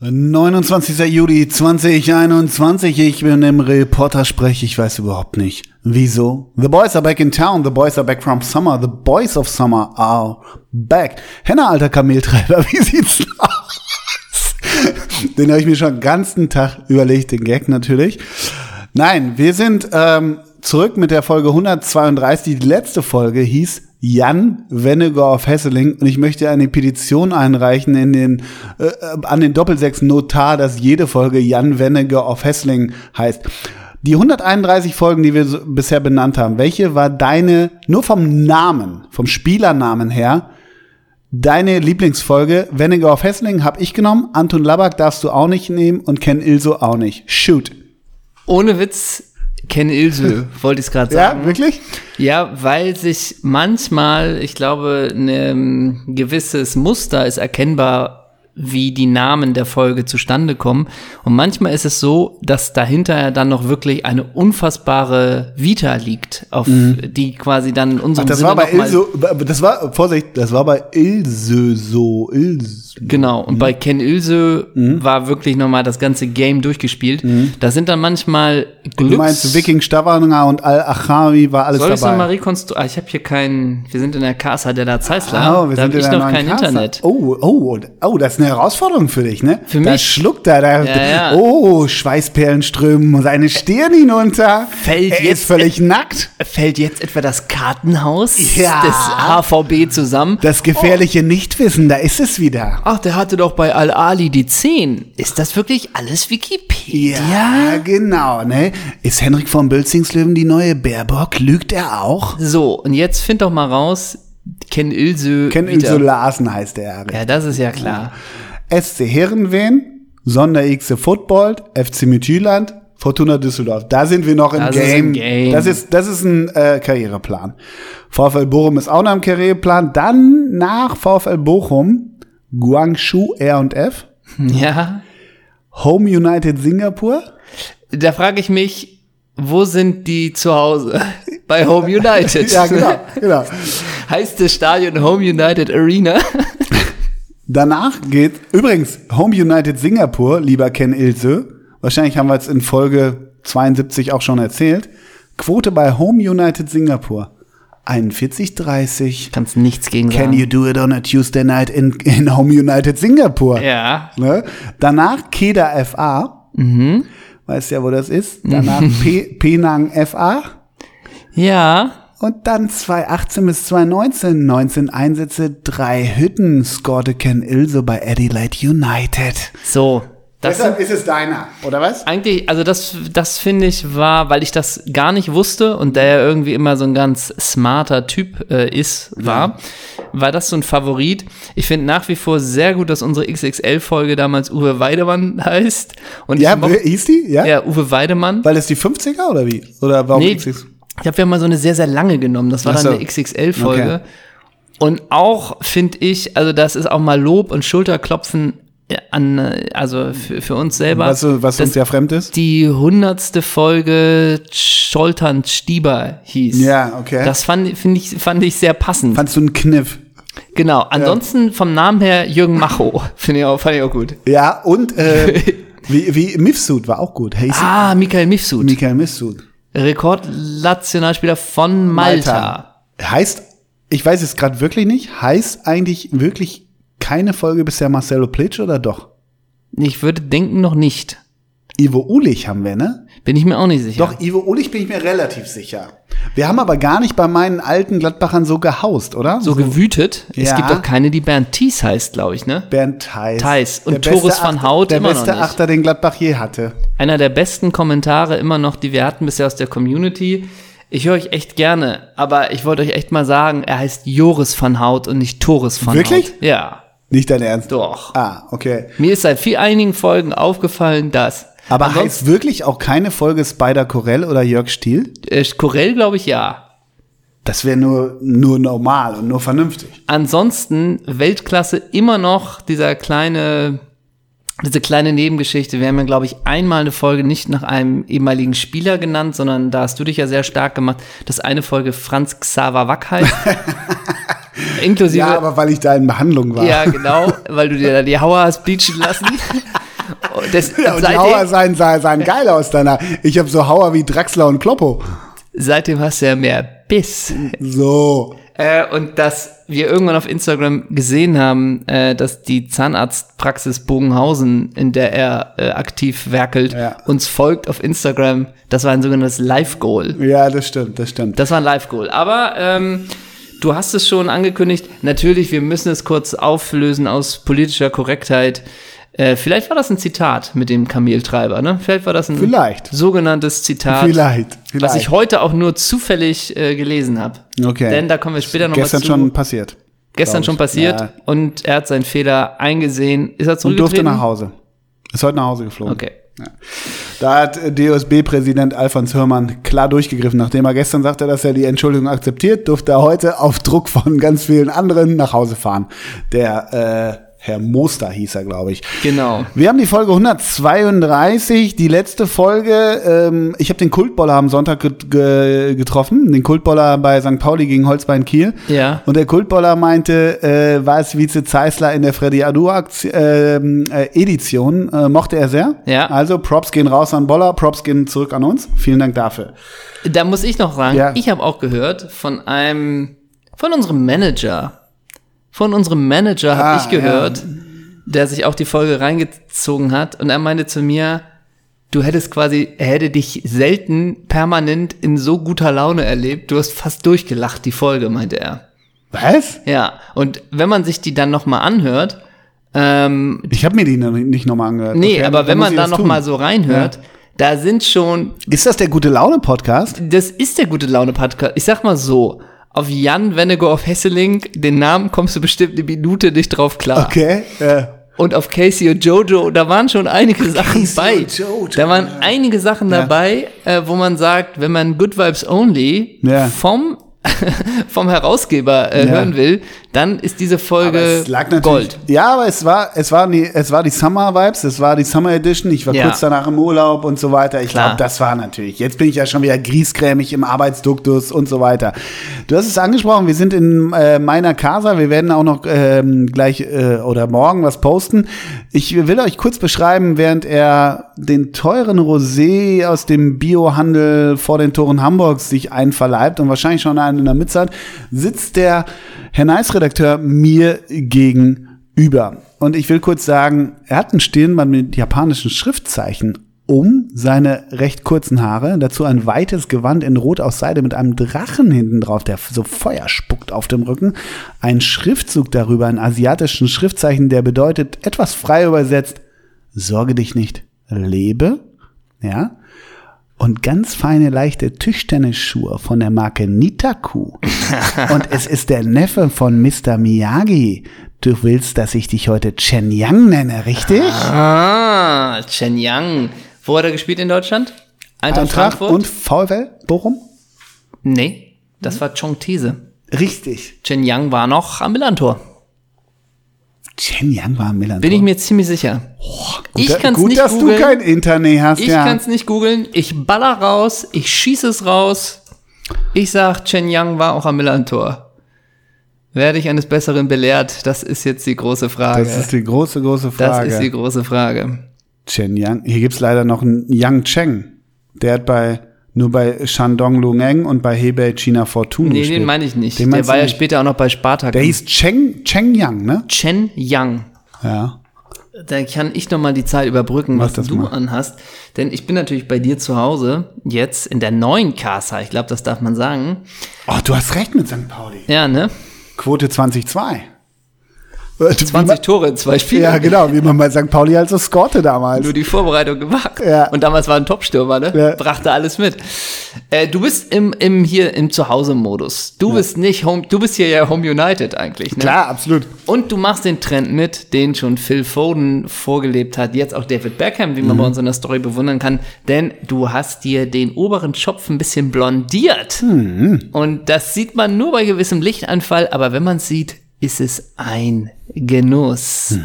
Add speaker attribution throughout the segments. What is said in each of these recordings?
Speaker 1: 29. Juli 2021, ich bin im Reporter-Sprech, ich weiß überhaupt nicht, wieso. The boys are back in town, the boys are back from summer, the boys of summer are back. Henna, alter Kameltreiber, wie sieht's aus? Den habe ich mir schon den ganzen Tag überlegt, den Gag natürlich. Nein, wir sind ähm, zurück mit der Folge 132. Die letzte Folge hieß Jan Wennegor auf Hesseling und ich möchte eine Petition einreichen in den, äh, an den Doppelsechs Notar, dass jede Folge Jan Wennegor auf Hesseling heißt. Die 131 Folgen, die wir so bisher benannt haben, welche war deine, nur vom Namen, vom Spielernamen her, deine Lieblingsfolge? Wennegor auf Hesseling habe ich genommen, Anton Labak darfst du auch nicht nehmen und Ken Ilso auch nicht. Shoot.
Speaker 2: Ohne Witz, Ken Ilse, wollte ich es gerade sagen.
Speaker 1: Ja, wirklich?
Speaker 2: Ja, weil sich manchmal, ich glaube, ein gewisses Muster ist erkennbar, wie die Namen der Folge zustande kommen. Und manchmal ist es so, dass dahinter ja dann noch wirklich eine unfassbare Vita liegt, auf die quasi dann in
Speaker 1: Mhm. Ach,
Speaker 2: unserem
Speaker 1: das
Speaker 2: Sinne
Speaker 1: war bei
Speaker 2: noch mal-
Speaker 1: Ilse, das war, Vorsicht, das war bei Ilse so, Ilse.
Speaker 2: Genau,
Speaker 1: Mhm.
Speaker 2: und bei Ken Ilse war wirklich nochmal das ganze Game durchgespielt. Da sind dann manchmal Glücks...
Speaker 1: Mhm. Du meinst Viking Stavanger und Al-Achami war alles
Speaker 2: Soll ich
Speaker 1: dabei.
Speaker 2: nochmal rekonstruieren? Ah, ich habe hier keinen. Wir sind in der Casa della Zeisler.
Speaker 1: Oh, wir
Speaker 2: da
Speaker 1: sind
Speaker 2: habe
Speaker 1: in
Speaker 2: ich
Speaker 1: der
Speaker 2: noch
Speaker 1: neuen
Speaker 2: kein
Speaker 1: Casa.
Speaker 2: Internet.
Speaker 1: Oh, oh, oh, das ist eine Herausforderung für dich, ne?
Speaker 2: Für
Speaker 1: Da
Speaker 2: mich?
Speaker 1: schluckt er, da,
Speaker 2: Ja, ja.
Speaker 1: oh, Schweißperlen strömen, seine Stirn hinunter.
Speaker 2: Fällt
Speaker 1: er
Speaker 2: jetzt-
Speaker 1: ist völlig nackt.
Speaker 2: Äh, Fällt jetzt etwa das Kartenhaus
Speaker 1: Ja.
Speaker 2: des HVB zusammen?
Speaker 1: Das gefährliche Nichtwissen, da ist es wieder.
Speaker 2: Ach, der hatte doch bei Al-Ali die 10. Ist das wirklich alles Wikipedia?
Speaker 1: Ja, genau, ne? Ist Henrik von Bülzingslöwen die neue Baerbock? Lügt er auch?
Speaker 2: So, und jetzt find doch mal raus, Ken Ilse.
Speaker 1: Ken
Speaker 2: wieder.
Speaker 1: Ilse Larsen heißt er.
Speaker 2: Ja, das ist ja klar.
Speaker 1: SC Herrenwehen, Sonder X Football, FC Mithyland, Fortuna Düsseldorf. Da sind wir noch im,
Speaker 2: Das ist
Speaker 1: Game.
Speaker 2: im Game.
Speaker 1: Das ist das ist ein äh, Karriereplan. VfL Bochum ist auch noch im Karriereplan. Dann nach VfL Bochum Guangzhou R&F,
Speaker 2: Ja.
Speaker 1: Home United Singapur.
Speaker 2: Da frage ich mich, wo sind die zu Hause? Bei Home United.
Speaker 1: Ja, genau, genau.
Speaker 2: Heißt das Stadion Home United Arena?
Speaker 1: Danach geht übrigens Home United Singapur, lieber Ken Ilse. Wahrscheinlich haben wir es in Folge 72 auch schon erzählt. Quote bei Home United Singapur 41,30.
Speaker 2: Kannst nichts gegen
Speaker 1: Can you do it on a Tuesday night in, in Home United Singapur?
Speaker 2: ja.
Speaker 1: Ne? Danach Keda FA. Weißt ja, wo das ist. Danach Pe Penang FA.
Speaker 2: Ja.
Speaker 1: Und dann 2018 bis 2019, 19 Einsätze, drei Hütten scorte Ken Ilse bei Adelaide United.
Speaker 2: So. Das sind
Speaker 1: ist es deiner, oder was?
Speaker 2: eigentlich, also das, das finde ich war, weil ich das gar nicht wusste und der ja irgendwie immer so ein ganz smarter Typ äh, ist, war, war das so ein Favorit. Ich finde nach wie vor sehr gut, dass unsere XXL-Folge damals Uwe Weidemann heißt. Und
Speaker 1: Ja,
Speaker 2: ich moch-
Speaker 1: wie hieß die? Ja?
Speaker 2: ja, Uwe Weidemann.
Speaker 1: Weil das die 50er oder wie? Oder warum
Speaker 2: Nee,
Speaker 1: gibt's das?
Speaker 2: ich habe ja mal so eine sehr, sehr lange genommen. Das war
Speaker 1: Ach so.
Speaker 2: dann eine XXL-Folge.
Speaker 1: Okay.
Speaker 2: Und auch finde ich, also das ist auch mal Lob und Schulterklopfen an, äh, also für, für uns selber.
Speaker 1: Was, was
Speaker 2: dass
Speaker 1: uns ja fremd ist?
Speaker 2: die hundertste Folge Scholtern Stieber hieß.
Speaker 1: Ja, okay.
Speaker 2: Das fand, find ich, fand ich sehr passend.
Speaker 1: Fandst du einen Kniff?
Speaker 2: genau. Ansonsten vom Namen her Jürgen Macho. Finde ich auch, fand ich auch gut.
Speaker 1: Ja, und äh, wie, wie Mifsud war auch gut. Hey, ah.
Speaker 2: Ah, Michael Mifsud.
Speaker 1: Michael Mifsud.
Speaker 2: Rekordnationalspieler von Malta.
Speaker 1: Heißt, ich weiß es gerade wirklich nicht, heißt eigentlich wirklich keine Folge bisher Marcelo Plitsch oder doch?
Speaker 2: Ich würde denken, noch nicht.
Speaker 1: Ivo Ulich haben wir, ne?
Speaker 2: Bin ich mir auch nicht sicher.
Speaker 1: Doch, Ivo Ulich bin ich mir relativ sicher. Wir haben aber gar nicht bei meinen alten Gladbachern so gehaust, oder?
Speaker 2: so gewütet. Es
Speaker 1: Ja.
Speaker 2: gibt doch keine, die Bernd Thies heißt, glaube ich, ne?
Speaker 1: Bernd Theis.
Speaker 2: Theis und
Speaker 1: Der beste
Speaker 2: Torres van
Speaker 1: Achter-
Speaker 2: Hout
Speaker 1: Der
Speaker 2: immer noch
Speaker 1: beste
Speaker 2: nicht.
Speaker 1: Achter, den Gladbach je hatte.
Speaker 2: Einer der besten Kommentare immer noch, die wir hatten bisher aus der Community. Ich höre euch echt gerne, aber ich wollte euch echt mal sagen, er heißt Joris van Hout und nicht Toris van
Speaker 1: Wirklich?
Speaker 2: Hout. Ja,
Speaker 1: Nicht dein Ernst?
Speaker 2: doch.
Speaker 1: Ah, okay.
Speaker 2: Mir ist seit viel einigen Folgen aufgefallen, dass.
Speaker 1: Aber
Speaker 2: Ansonsten,
Speaker 1: heißt wirklich auch keine Folge Spider Corell oder Jörg Stiel?
Speaker 2: äh, Corell, glaube ich, ja.
Speaker 1: Das wäre nur, nur normal und nur vernünftig.
Speaker 2: Ansonsten Weltklasse immer noch dieser kleine, diese kleine Nebengeschichte. Wir haben ja, glaube ich, einmal eine Folge nicht nach einem ehemaligen Spieler genannt, sondern da hast du dich ja sehr stark gemacht, dass eine Folge Franz Xaver Wack heißt. Inklusive
Speaker 1: Ja, aber weil ich da in Behandlung war.
Speaker 2: Ja, genau, weil du dir da die Hauer hast bleachen lassen. Das,
Speaker 1: Ja, und die
Speaker 2: seitdem-
Speaker 1: Hauer sahen, sahen, sahen geil aus danach. Ich habe so Hauer wie Draxler und Kloppo.
Speaker 2: Seitdem hast du ja mehr Biss.
Speaker 1: So.
Speaker 2: Äh, und dass wir irgendwann auf Instagram gesehen haben, äh, dass die Zahnarztpraxis Bogenhausen, in der er äh, aktiv werkelt,
Speaker 1: Ja.
Speaker 2: uns folgt auf Instagram. Das war ein sogenanntes Live-Goal.
Speaker 1: Ja, das stimmt, das stimmt.
Speaker 2: Das war ein Live-Goal. Aber ähm, du hast es schon angekündigt. Natürlich, wir müssen es kurz auflösen aus politischer Korrektheit. Äh, vielleicht war das ein Zitat mit dem Kameltreiber, ne? Vielleicht war das ein
Speaker 1: Vielleicht.
Speaker 2: sogenanntes Zitat.
Speaker 1: vielleicht, vielleicht.
Speaker 2: Was ich heute auch nur zufällig äh, gelesen habe.
Speaker 1: Okay.
Speaker 2: Denn da kommen wir später nochmal zu.
Speaker 1: Gestern schon passiert.
Speaker 2: gestern
Speaker 1: glaub
Speaker 2: schon
Speaker 1: ich.
Speaker 2: passiert.
Speaker 1: Ja.
Speaker 2: Und er hat seinen Fehler eingesehen. Ist er
Speaker 1: Und
Speaker 2: zurückgetreten?
Speaker 1: durfte nach Hause. Ist heute nach Hause geflogen.
Speaker 2: Okay.
Speaker 1: Da hat DOSB-Präsident Alfons Hörmann klar durchgegriffen. Nachdem er gestern sagte, dass er die Entschuldigung akzeptiert, durfte er heute auf Druck von ganz vielen anderen nach Hause fahren. Der äh, Herr Moster hieß er, glaube ich.
Speaker 2: Genau.
Speaker 1: Wir haben die Folge 132, die letzte Folge. Ähm, ich habe den Kultboller am Sonntag get ge getroffen, den Kultboller bei St. Pauli gegen Holzbein Kiel.
Speaker 2: Ja.
Speaker 1: Und der Kultboller meinte, äh, war es Vize Zeisler in der Freddy Adu-Edition, ähm, äh, Edition, äh, mochte er sehr.
Speaker 2: Ja.
Speaker 1: Also Props gehen raus an Boller, Props gehen zurück an uns. Vielen Dank dafür.
Speaker 2: Da muss ich noch sagen,
Speaker 1: Ja.
Speaker 2: ich habe auch gehört von einem, von unserem Manager. Von unserem Manager habe
Speaker 1: Ah,
Speaker 2: ich gehört, der sich auch die Folge reingezogen hat. Und er meinte zu mir, du hättest quasi, er hätte dich selten permanent in so guter Laune erlebt. Du hast fast durchgelacht, die Folge, meinte er.
Speaker 1: Was?
Speaker 2: Ja, und wenn man sich die dann nochmal anhört, ähm,
Speaker 1: Ich habe mir die noch nicht nochmal angehört.
Speaker 2: nee,
Speaker 1: Okay,
Speaker 2: aber
Speaker 1: dann
Speaker 2: wenn
Speaker 1: muss
Speaker 2: man
Speaker 1: ich
Speaker 2: da
Speaker 1: das tun.
Speaker 2: nochmal so reinhört, da sind schon
Speaker 1: Ist das der gute Laune-Podcast?
Speaker 2: das ist der gute Laune Podcast. Ich sag mal so, auf Jan Wennego auf Hesseling, den Namen kommst du bestimmt eine Minute nicht drauf klar.
Speaker 1: Okay. Äh,
Speaker 2: Und auf Casey und Jojo, da waren schon einige Sachen
Speaker 1: Casey
Speaker 2: bei.
Speaker 1: und Jojo,
Speaker 2: da waren einige Sachen dabei, äh, wo man sagt, wenn man Good Vibes Only
Speaker 1: Ja.
Speaker 2: vom vom Herausgeber äh,
Speaker 1: Ja.
Speaker 2: hören will, dann ist diese
Speaker 1: Aber
Speaker 2: Folge
Speaker 1: es lag natürlich,
Speaker 2: Gold.
Speaker 1: Ja, aber es war, es war die, es war die Summer Vibes, es war die Summer Edition. Ich war
Speaker 2: Ja.
Speaker 1: kurz danach im Urlaub und so weiter. Ich
Speaker 2: Klar.
Speaker 1: glaube, das war natürlich. Jetzt bin ich ja schon wieder griesgrämig im Arbeitsduktus und so weiter. Du hast es angesprochen. Wir sind in äh, meiner Casa. Wir werden auch noch ähm, gleich äh, oder morgen was posten. Ich will euch kurz beschreiben, während er den teuren Rosé aus dem Biohandel vor den Toren Hamburgs sich einverleibt und wahrscheinlich schon einen in der Mütze hat, sitzt der Herr Nice-Redakteur mir gegenüber. Und ich will kurz sagen, er hat ein Stirnband mit japanischen Schriftzeichen um seine recht kurzen Haare, dazu ein weites Gewand in Rot aus Seide mit einem Drachen hinten drauf, der so Feuer spuckt auf dem Rücken, ein Schriftzug darüber, ein asiatischen Schriftzeichen, der bedeutet, etwas frei übersetzt, sorge dich nicht, lebe, ja, und ganz feine, leichte Tischtennisschuhe von der Marke Nitaku. und es ist der Neffe von Mr. Miyagi. Du willst, dass ich dich heute Chen Yang nenne, richtig?
Speaker 2: Ah, Chen Yang. Wo hat er gespielt in Deutschland? Eintracht,
Speaker 1: Eintracht
Speaker 2: Frankfurt?
Speaker 1: und VfL Bochum?
Speaker 2: Nee, das war Chong These.
Speaker 1: Richtig.
Speaker 2: Chen Yang war noch am Millantor.
Speaker 1: Chen Yang war ein Milan.
Speaker 2: Bin ich mir ziemlich sicher. ich
Speaker 1: Da-
Speaker 2: kann's
Speaker 1: Gut,
Speaker 2: nicht
Speaker 1: dass
Speaker 2: googeln.
Speaker 1: du kein Internet hast,
Speaker 2: ich
Speaker 1: ja.
Speaker 2: kann's nicht googeln. Ich baller raus, ich schieße es raus. Ich sag, Chen Yang war auch am Millantor. Werde ich eines Besseren belehrt? Das ist jetzt die große Frage.
Speaker 1: das ist die große, große
Speaker 2: Das
Speaker 1: Frage.
Speaker 2: ist die große Frage.
Speaker 1: Chen Yang. Hier gibt's leider noch einen Yang Cheng. Der hat bei nur bei Shandong Lungeng und bei Hebei China Fortuna
Speaker 2: Nee,
Speaker 1: gespielt.
Speaker 2: den meine ich nicht.
Speaker 1: Den
Speaker 2: Der
Speaker 1: meinst
Speaker 2: war
Speaker 1: du
Speaker 2: ja
Speaker 1: nicht.
Speaker 2: später auch noch bei Spartak.
Speaker 1: Der hieß Cheng, Cheng Yang, ne?
Speaker 2: Chen Yang.
Speaker 1: Ja.
Speaker 2: Da kann ich noch mal die Zeit überbrücken,
Speaker 1: Mach
Speaker 2: was
Speaker 1: das
Speaker 2: du
Speaker 1: mal.
Speaker 2: anhast. Denn ich bin natürlich bei dir zu Hause, jetzt in der neuen Casa. Ich glaube, das darf man sagen.
Speaker 1: Oh, du hast recht mit St. Pauli.
Speaker 2: Ja, ne?
Speaker 1: Quote 20-2. Äh, wie
Speaker 2: 20 Tore in zwei
Speaker 1: man-
Speaker 2: Spielen.
Speaker 1: Ja, genau, wie man bei St. Pauli also scorte damals.
Speaker 2: Nur die Vorbereitung gewagt.
Speaker 1: Ja.
Speaker 2: Und damals war ein Topstürmer, ne?
Speaker 1: Ja.
Speaker 2: Brachte alles mit. Äh, du bist im, im hier im Zuhause-Modus. Du bist nicht Home, du bist hier ja Home United eigentlich, ne?
Speaker 1: Klar, absolut.
Speaker 2: Und du machst den Trend mit, den schon Phil Foden vorgelebt hat, jetzt auch David Beckham, wie man
Speaker 1: Mhm.
Speaker 2: bei uns in der Story bewundern kann, denn du hast dir den oberen Schopf ein bisschen blondiert.
Speaker 1: Mhm.
Speaker 2: Und das sieht man nur bei
Speaker 1: Mhm.
Speaker 2: gewissem Lichtanfall, aber wenn man es sieht, ist es ein Genuss.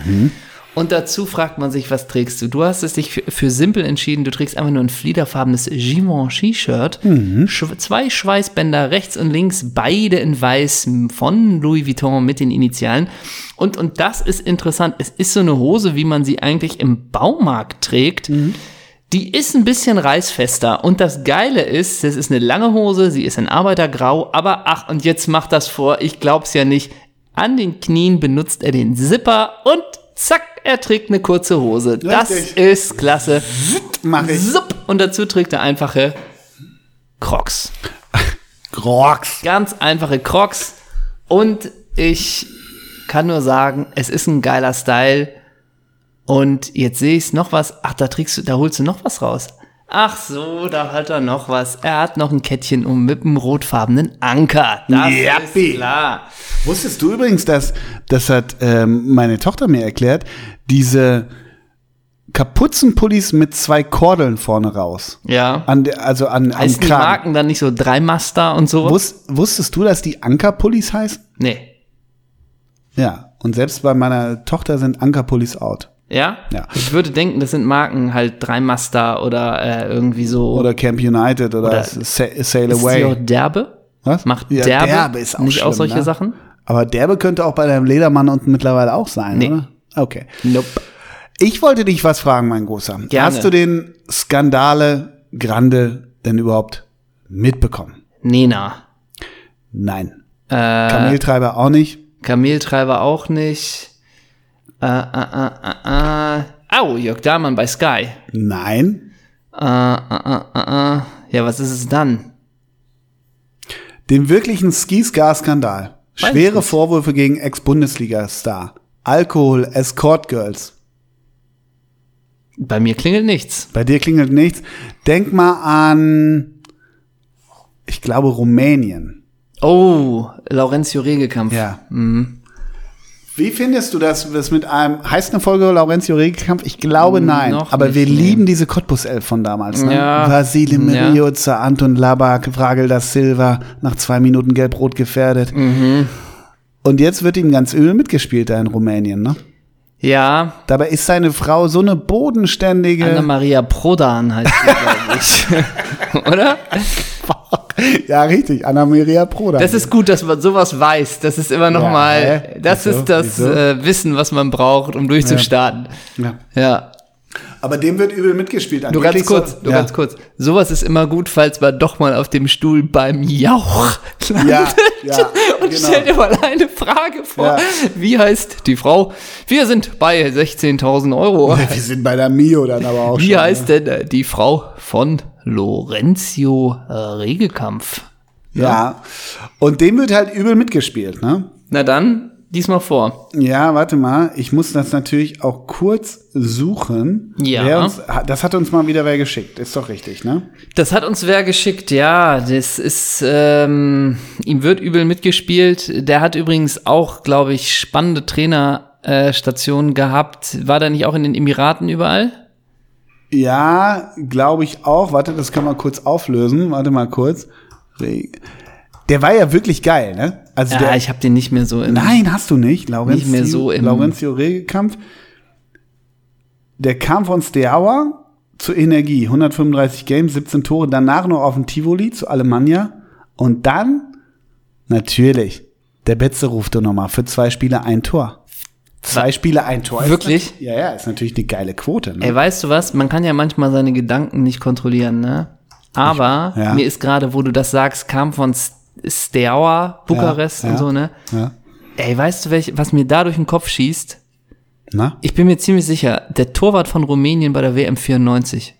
Speaker 2: Und dazu fragt man sich, was trägst du? Du hast es dich für, für simpel entschieden. Du trägst einfach nur ein fliederfarbenes Givenchy-Shirt. Sch zwei Schweißbänder rechts und links, beide in weiß von Louis Vuitton mit den Initialen. Und, und das ist interessant. Es ist so eine Hose, wie man sie eigentlich im Baumarkt trägt. Die ist ein bisschen reißfester. Und das Geile ist, es ist eine lange Hose, sie ist in Arbeitergrau, aber ach, und jetzt macht das vor, ich glaub's ja nicht. An den Knien benutzt er den Zipper und zack, er trägt eine kurze Hose. Das
Speaker 1: Richtig.
Speaker 2: ist klasse.
Speaker 1: Mach ich.
Speaker 2: Zup, und dazu trägt er einfache Crocs.
Speaker 1: Grox.
Speaker 2: Ganz einfache Crocs. Und ich kann nur sagen, es ist ein geiler Style. Und jetzt sehe ich noch was. Ach, da trägst du, da holst du noch was raus. Ach so, da hat er noch was. Er hat noch ein Kettchen um mit einem rotfarbenen Anker. Das
Speaker 1: Jappi.
Speaker 2: ist klar.
Speaker 1: Wusstest du übrigens, dass, das hat ähm, meine Tochter mir erklärt, diese Kapuzenpullis mit zwei Kordeln vorne raus.
Speaker 2: Ja.
Speaker 1: An der, also an, an
Speaker 2: Heißen die
Speaker 1: Kragen.
Speaker 2: Marken dann nicht so Dreimaster und so?
Speaker 1: Wus, wusstest du, dass die Ankerpullis heißen?
Speaker 2: Nee.
Speaker 1: Ja. Und selbst bei meiner Tochter sind Ankerpullis out.
Speaker 2: Ja?
Speaker 1: Ja.
Speaker 2: Ich würde denken, das sind Marken halt Dreimaster oder äh, irgendwie so.
Speaker 1: Oder Camp United oder,
Speaker 2: Oder-
Speaker 1: Sa Sail
Speaker 2: ist
Speaker 1: Away.
Speaker 2: die auch derbe?
Speaker 1: Was?
Speaker 2: Macht
Speaker 1: Ja,
Speaker 2: derbe,
Speaker 1: derbe ist auch
Speaker 2: nicht auch
Speaker 1: schlimm,
Speaker 2: solche
Speaker 1: ne?
Speaker 2: Sachen?
Speaker 1: Aber derbe könnte auch bei deinem Ledermann unten mittlerweile auch sein,
Speaker 2: Nee.
Speaker 1: oder? Okay.
Speaker 2: Nope.
Speaker 1: Ich wollte dich was fragen, mein Großer.
Speaker 2: Gerne.
Speaker 1: Hast du den Skandale Grande denn überhaupt mitbekommen?
Speaker 2: Nena.
Speaker 1: Nein.
Speaker 2: Äh.
Speaker 1: Kameltreiber auch nicht.
Speaker 2: Kameltreiber auch nicht. Äh, äh, äh, äh, äh. Au, Jörg Dahlmann bei Sky.
Speaker 1: Nein.
Speaker 2: Äh, äh, äh, äh, äh. Ja, was ist es dann?
Speaker 1: Den wirklichen Skiscar-Skandal.
Speaker 2: Weiß ich
Speaker 1: Schwere
Speaker 2: nicht.
Speaker 1: Vorwürfe gegen Ex-Bundesliga-Star. Alkohol, Escort-Girls.
Speaker 2: Bei mir klingelt nichts.
Speaker 1: Bei dir klingelt nichts. Denk mal an, ich glaube, Rumänien.
Speaker 2: Oh, Laurentio Regekampf.
Speaker 1: Ja. Mhm. Wie findest du das, das mit einem, heißt eine Folge Laurentio Regelkampf? Ich glaube nein.
Speaker 2: Hm, noch
Speaker 1: aber wir
Speaker 2: nicht, nee.
Speaker 1: lieben diese Cottbus-Elf von damals. Ne?
Speaker 2: Ja.
Speaker 1: Vasile
Speaker 2: Ja.
Speaker 1: Mirioza, Anton Labak, Fragel das Silva, nach zwei Minuten gelb-rot gefährdet.
Speaker 2: Mhm.
Speaker 1: Und jetzt wird ihm ganz übel mitgespielt da in Rumänien. Ne?
Speaker 2: Ja,
Speaker 1: Dabei ist seine Frau so eine bodenständige.
Speaker 2: Anna-Maria Prodan heißt sie, glaube ich. Oder?
Speaker 1: ja, richtig, Anna-Maria Proda.
Speaker 2: Das ist gut, dass man sowas weiß. Das ist immer noch
Speaker 1: Ja,
Speaker 2: mal,
Speaker 1: hä?
Speaker 2: das
Speaker 1: Wieso?
Speaker 2: ist das
Speaker 1: Wieso?
Speaker 2: äh, Wissen, was man braucht, um durchzustarten.
Speaker 1: ja.
Speaker 2: Ja.
Speaker 1: Aber dem wird übel mitgespielt.
Speaker 2: Nur ganz
Speaker 1: Angeblich
Speaker 2: kurz,
Speaker 1: soll-
Speaker 2: nur
Speaker 1: ja.
Speaker 2: ganz kurz. Sowas ist immer gut, falls man doch mal auf dem Stuhl beim Jauch landet.
Speaker 1: Ja, ja,
Speaker 2: Und
Speaker 1: genau.
Speaker 2: stell dir mal eine Frage vor.
Speaker 1: Ja.
Speaker 2: Wie heißt die Frau? Wir sind bei 16.000 Euro.
Speaker 1: Wir sind bei der Mio dann aber auch schon.
Speaker 2: Wie
Speaker 1: ne?
Speaker 2: heißt denn äh, die Frau von Lorenzo äh, Regekampf?
Speaker 1: Ja. Und dem wird halt übel mitgespielt, ne?
Speaker 2: Na dann, diesmal vor.
Speaker 1: Ja, warte mal. Ich muss das natürlich auch kurz suchen.
Speaker 2: Ja.
Speaker 1: Wer uns, das hat uns mal wieder wer geschickt. Ist doch richtig, ne?
Speaker 2: Das hat uns wer geschickt, ja. Das ist, ähm, ihm wird übel mitgespielt. Der hat übrigens auch, glaube ich, spannende Trainerstationen äh, Stationen gehabt. War der nicht auch in den Emiraten überall?
Speaker 1: Ja, glaube ich auch. Warte, das kann man kurz auflösen. Warte mal kurz. Re- Der war ja wirklich geil, ne? Also
Speaker 2: Ja,
Speaker 1: der,
Speaker 2: ich habe den nicht mehr so im
Speaker 1: nein, hast du nicht. Laurentio,
Speaker 2: Hm. Nicht mehr so im-
Speaker 1: Laurentio Regekampf. Der kam von Steaua zu Energie. 135 Games, 17 Tore. Danach noch auf den Tivoli zu Alemannia. Und dann, natürlich, der Betze ruft doch nochmal für zwei Spiele ein Tor. Zwei Spiele ein Tor. ist
Speaker 2: Wirklich? Äh.
Speaker 1: nat- Ja, ja, ist natürlich eine geile Quote. Ne?
Speaker 2: Ey, weißt du was? Man kann ja manchmal seine Gedanken nicht kontrollieren, ne? Aber
Speaker 1: Ich- ja.
Speaker 2: mir ist gerade, wo du das sagst, kam von S- Steaua, Bukarest
Speaker 1: Ja,
Speaker 2: und
Speaker 1: ja.
Speaker 2: so, ne?
Speaker 1: Ja.
Speaker 2: Ey, weißt du, welch, was mir da durch den Kopf schießt?
Speaker 1: Na?
Speaker 2: Ich bin mir ziemlich sicher, der Torwart von Rumänien bei der WM 94.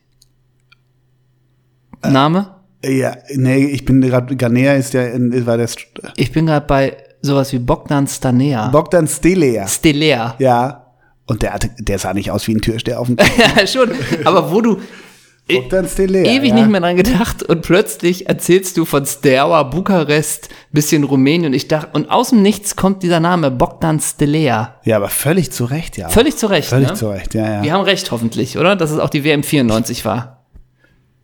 Speaker 1: Äh.
Speaker 2: Name?
Speaker 1: Ja, nee, ich bin gerade, Ganea ist ja, in, war der St
Speaker 2: Ich bin gerade bei sowas wie Bogdan Stanea.
Speaker 1: Bogdan Stelea.
Speaker 2: Stelea.
Speaker 1: Ja. Und der, hatte, der sah nicht aus wie ein Türsteher auf dem
Speaker 2: Ja, schon. Aber wo du
Speaker 1: Bogdan Stelea.
Speaker 2: E- ewig
Speaker 1: ja.
Speaker 2: nicht mehr dran gedacht und plötzlich erzählst du von Steaua, Bukarest, bisschen Rumänien und ich dachte, und aus dem Nichts kommt dieser Name, Bogdan Stelea.
Speaker 1: Ja, aber völlig zu Recht, ja.
Speaker 2: Völlig zu Recht,
Speaker 1: Völlig
Speaker 2: ne?
Speaker 1: zu Recht, ja,
Speaker 2: Wir
Speaker 1: ja.
Speaker 2: haben recht, hoffentlich, oder? Dass es auch die WM 94 war.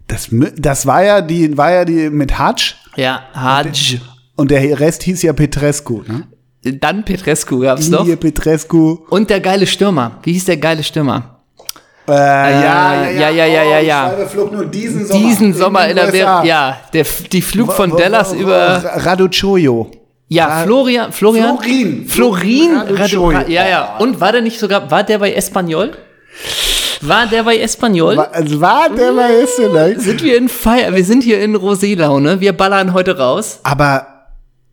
Speaker 1: Das, mü- das war ja die, war ja die mit Hatsch
Speaker 2: Ja, Haj.
Speaker 1: und der Rest hieß ja Petrescu, ne?
Speaker 2: Dann Petrescu gab's noch.
Speaker 1: Hier Petrescu.
Speaker 2: Und der geile Stürmer. Wie hieß der geile Stürmer?
Speaker 1: Äh, ja,
Speaker 2: ja, ja, ja,
Speaker 1: Oh,
Speaker 2: ja, ja.
Speaker 1: die Scheibe flog nur diesen Sommer.
Speaker 2: Diesen Sommer in der
Speaker 1: den
Speaker 2: Welt.
Speaker 1: USA. Oh,
Speaker 2: Ja, der, die Flug von
Speaker 1: Wo- wo-
Speaker 2: Dallas
Speaker 1: wo- wo-
Speaker 2: über.
Speaker 1: Raduchoyo.
Speaker 2: Ja,
Speaker 1: Ra-
Speaker 2: Florian, Florian.
Speaker 1: Florin.
Speaker 2: Florin.
Speaker 1: Florin
Speaker 2: Raducanu.
Speaker 1: Raducanu.
Speaker 2: Ja, ja. Und war der nicht sogar, war der bei Espanyol? War der bei Espanyol?
Speaker 1: Wa- Also, warte mal, ist vielleicht.
Speaker 2: sind wir in Feier, wir sind hier in Rosé-Laune, wir ballern heute raus.
Speaker 1: Aber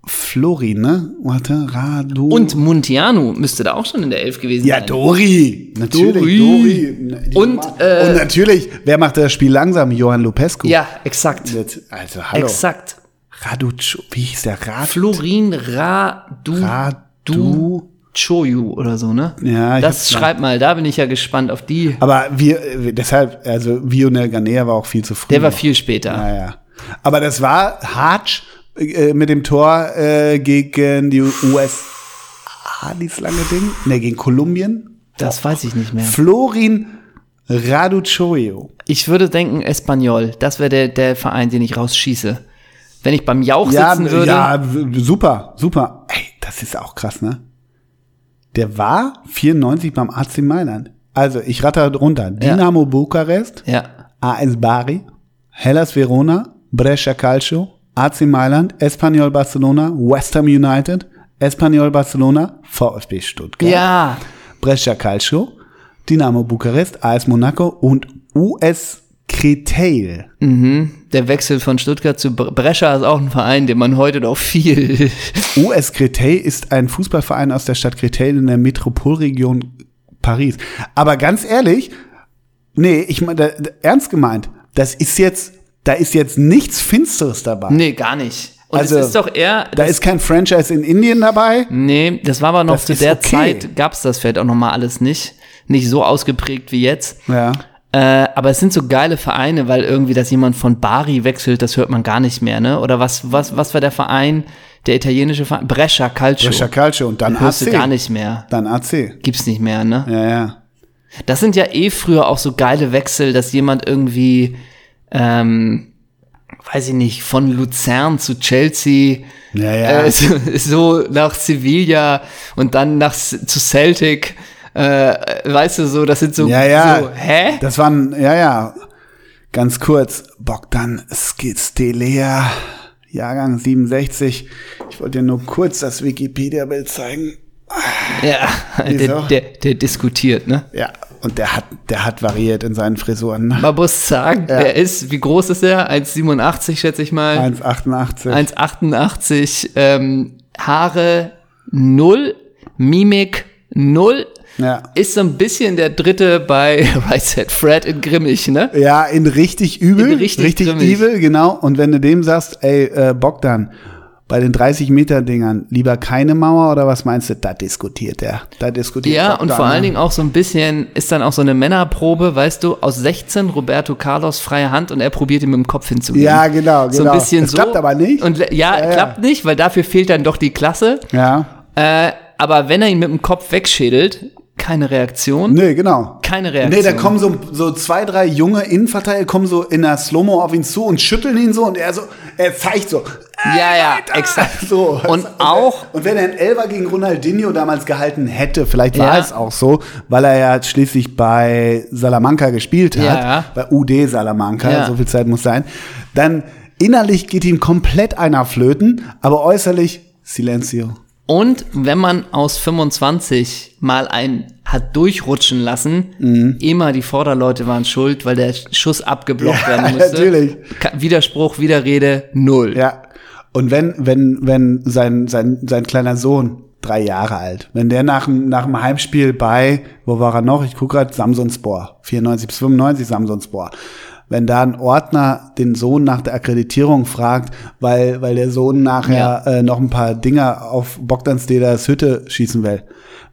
Speaker 1: Florin, ne? Warte, Radu.
Speaker 2: Und Muntianu müsste da auch schon in der Elf gewesen
Speaker 1: Ja,
Speaker 2: sein.
Speaker 1: Dori. Natürlich,
Speaker 2: Dori.
Speaker 1: Dori. Die
Speaker 2: Und,
Speaker 1: Nummer-
Speaker 2: äh,
Speaker 1: und natürlich, wer macht das Spiel langsam? Johann Lupescu.
Speaker 2: Ja, exakt.
Speaker 1: Das- Also, hallo.
Speaker 2: Exakt.
Speaker 1: Raducho, wie hieß der? Rad,
Speaker 2: Florin Radu.
Speaker 1: Radu.
Speaker 2: Choyu oder so, ne?
Speaker 1: Ja, ich
Speaker 2: Das
Speaker 1: hab's mal-
Speaker 2: schreib mal, da bin ich ja gespannt auf die.
Speaker 1: Aber wir, äh, deshalb, also Vionel Ganea war auch viel zu früh.
Speaker 2: Der war
Speaker 1: noch.
Speaker 2: viel später.
Speaker 1: Ja, ja. Aber das war Hartsch äh, mit dem Tor äh, gegen die USA, dieses lange Ding. Ne, gegen Kolumbien.
Speaker 2: Das weiß ich nicht mehr.
Speaker 1: Florin Raduchoyo.
Speaker 2: Ich würde denken, Espanyol, das wäre der, der Verein, den ich rausschieße. Wenn ich beim Jauch sitzen würde.
Speaker 1: ja, w- super, super. Ey, das ist auch krass, ne? Der war 94 beim AC Mailand. Also, ich ratter runter. Dinamo Bukarest,
Speaker 2: ja.
Speaker 1: AS Bari, Hellas Verona, Brescia Calcio, AC Mailand, Espanyol Barcelona, West Ham United, Espanyol Barcelona, VfB Stuttgart,
Speaker 2: Ja.
Speaker 1: Brescia Calcio, Dinamo Bukarest, AS Monaco und US Kretail.
Speaker 2: Der Wechsel von Stuttgart zu Bre- Brescia ist auch ein Verein, den man heute doch viel.
Speaker 1: US Créteil ist ein Fußballverein aus der Stadt Créteil in der Metropolregion Paris. Aber ganz ehrlich, nee, ich meine, da- da- ernst gemeint, das ist jetzt, da ist jetzt nichts Finsteres dabei.
Speaker 2: nee, gar nicht. Und
Speaker 1: Also,
Speaker 2: es ist doch eher.
Speaker 1: Da ist kein Franchise in Indien dabei.
Speaker 2: Nee, das war aber noch
Speaker 1: Das
Speaker 2: zu
Speaker 1: ist
Speaker 2: der
Speaker 1: okay.
Speaker 2: Zeit, gab's das vielleicht auch nochmal alles nicht. Nicht so ausgeprägt wie jetzt.
Speaker 1: Ja.
Speaker 2: Äh, aber es sind so geile Vereine, weil irgendwie, dass jemand von Bari wechselt, das hört man gar nicht mehr, ne? Oder was, was, was war der Verein, der italienische Verein? Brescia Calcio.
Speaker 1: Brescia Calcio und dann
Speaker 2: Hörst du
Speaker 1: AC.
Speaker 2: gar nicht mehr.
Speaker 1: Dann AC.
Speaker 2: Gibt's nicht mehr, ne?
Speaker 1: Ja, ja.
Speaker 2: Das sind ja eh früher auch so geile Wechsel, dass jemand irgendwie, ähm, weiß ich nicht, von Luzern zu Chelsea,
Speaker 1: Ja, ja.
Speaker 2: äh, so, so nach Sevilla und dann nach S- zu Celtic. Äh, weißt du so, das sind so,
Speaker 1: ja, ja.
Speaker 2: so hä?
Speaker 1: Das waren, ja, ja. Ganz kurz, Bogdan Skitstelea, Jahrgang 67. Ich wollte dir nur kurz das Wikipedia-Bild zeigen.
Speaker 2: Ja, der,
Speaker 1: Wieso?
Speaker 2: der, der diskutiert, ne?
Speaker 1: Ja, und der hat, der hat variiert in seinen Frisuren.
Speaker 2: Man muss sagen, der ist, wie groß ist er? 1,87 schätze ich mal.
Speaker 1: 1,88.
Speaker 2: 1,88, ähm, Haare null, Mimik null.
Speaker 1: Ja.
Speaker 2: Ist so ein bisschen der dritte bei Right Said Fred in Grimmig, ne?
Speaker 1: Ja, in richtig übel.
Speaker 2: In richtig
Speaker 1: richtig
Speaker 2: grimmig.
Speaker 1: evil, genau. Und wenn du dem sagst, ey, äh, Bogdan, bei den 30-Meter-Dingern lieber keine Mauer oder was meinst du? Da diskutiert er. Da diskutiert
Speaker 2: Ja,
Speaker 1: Bogdan,
Speaker 2: und vor
Speaker 1: ne?
Speaker 2: allen Dingen auch so ein bisschen, ist dann auch so eine Männerprobe, weißt du, aus 16 Roberto Carlos freie Hand und er probiert ihm mit dem Kopf hinzugehen.
Speaker 1: Ja, genau,
Speaker 2: So
Speaker 1: genau.
Speaker 2: ein bisschen
Speaker 1: Es
Speaker 2: so.
Speaker 1: klappt aber nicht.
Speaker 2: Und le- ja,
Speaker 1: Ja, ja.
Speaker 2: klappt nicht, weil dafür fehlt dann doch die Klasse.
Speaker 1: Ja.
Speaker 2: Äh, aber wenn er ihn mit dem Kopf wegschädelt, keine Reaktion.
Speaker 1: Nee, genau.
Speaker 2: Keine
Speaker 1: Nee,
Speaker 2: Reaktion.
Speaker 1: da kommen so, so zwei, drei junge Innenverteidiger, kommen so in der Slow-Mo auf ihn zu und schütteln ihn so und er so, er zeigt so.
Speaker 2: Ja, ja,
Speaker 1: Alter!
Speaker 2: exakt.
Speaker 1: So.
Speaker 2: Ah. Und auch-
Speaker 1: Und wenn er einen Elfer gegen Ronaldinho damals gehalten hätte, vielleicht war
Speaker 2: Ja.
Speaker 1: es auch so, weil er ja schließlich bei Salamanca gespielt hat,
Speaker 2: Ja.
Speaker 1: bei UD Salamanca,
Speaker 2: Ja.
Speaker 1: so viel Zeit muss sein, dann innerlich geht ihm komplett einer flöten, aber äußerlich Silencio.
Speaker 2: Und wenn man aus 25 mal einen hat durchrutschen lassen,
Speaker 1: Mhm.
Speaker 2: immer die Vorderleute waren schuld, weil der Schuss abgeblockt
Speaker 1: Ja,
Speaker 2: werden musste.
Speaker 1: natürlich.
Speaker 2: Ka- Widerspruch, Widerrede, null.
Speaker 1: Ja. Und wenn, wenn, wenn sein, sein, sein kleiner Sohn, drei Jahre alt, wenn der nach, dem- nach dem Heimspiel bei, wo war er noch? Ich gucke gerade, Samsonspor, 94 bis 95 Samsonspor. Wenn da ein Ordner den Sohn nach der Akkreditierung fragt, weil, weil der Sohn nachher äh, noch ein paar Dinger auf Bogdansdedas Hütte schießen will,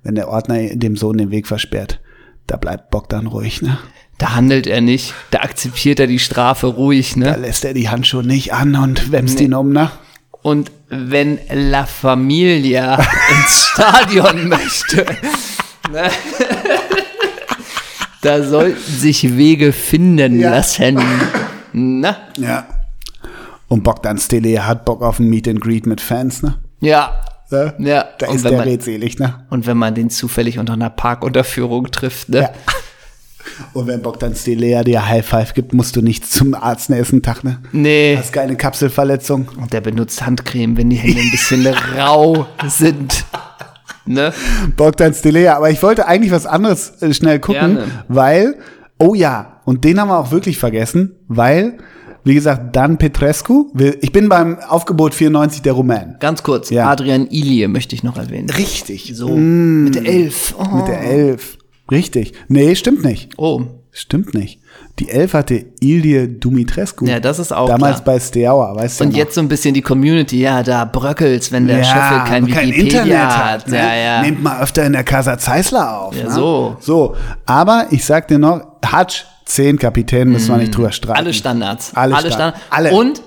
Speaker 1: wenn der Ordner dem Sohn den Weg versperrt, da bleibt Bogdan ruhig, ne?
Speaker 2: Da handelt er nicht, da akzeptiert er die Strafe ruhig,
Speaker 1: Da
Speaker 2: ne?
Speaker 1: lässt er die Handschuhe nicht an und wämst ihn um, ne?
Speaker 2: Und wenn La Familia ins Stadion möchte, ne? da sollten sich Wege finden
Speaker 1: Ja.
Speaker 2: lassen. Na?
Speaker 1: Ja. Und Bogdan Stele hat Bock auf ein Meet and Greet mit Fans, ne?
Speaker 2: Ja.
Speaker 1: ne?
Speaker 2: Ja,
Speaker 1: Da
Speaker 2: und
Speaker 1: ist
Speaker 2: wenn
Speaker 1: der
Speaker 2: man-
Speaker 1: redselig, ne?
Speaker 2: Und wenn man den zufällig unter einer Parkunterführung trifft, ne?
Speaker 1: Ja. Und wenn Bogdan Stelea dir High Five gibt, musst du nicht zum Arzt nächsten Tag, ne?
Speaker 2: Nee.
Speaker 1: Hast keine Kapselverletzung.
Speaker 2: Und der benutzt Handcreme, wenn die Hände ein bisschen rau sind. Ne?
Speaker 1: Bogdan Stelea. Aber ich wollte eigentlich was anderes äh, schnell gucken,
Speaker 2: Gerne.
Speaker 1: weil, oh ja, und den haben wir auch wirklich vergessen, weil, wie gesagt, Dan Petrescu, will- ich bin beim Aufgebot 94 der Rumän.
Speaker 2: Ganz kurz,
Speaker 1: Ja.
Speaker 2: Adrian Ilie möchte ich noch erwähnen.
Speaker 1: Richtig. Mm.
Speaker 2: So, mit der Elf. Oh.
Speaker 1: Mit der Elf. Richtig. Nee, stimmt nicht.
Speaker 2: oh,
Speaker 1: Stimmt nicht. Die Elf hatte Ilie Dumitrescu.
Speaker 2: Ja, das ist auch
Speaker 1: Damals
Speaker 2: klar.
Speaker 1: bei Steaua, weißt du
Speaker 2: und
Speaker 1: noch.
Speaker 2: jetzt so ein bisschen die Community. Ja, da bröckelt's, wenn der Scheffel kein
Speaker 1: wenn man
Speaker 2: Wikipedia hat.
Speaker 1: ne?
Speaker 2: Ja, ja.
Speaker 1: Nehmt mal öfter in der Casa Zeissler auf.
Speaker 2: Ja,
Speaker 1: ne?
Speaker 2: so.
Speaker 1: So, aber ich sag dir noch, Hatsch, zehn Kapitäne müssen wir nicht drüber streiten.
Speaker 2: Mm. alle Standards.
Speaker 1: Alle
Speaker 2: alle
Speaker 1: Sta-
Speaker 2: Standards.
Speaker 1: alle.
Speaker 2: Und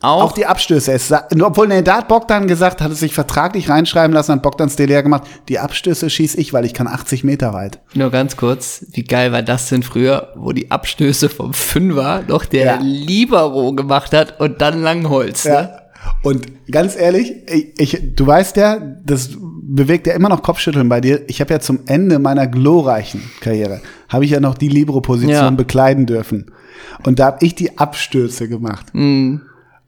Speaker 2: auch,
Speaker 1: Auch die Abstöße. Es, sa- obwohl, ne, da hat Bogdan gesagt, hat es sich vertraglich reinschreiben lassen, hat Bogdan Stelea gemacht, die Abstöße schieß ich, weil ich kann 80 Meter weit.
Speaker 2: nur ganz kurz, wie geil war das denn früher, wo die Abstöße vom Fünfer noch der
Speaker 1: Ja.
Speaker 2: Libero gemacht hat und dann Langholz. Ne?
Speaker 1: Ja. Und ganz ehrlich, ich, ich, du weißt ja, das bewegt ja immer noch Kopfschütteln bei dir. Ich habe ja zum Ende meiner glorreichen Karriere, habe ich ja noch die Libero-Position
Speaker 2: Ja.
Speaker 1: bekleiden dürfen. Und da habe ich die Abstürze gemacht.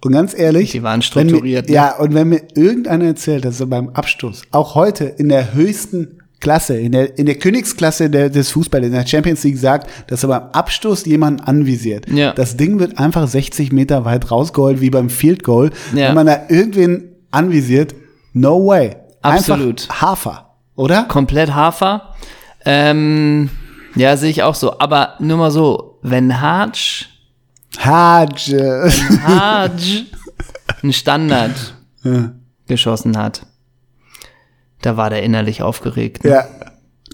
Speaker 1: Und ganz ehrlich,
Speaker 2: Mhm. Die waren strukturiert,
Speaker 1: Wenn
Speaker 2: ne?
Speaker 1: mir, Ja, und wenn mir irgendeiner erzählt, dass er beim Abstoß, auch heute in der höchsten Klasse, in der, in der Königsklasse der, des Fußballs, in der Champions League sagt, dass er beim Abstoß jemanden anvisiert.
Speaker 2: Ja.
Speaker 1: Das Ding wird einfach 60 Meter weit rausgeholt, wie beim Field Goal.
Speaker 2: Ja.
Speaker 1: Wenn man da irgendwen anvisiert, no way.
Speaker 2: Absolut.
Speaker 1: Einfach Hafer, oder?
Speaker 2: komplett Hafer. Ähm, ja, sehe ich auch so. Aber nur mal so, wenn Hartsch,
Speaker 1: Hajj.
Speaker 2: Hartsch einen Standard geschossen hat, da war der innerlich aufgeregt. ne?
Speaker 1: ja.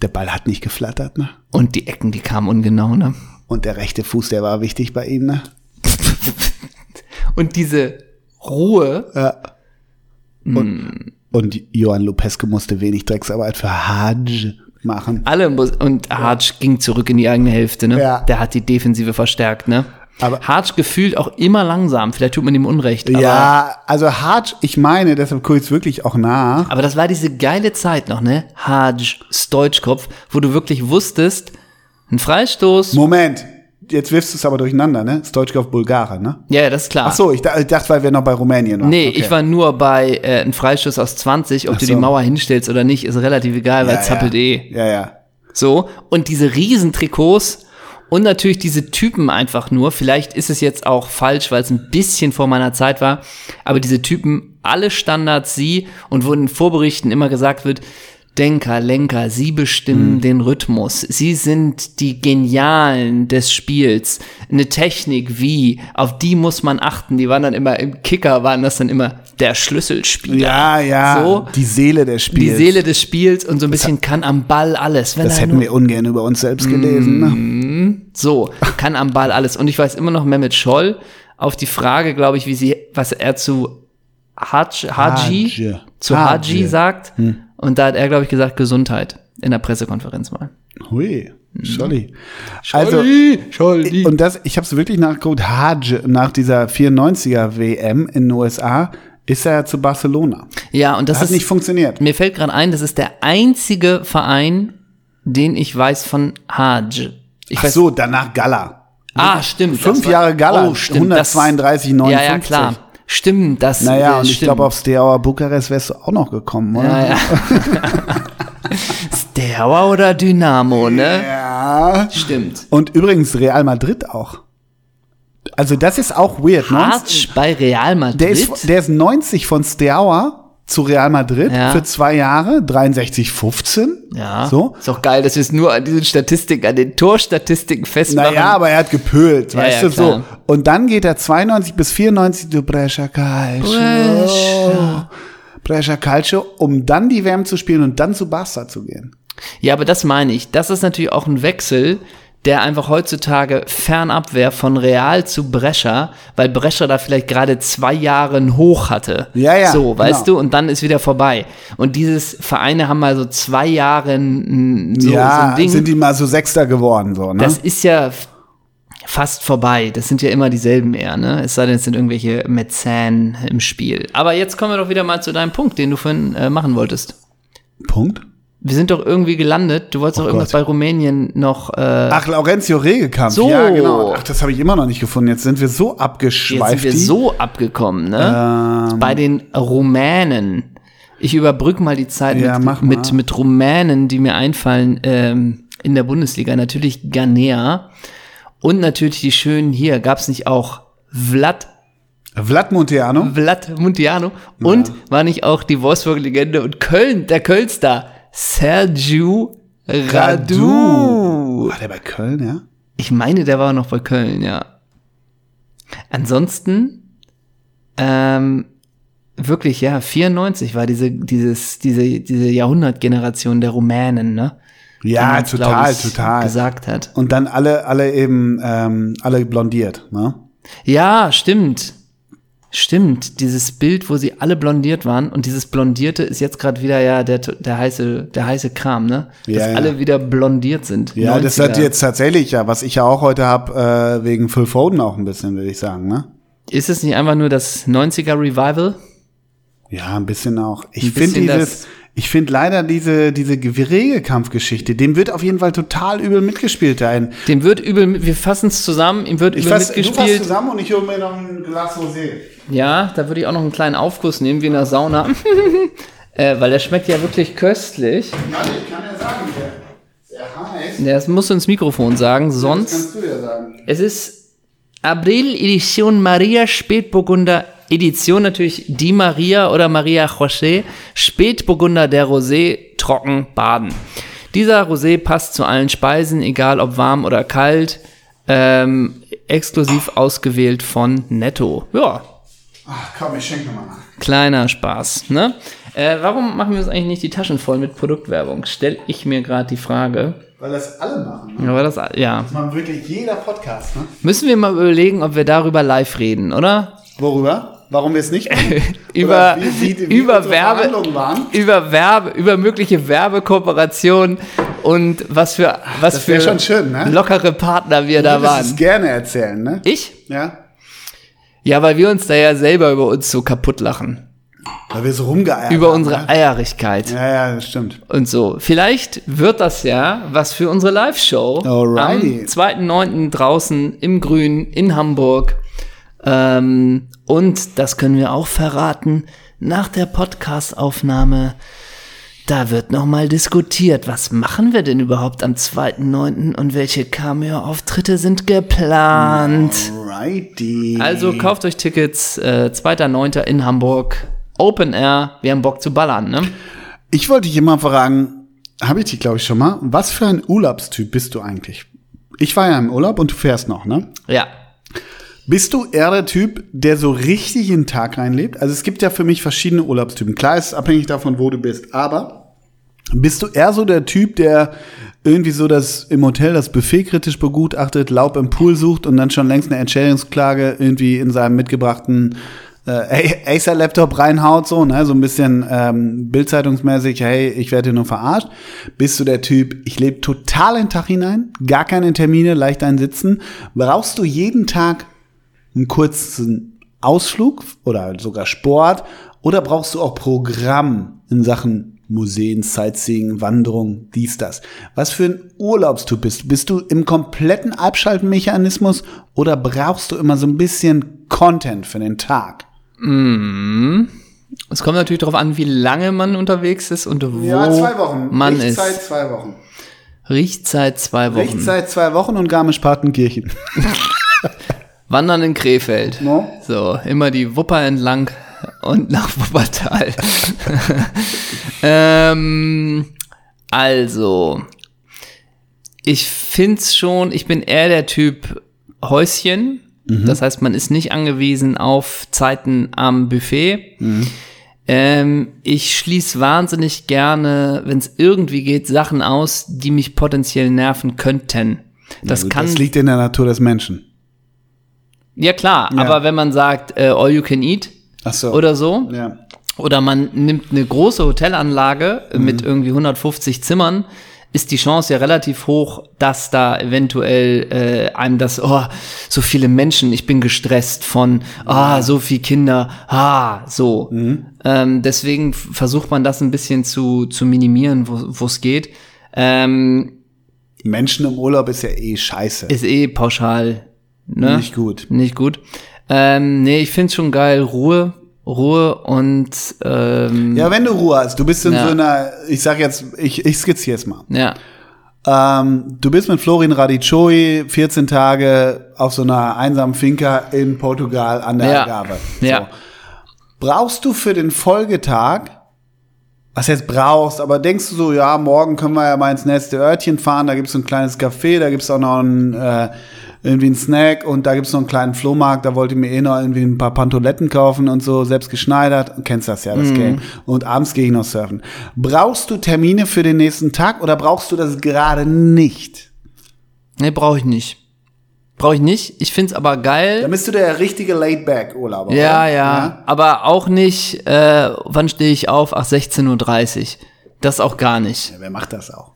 Speaker 1: Der Ball hat nicht geflattert, ne?
Speaker 2: Und die Ecken, die kamen ungenau, ne?
Speaker 1: Und der rechte Fuß, der war wichtig bei ihm, ne?
Speaker 2: Und diese Ruhe,
Speaker 1: Und Johann Lupescu musste wenig Drecksarbeit für Hajj machen.
Speaker 2: alle muss, und Hartsch ging zurück in die eigene Hälfte, ne?
Speaker 1: Ja.
Speaker 2: Der hat die Defensive verstärkt, ne?
Speaker 1: Aber-
Speaker 2: Hartsch gefühlt auch immer langsam. Vielleicht tut man ihm Unrecht. Aber,
Speaker 1: Ja, also Hajj, ich meine, deshalb gucke ich es wirklich auch nach.
Speaker 2: aber das war diese geile Zeit noch, ne? Hartsch, Deutschkopf, wo du wirklich wusstest, ein Freistoß.
Speaker 1: Moment, jetzt wirfst du es aber durcheinander, ne? Ist Deutschkopf Bulgare, ne?
Speaker 2: ja, ja, das ist klar.
Speaker 1: Ach so, ich, da- ich dachte, weil wir noch bei Rumänien waren.
Speaker 2: Nee,
Speaker 1: okay.
Speaker 2: ich war nur bei äh, ein Freischuss aus 20, ob du
Speaker 1: so.
Speaker 2: die Mauer hinstellst oder nicht, ist relativ egal, weil
Speaker 1: ja,
Speaker 2: zappelt
Speaker 1: ja.
Speaker 2: eh.
Speaker 1: Ja, ja.
Speaker 2: So, und diese Riesentrikots und natürlich diese Typen einfach nur, vielleicht ist es jetzt auch falsch, weil es ein bisschen vor meiner Zeit war, aber diese Typen, alle Standards sie und wo in Vorberichten immer gesagt wird, Denker, Lenker, sie
Speaker 1: Hm.
Speaker 2: bestimmen den Rhythmus. Sie sind die Genialen des Spiels. Eine Technik wie, auf die muss man achten. Die waren dann immer im Kicker, waren das dann immer der Schlüsselspieler.
Speaker 1: Ja, ja.
Speaker 2: So.
Speaker 1: Die Seele des
Speaker 2: Die
Speaker 1: Spiels.
Speaker 2: Seele des Spiels und so ein bisschen kann am Ball alles. Wenn
Speaker 1: Das
Speaker 2: er
Speaker 1: hätten
Speaker 2: nur
Speaker 1: wir ungern über uns
Speaker 2: Mm.
Speaker 1: selbst gelesen. Ne?
Speaker 2: So, kann am Ball alles. Und ich weiß immer noch, Mehmet Scholl auf die Frage, glaube ich, wie sie, was er zu Haji, Haji
Speaker 1: Hajj.
Speaker 2: zu
Speaker 1: Hajj.
Speaker 2: Haji sagt.
Speaker 1: Hm.
Speaker 2: Und da hat er, glaube ich, gesagt, Gesundheit in der Pressekonferenz mal.
Speaker 1: Hui, Scholli. Also,
Speaker 2: Scholli.
Speaker 1: und das, ich habe es wirklich nachgeguckt, Hajj nach dieser 94er WM in den USA ist er ja zu Barcelona.
Speaker 2: ja, und das
Speaker 1: Das hat
Speaker 2: ist,
Speaker 1: nicht funktioniert.
Speaker 2: mir fällt gerade ein, das ist der einzige Verein, den ich weiß von Haji. Ich
Speaker 1: Ach
Speaker 2: weiß,
Speaker 1: so, danach Gala.
Speaker 2: ah, stimmt.
Speaker 1: Fünf
Speaker 2: das war-
Speaker 1: Jahre Gala,
Speaker 2: oh, stimmt, das-
Speaker 1: 132,59.
Speaker 2: Ja, ja, klar. Stimmt, das
Speaker 1: Naja,
Speaker 2: äh,
Speaker 1: und ich
Speaker 2: stimmt.
Speaker 1: glaube, auf Steaua Bukarest wärst du auch noch gekommen, oder?
Speaker 2: Ah, Ja, ja. Steaua oder Dynamo, ne?
Speaker 1: Ja.
Speaker 2: Stimmt.
Speaker 1: Und übrigens Real Madrid auch. Also das ist auch weird, ne?
Speaker 2: Arch bei Real Madrid.
Speaker 1: Der ist, der ist 90 von Steaua zu Real Madrid
Speaker 2: Ja.
Speaker 1: für zwei Jahre, 63,15.
Speaker 2: ja.
Speaker 1: So.
Speaker 2: Ist auch geil, dass wir es nur an diesen Statistiken, an den Torstatistiken festmachen.
Speaker 1: Naja, aber er hat gepölt,
Speaker 2: Ja,
Speaker 1: weißt
Speaker 2: ja,
Speaker 1: du,
Speaker 2: klar.
Speaker 1: so. Und dann geht er 92 bis 94 zu Brescia Calcio.
Speaker 2: Brescia.
Speaker 1: Brescia Calcio, um dann die WM zu spielen und dann zu Barca zu gehen.
Speaker 2: ja, aber das meine ich. Das ist natürlich auch ein Wechsel, der einfach heutzutage fernab wäre von Real zu Brescia, weil Brescia da vielleicht gerade zwei Jahre ein Hoch hatte.
Speaker 1: Ja, ja,
Speaker 2: So, weißt
Speaker 1: genau.
Speaker 2: du, und dann ist wieder vorbei. Und dieses Vereine haben mal so zwei Jahre ein, ein- so, so
Speaker 1: ja,
Speaker 2: ein Ding.
Speaker 1: sind die mal so Sechster geworden, so, ne?
Speaker 2: Das ist ja, fast vorbei. Das sind ja immer dieselben eher, ne? Es sei denn, es sind irgendwelche Mäzen im Spiel. Aber jetzt kommen wir doch wieder mal zu deinem Punkt, den du vorhin äh, machen wolltest.
Speaker 1: Punkt?
Speaker 2: Wir sind doch irgendwie gelandet. Du wolltest doch irgendwas
Speaker 1: Oh Gott.
Speaker 2: bei Rumänien noch. Äh,
Speaker 1: Ach, Laurentio Regekamp.
Speaker 2: So.
Speaker 1: Ja, genau. Ach, das habe ich immer noch nicht gefunden. Jetzt sind wir so
Speaker 2: jetzt
Speaker 1: abgeschweift.
Speaker 2: sind wir
Speaker 1: die- Ähm.
Speaker 2: so abgekommen, ne? bei den Rumänen. Ich überbrücke mal die Zeit
Speaker 1: Ja, mach mal.
Speaker 2: mit, mit, mit Rumänen, die mir einfallen ähm, in der Bundesliga. Natürlich Ganea. Und natürlich die schönen hier. Gab's nicht auch Vlad
Speaker 1: Vlad Monteano.
Speaker 2: Vlad Muntiano und war nicht auch die Wolfsburg-Legende und Köln, der Kölster, Sergio Radu.
Speaker 1: War der bei Köln, ja?
Speaker 2: Ich meine, der war noch bei Köln, ja. Ansonsten, ähm, wirklich, ja, 94 war diese, dieses, diese, diese Jahrhundertgeneration der Rumänen, ne? Die
Speaker 1: Ja,
Speaker 2: man's, glaub
Speaker 1: total,
Speaker 2: ich,
Speaker 1: total.
Speaker 2: Gesagt hat.
Speaker 1: Und dann alle, alle eben, ähm, alle blondiert, ne?
Speaker 2: Ja, stimmt. Stimmt, dieses Bild, wo sie alle blondiert waren und dieses Blondierte ist jetzt gerade wieder ja der, der, heiße, der heiße Kram, ne? Dass
Speaker 1: Ja, ja.
Speaker 2: alle wieder blondiert sind.
Speaker 1: Ja, das
Speaker 2: 90er.
Speaker 1: hat jetzt tatsächlich ja, was ich ja auch heute habe, äh, wegen Phil Foden auch ein bisschen, würde ich sagen, ne?
Speaker 2: Ist es nicht einfach nur das 90er Revival?
Speaker 1: Ja, ein bisschen auch. Ich
Speaker 2: Ein
Speaker 1: finde
Speaker 2: bisschen
Speaker 1: dieses,
Speaker 2: das-
Speaker 1: ich finde leider diese, diese Geregekampfgeschichte, dem wird auf jeden Fall total übel mitgespielt dahin.
Speaker 2: Dem wird übel, mit- wir fassen es zusammen, ihm wird
Speaker 1: Ich
Speaker 2: übel
Speaker 1: fass, du fass
Speaker 2: mitgespielt.
Speaker 1: zusammen und ich hole mir noch ein Glas Rosé.
Speaker 2: Ja, da würde ich auch noch einen kleinen Aufguss nehmen, wie in der Sauna. äh, weil der schmeckt ja wirklich köstlich.
Speaker 1: Warte, ich kann ja sagen, der, der heiß.
Speaker 2: Das musst du ins Mikrofon sagen, sonst
Speaker 1: kannst du ja sagen.
Speaker 2: Es ist April Edition Maria Spätburgunder Edition natürlich die Maria oder Maria José Spätburgunder der Rosé trocken baden. Dieser Rosé passt zu allen Speisen, egal ob warm oder kalt. Ähm, exklusiv ausgewählt von Netto. Ja,
Speaker 1: Ach komm, ich schenke mal nach.
Speaker 2: kleiner Spaß. Ne? Äh, warum machen wir uns eigentlich nicht die Taschen voll mit Produktwerbung? Stell ich mir gerade die Frage.
Speaker 1: Weil das alle machen. Ne?
Speaker 2: Aber das, ja.
Speaker 1: Das macht wirklich jeder Podcast, ne?
Speaker 2: Müssen wir mal überlegen, ob wir darüber live reden, oder?
Speaker 1: Worüber? Warum wir es nicht machen?
Speaker 2: über,
Speaker 1: Oder wie- wie- wie
Speaker 2: über
Speaker 1: unsere
Speaker 2: Werbe,
Speaker 1: Verhandlungen waren?
Speaker 2: über Werbe, über mögliche Werbekooperationen und was für, was
Speaker 1: das wär
Speaker 2: für
Speaker 1: schon schön, ne?
Speaker 2: lockere Partner wir da
Speaker 1: Du würdest es
Speaker 2: waren.
Speaker 1: gerne erzählen, ne?
Speaker 2: Ich?
Speaker 1: Ja.
Speaker 2: Ja, weil wir uns da ja selber über uns so kaputt lachen.
Speaker 1: Weil wir so rumgeeiert
Speaker 2: Über
Speaker 1: haben,
Speaker 2: unsere
Speaker 1: Ne?
Speaker 2: Eierigkeit
Speaker 1: Ja, ja, das stimmt.
Speaker 2: und so. Vielleicht wird das ja was für unsere Live-Show am
Speaker 1: Alrighty.
Speaker 2: 2.9. draußen im Grün in Hamburg. Ähm, und das können wir auch verraten, nach der Podcast-Aufnahme, da wird nochmal diskutiert, was machen wir denn überhaupt am 2.9. und welche Cameo-Auftritte sind geplant.
Speaker 1: Righty.
Speaker 2: Also kauft euch Tickets, äh, 2.9. in Hamburg, Open Air, wir haben Bock zu ballern, ne?
Speaker 1: Ich wollte dich immer fragen, habe ich dich, glaube ich, schon mal, was für ein Urlaubstyp bist du eigentlich? Ich war ja im Urlaub und du fährst noch, ne?
Speaker 2: Ja,
Speaker 1: Bist du eher der Typ, der so richtig in den Tag reinlebt? Also es gibt ja für mich verschiedene Urlaubstypen. Klar, es ist abhängig davon, wo du bist. Aber bist du eher so der Typ, der irgendwie so das im Hotel das Buffet kritisch begutachtet, Laub im Pool sucht und dann schon längst eine Entschädigungsklage irgendwie in seinem mitgebrachten äh, A- Acer-Laptop reinhaut, so, ne? So ein bisschen ähm, bildzeitungsmäßig, hey, ich werde hier nur verarscht. Bist du der Typ, ich lebe total in den Tag hinein, gar keine Termine, leicht einsitzen. Brauchst du jeden Tag einen kurzen Ausflug oder sogar Sport? Oder brauchst du auch Programm in Sachen Museen, Sightseeing, Wanderung, dies, das? Was für ein Urlaubstyp bist du? Bist du im kompletten Abschaltmechanismus oder brauchst du immer so ein bisschen Content für den Tag?
Speaker 2: Es kommt natürlich darauf an, wie lange man unterwegs ist und wo man ist.
Speaker 1: zwei Wochen.
Speaker 2: Richtzeit zwei Wochen.
Speaker 1: Richtzeit zwei Wochen und Garmisch-Partenkirchen.
Speaker 2: Wandern in Krefeld.
Speaker 1: No.
Speaker 2: So, immer die Wupper entlang und nach Wuppertal. ähm, also, ich find's schon, ich bin eher der Typ Häuschen.
Speaker 1: Mhm.
Speaker 2: Das heißt, man ist nicht angewiesen auf Zeiten am Buffet.
Speaker 1: Mhm.
Speaker 2: Ähm, ich schließe wahnsinnig gerne, wenn es irgendwie geht, Sachen aus, die mich potenziell nerven könnten. Das
Speaker 1: Also
Speaker 2: kann
Speaker 1: das liegt in der Natur des Menschen.
Speaker 2: ja klar,
Speaker 1: Ja.
Speaker 2: aber wenn man sagt, äh, all you can eat
Speaker 1: Ach so.
Speaker 2: oder so,
Speaker 1: Ja. Mhm.
Speaker 2: oder man nimmt eine große Hotelanlage mit irgendwie 150 Zimmern, ist die Chance ja relativ hoch, dass da eventuell äh, einem das, oh, so viele Menschen, ich bin gestresst von, ah, so viel Kinder, ah, so.
Speaker 1: Mhm.
Speaker 2: Ähm, deswegen f- versucht man das ein bisschen zu, zu minimieren, wo es geht. Ähm,
Speaker 1: Menschen im Urlaub ist ja eh scheiße.
Speaker 2: ist eh pauschal. Ne?
Speaker 1: Nicht gut.
Speaker 2: Nicht gut. Ähm, nee, ich find's schon geil. Ruhe, Ruhe und ähm,
Speaker 1: Ja, wenn du Ruhe hast, du bist in
Speaker 2: Ja.
Speaker 1: so einer, ich sag jetzt, ich, ich skizziere es mal.
Speaker 2: ja.
Speaker 1: Ähm, du bist mit Florin Radicoi 14 Tage auf so einer einsamen Finca in Portugal an der
Speaker 2: Ja.
Speaker 1: Algarve.
Speaker 2: Ja.
Speaker 1: Brauchst du für den Folgetag, was jetzt brauchst, aber denkst du so, ja, morgen können wir ja mal ins nächste Örtchen fahren, da gibt's so ein kleines Café, da gibt's auch noch ein, äh, irgendwie einen Snack und da gibt's noch einen kleinen Flohmarkt, da wollte ich mir eh noch irgendwie ein paar Pantoletten kaufen und so, selbst geschneidert, kennst das ja,
Speaker 2: Mhm.
Speaker 1: das Game. Und abends gehe ich noch surfen. Brauchst du Termine für den nächsten Tag oder brauchst du das gerade nicht?
Speaker 2: Nee, brauche ich nicht. Brauche ich nicht. Ich find's aber
Speaker 1: Da
Speaker 2: geil.
Speaker 1: bist du der richtige Laidback-Urlauber.
Speaker 2: Ja, ja,
Speaker 1: oder?
Speaker 2: Aber auch nicht, äh, wann stehe ich auf? Ach, 16.30 Uhr. Das auch gar nicht.
Speaker 1: Ja, Wer macht das auch?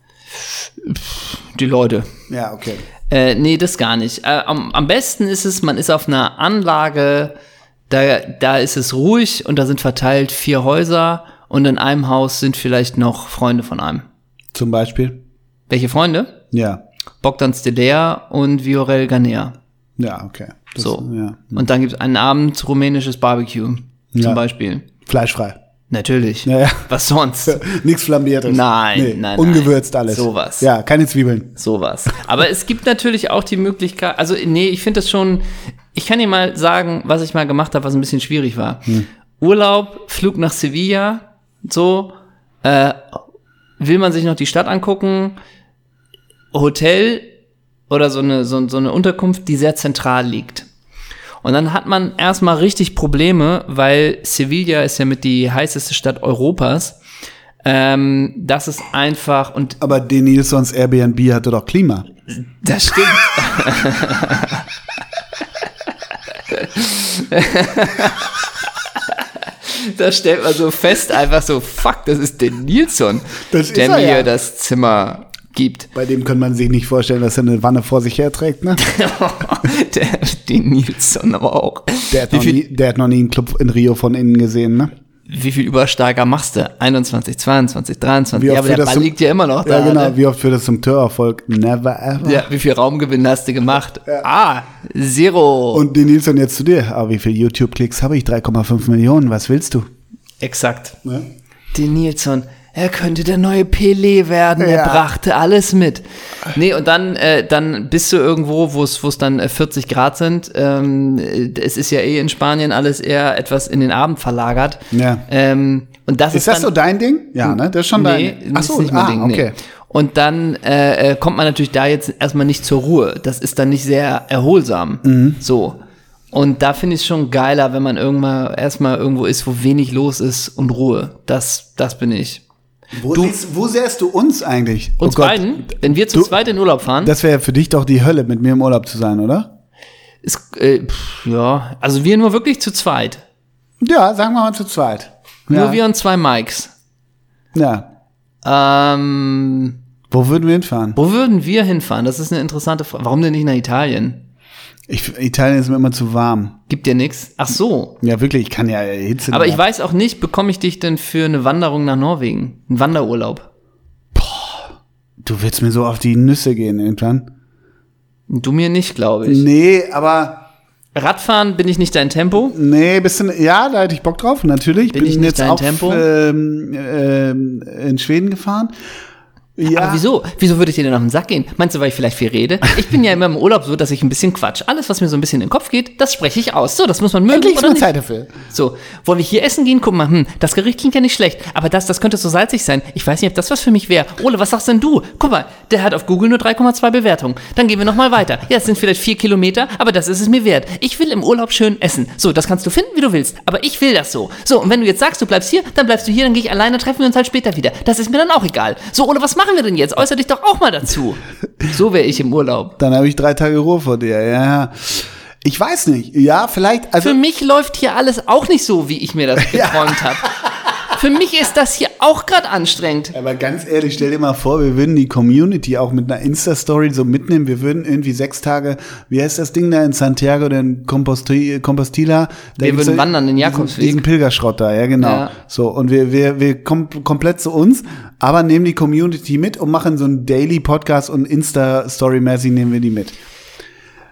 Speaker 2: Die Leute.
Speaker 1: Ja, okay.
Speaker 2: Äh, nee, das gar nicht. Äh, am, am besten ist es, man ist auf einer Anlage, da, da ist es ruhig und da sind verteilt vier Häuser und in einem Haus sind vielleicht noch Freunde von einem.
Speaker 1: Zum Beispiel?
Speaker 2: Welche Freunde?
Speaker 1: Ja.
Speaker 2: Bogdan Stelea und Viorel Ganea.
Speaker 1: Ja, okay. Das-
Speaker 2: So.
Speaker 1: Ja.
Speaker 2: Und dann gibt es einen Abend rumänisches Barbecue
Speaker 1: Mhm. Ja.
Speaker 2: zum Beispiel.
Speaker 1: Fleischfrei.
Speaker 2: Natürlich.
Speaker 1: Ja, ja.
Speaker 2: Was sonst?
Speaker 1: Nichts Flambiertes.
Speaker 2: Nein, nein, nein.
Speaker 1: Ungewürzt alles.
Speaker 2: Sowas.
Speaker 1: Ja, keine Zwiebeln.
Speaker 2: Sowas. Aber es gibt natürlich auch die Möglichkeit, also nee, ich finde das schon, ich kann dir mal sagen, was ich mal gemacht habe, was ein bisschen schwierig war. Urlaub, Flug nach Sevilla, so, äh, will man sich noch die Stadt angucken, Hotel oder so eine, so, so eine Unterkunft, die sehr zentral liegt. Und dann hat man erstmal richtig Probleme, weil Sevilla ist ja mit die heißeste Stadt Europas. Ähm, das ist einfach, und
Speaker 1: Aber den Nilsons Airbnb hatte doch Klima.
Speaker 2: das stimmt. da stellt man so fest, einfach so, fuck, das ist der Nilsson,
Speaker 1: Das ist
Speaker 2: der
Speaker 1: er
Speaker 2: mir
Speaker 1: ja.
Speaker 2: das Zimmer gibt.
Speaker 1: Bei dem könnte man sich nicht vorstellen, dass er eine Wanne vor sich herträgt, ne?
Speaker 2: der, den Nilsson aber auch.
Speaker 1: Der hat,
Speaker 2: wie,
Speaker 1: noch
Speaker 2: viel,
Speaker 1: nie, der hat noch nie einen Club in Rio von innen gesehen, ne?
Speaker 2: wie viel Übersteiger machst du? 21, 22, 23.
Speaker 1: Wie
Speaker 2: Ja,
Speaker 1: oft
Speaker 2: aber
Speaker 1: wird
Speaker 2: der
Speaker 1: das
Speaker 2: Ball
Speaker 1: zum-
Speaker 2: liegt ja immer noch da.
Speaker 1: ja, genau.
Speaker 2: ne?
Speaker 1: Wie oft führt das zum Torerfolg? Never ever.
Speaker 2: Ja, wie viel Raumgewinn hast du gemacht? Ah, zero.
Speaker 1: Und den Nilsson jetzt zu dir. Aber wie viel YouTube-Klicks habe ich? 3,5 Millionen. Was willst du?
Speaker 2: Exakt.
Speaker 1: Ne?
Speaker 2: den Nilsson. Er könnte der neue Pelé werden.
Speaker 1: Ja.
Speaker 2: Er brachte alles mit. Nee, und dann, äh, dann bist du irgendwo, wo es wo es dann äh, 40 Grad sind. Ähm, äh, es ist ja eh in Spanien alles eher etwas in den Abend verlagert.
Speaker 1: Ja.
Speaker 2: Ähm, und das ist,
Speaker 1: Ist das
Speaker 2: dann,
Speaker 1: so dein Ding? Ja, ne? Das ist schon
Speaker 2: Nee,
Speaker 1: dein. Ach
Speaker 2: ist
Speaker 1: so,
Speaker 2: nicht mein
Speaker 1: ah,
Speaker 2: Ding, nee.
Speaker 1: okay.
Speaker 2: Und dann äh, äh, kommt man natürlich da jetzt erstmal nicht zur Ruhe. Das ist dann nicht sehr erholsam.
Speaker 1: Mhm.
Speaker 2: So. Und da finde ich es schon geiler, wenn man irgendwann erstmal irgendwo ist, wo wenig los ist und Ruhe. Das, das bin ich.
Speaker 1: Wo, siehst, wo säst du uns eigentlich?
Speaker 2: Uns beiden, wenn wir zu
Speaker 1: Oh Du-
Speaker 2: zweit in Urlaub fahren,
Speaker 1: Das wäre für dich doch die Hölle, mit mir im Urlaub zu sein, oder?
Speaker 2: ist, äh, pff, ja, also wir nur wirklich zu zweit.
Speaker 1: Ja, sagen wir mal zu zweit. ja.
Speaker 2: Nur wir und zwei Mikes.
Speaker 1: Ja.
Speaker 2: Ähm,
Speaker 1: Wo würden wir hinfahren?
Speaker 2: wo würden wir hinfahren? Das ist eine interessante Frage. Warum denn nicht nach Italien?
Speaker 1: Ich, Italien ist mir immer zu warm.
Speaker 2: Gibt dir nix? Ach so.
Speaker 1: Ja, wirklich, ich kann ja Hitze.
Speaker 2: Aber
Speaker 1: nicht
Speaker 2: ich
Speaker 1: ab.
Speaker 2: weiß auch nicht, bekomme ich dich denn für eine Wanderung nach Norwegen? Ein Wanderurlaub?
Speaker 1: Du willst mir so auf die Nüsse gehen irgendwann.
Speaker 2: Du mir nicht, glaube ich.
Speaker 1: Nee, aber.
Speaker 2: Radfahren bin ich nicht dein Tempo.
Speaker 1: Nee, bisschen. Ja, da hätte ich Bock drauf, natürlich.
Speaker 2: Bin ich nicht dein Tempo?
Speaker 1: Ähm, ähm, in Schweden gefahren. Ja.
Speaker 2: Aber wieso? Wieso würde ich dir denn auf den Sack gehen? Meinst du, weil ich vielleicht viel rede? Ich bin ja immer im Urlaub so, dass ich ein bisschen quatsch. Alles, was mir so ein bisschen in den Kopf geht, das spreche ich aus. So, das muss man mögen
Speaker 1: Endlich ist
Speaker 2: oder
Speaker 1: mal
Speaker 2: nicht.
Speaker 1: Zeit dafür.
Speaker 2: So, wollen wir hier essen gehen? Guck mal, hm, das Gericht klingt ja nicht schlecht, aber das, das könnte so salzig sein. Ich weiß nicht, ob das was für mich wäre. Ole, was sagst denn du? Guck mal, der hat auf Google nur 3,2 Bewertungen. Dann gehen wir nochmal weiter. Ja, es sind vielleicht vier Kilometer, aber das ist es mir wert. Ich will im Urlaub schön essen. So, das kannst du finden, wie du willst, aber ich will das so. So, und wenn du jetzt sagst, du bleibst hier, dann bleibst du hier, dann gehe ich alleine, treffen wir uns halt später wieder. Das ist mir dann auch egal. So, Ole, was machen wir denn jetzt? Äußer dich doch auch mal dazu. So wäre ich im Urlaub.
Speaker 1: Dann habe ich drei Tage Ruhe vor dir. Ja, ja. Ich weiß nicht. Ja, vielleicht. Also,
Speaker 2: Für mich läuft hier alles auch nicht so, wie ich mir das geträumt habe. Für mich ist das hier auch gerade anstrengend.
Speaker 1: Aber ganz ehrlich, stell dir mal vor, wir würden die Community auch mit einer Insta-Story so mitnehmen. Wir würden irgendwie sechs Tage, wie heißt das Ding da in Santiago oder in Composti- Compostela? Da
Speaker 2: Wir
Speaker 1: gibt's
Speaker 2: würden
Speaker 1: so
Speaker 2: wandern, den Jakobsweg.
Speaker 1: Diesen, diesen Pilgerschrott da, ja genau.
Speaker 2: Ja.
Speaker 1: So, und wir, wir, wir kommen komplett zu uns, aber nehmen die Community mit und machen so einen Daily-Podcast und Insta-Story-mäßig nehmen wir die mit.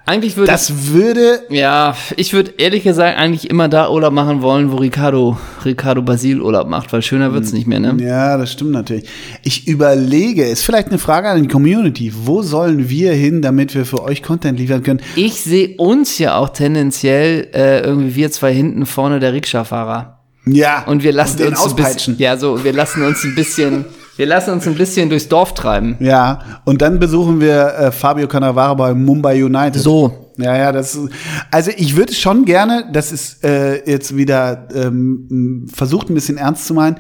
Speaker 2: Eigentlich würde
Speaker 1: Das würde
Speaker 2: Ja, ich würde ehrlich gesagt eigentlich immer da Urlaub machen wollen, wo Ricardo, Ricardo Basil Urlaub macht, weil schöner
Speaker 1: Hm.
Speaker 2: wird's nicht mehr, ne?
Speaker 1: Ja, das stimmt natürlich. Ich überlege, ist vielleicht eine Frage an die Community. Wo sollen wir hin, damit wir für euch Content liefern können?
Speaker 2: Ich sehe uns ja auch tendenziell äh, irgendwie wir zwei hinten vorne der Rikscha-Fahrer.
Speaker 1: Ja.
Speaker 2: Und wir lassen
Speaker 1: den
Speaker 2: uns ein
Speaker 1: auspeitschen.
Speaker 2: bisschen, ja, so, wir lassen uns ein bisschen, wir lassen uns ein bisschen durchs Dorf treiben.
Speaker 1: Ja, und dann besuchen wir äh, Fabio Cannavaro bei Mumbai United.
Speaker 2: So.
Speaker 1: Ja, ja, das ist, also ich würde schon gerne, das ist äh, jetzt wieder ähm, m, versucht ein bisschen ernst zu meinen,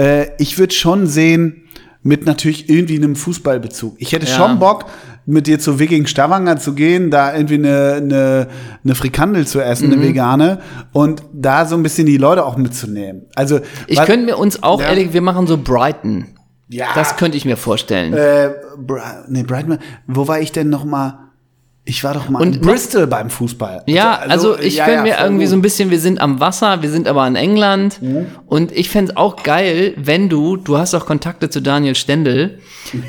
Speaker 1: äh, ich würde schon sehen, mit natürlich irgendwie einem Fußballbezug. Ich hätte
Speaker 2: Ja.
Speaker 1: schon Bock, mit dir zu Wiking Stavanger zu gehen, da irgendwie eine, eine, eine Frikandel zu essen,
Speaker 2: Mhm.
Speaker 1: eine vegane, und da so ein bisschen die Leute auch mitzunehmen. Also
Speaker 2: Ich
Speaker 1: was-
Speaker 2: könnte mir uns auch
Speaker 1: Ja.
Speaker 2: ehrlich, wir machen so Brighton.
Speaker 1: Ja.
Speaker 2: Das könnte ich mir vorstellen.
Speaker 1: Äh, Bra nee, Brightman, wo war ich denn noch mal? Ich war doch mal
Speaker 2: Und-
Speaker 1: in Bristol beim Fußball.
Speaker 2: Ja, also, ich
Speaker 1: ja,
Speaker 2: fänd
Speaker 1: ja,
Speaker 2: mir
Speaker 1: voll
Speaker 2: irgendwie
Speaker 1: gut. Mhm.
Speaker 2: so ein bisschen, wir sind am Wasser, wir sind aber in England. Und ich fänd's auch geil, wenn du, du hast auch Kontakte zu Daniel Stendel,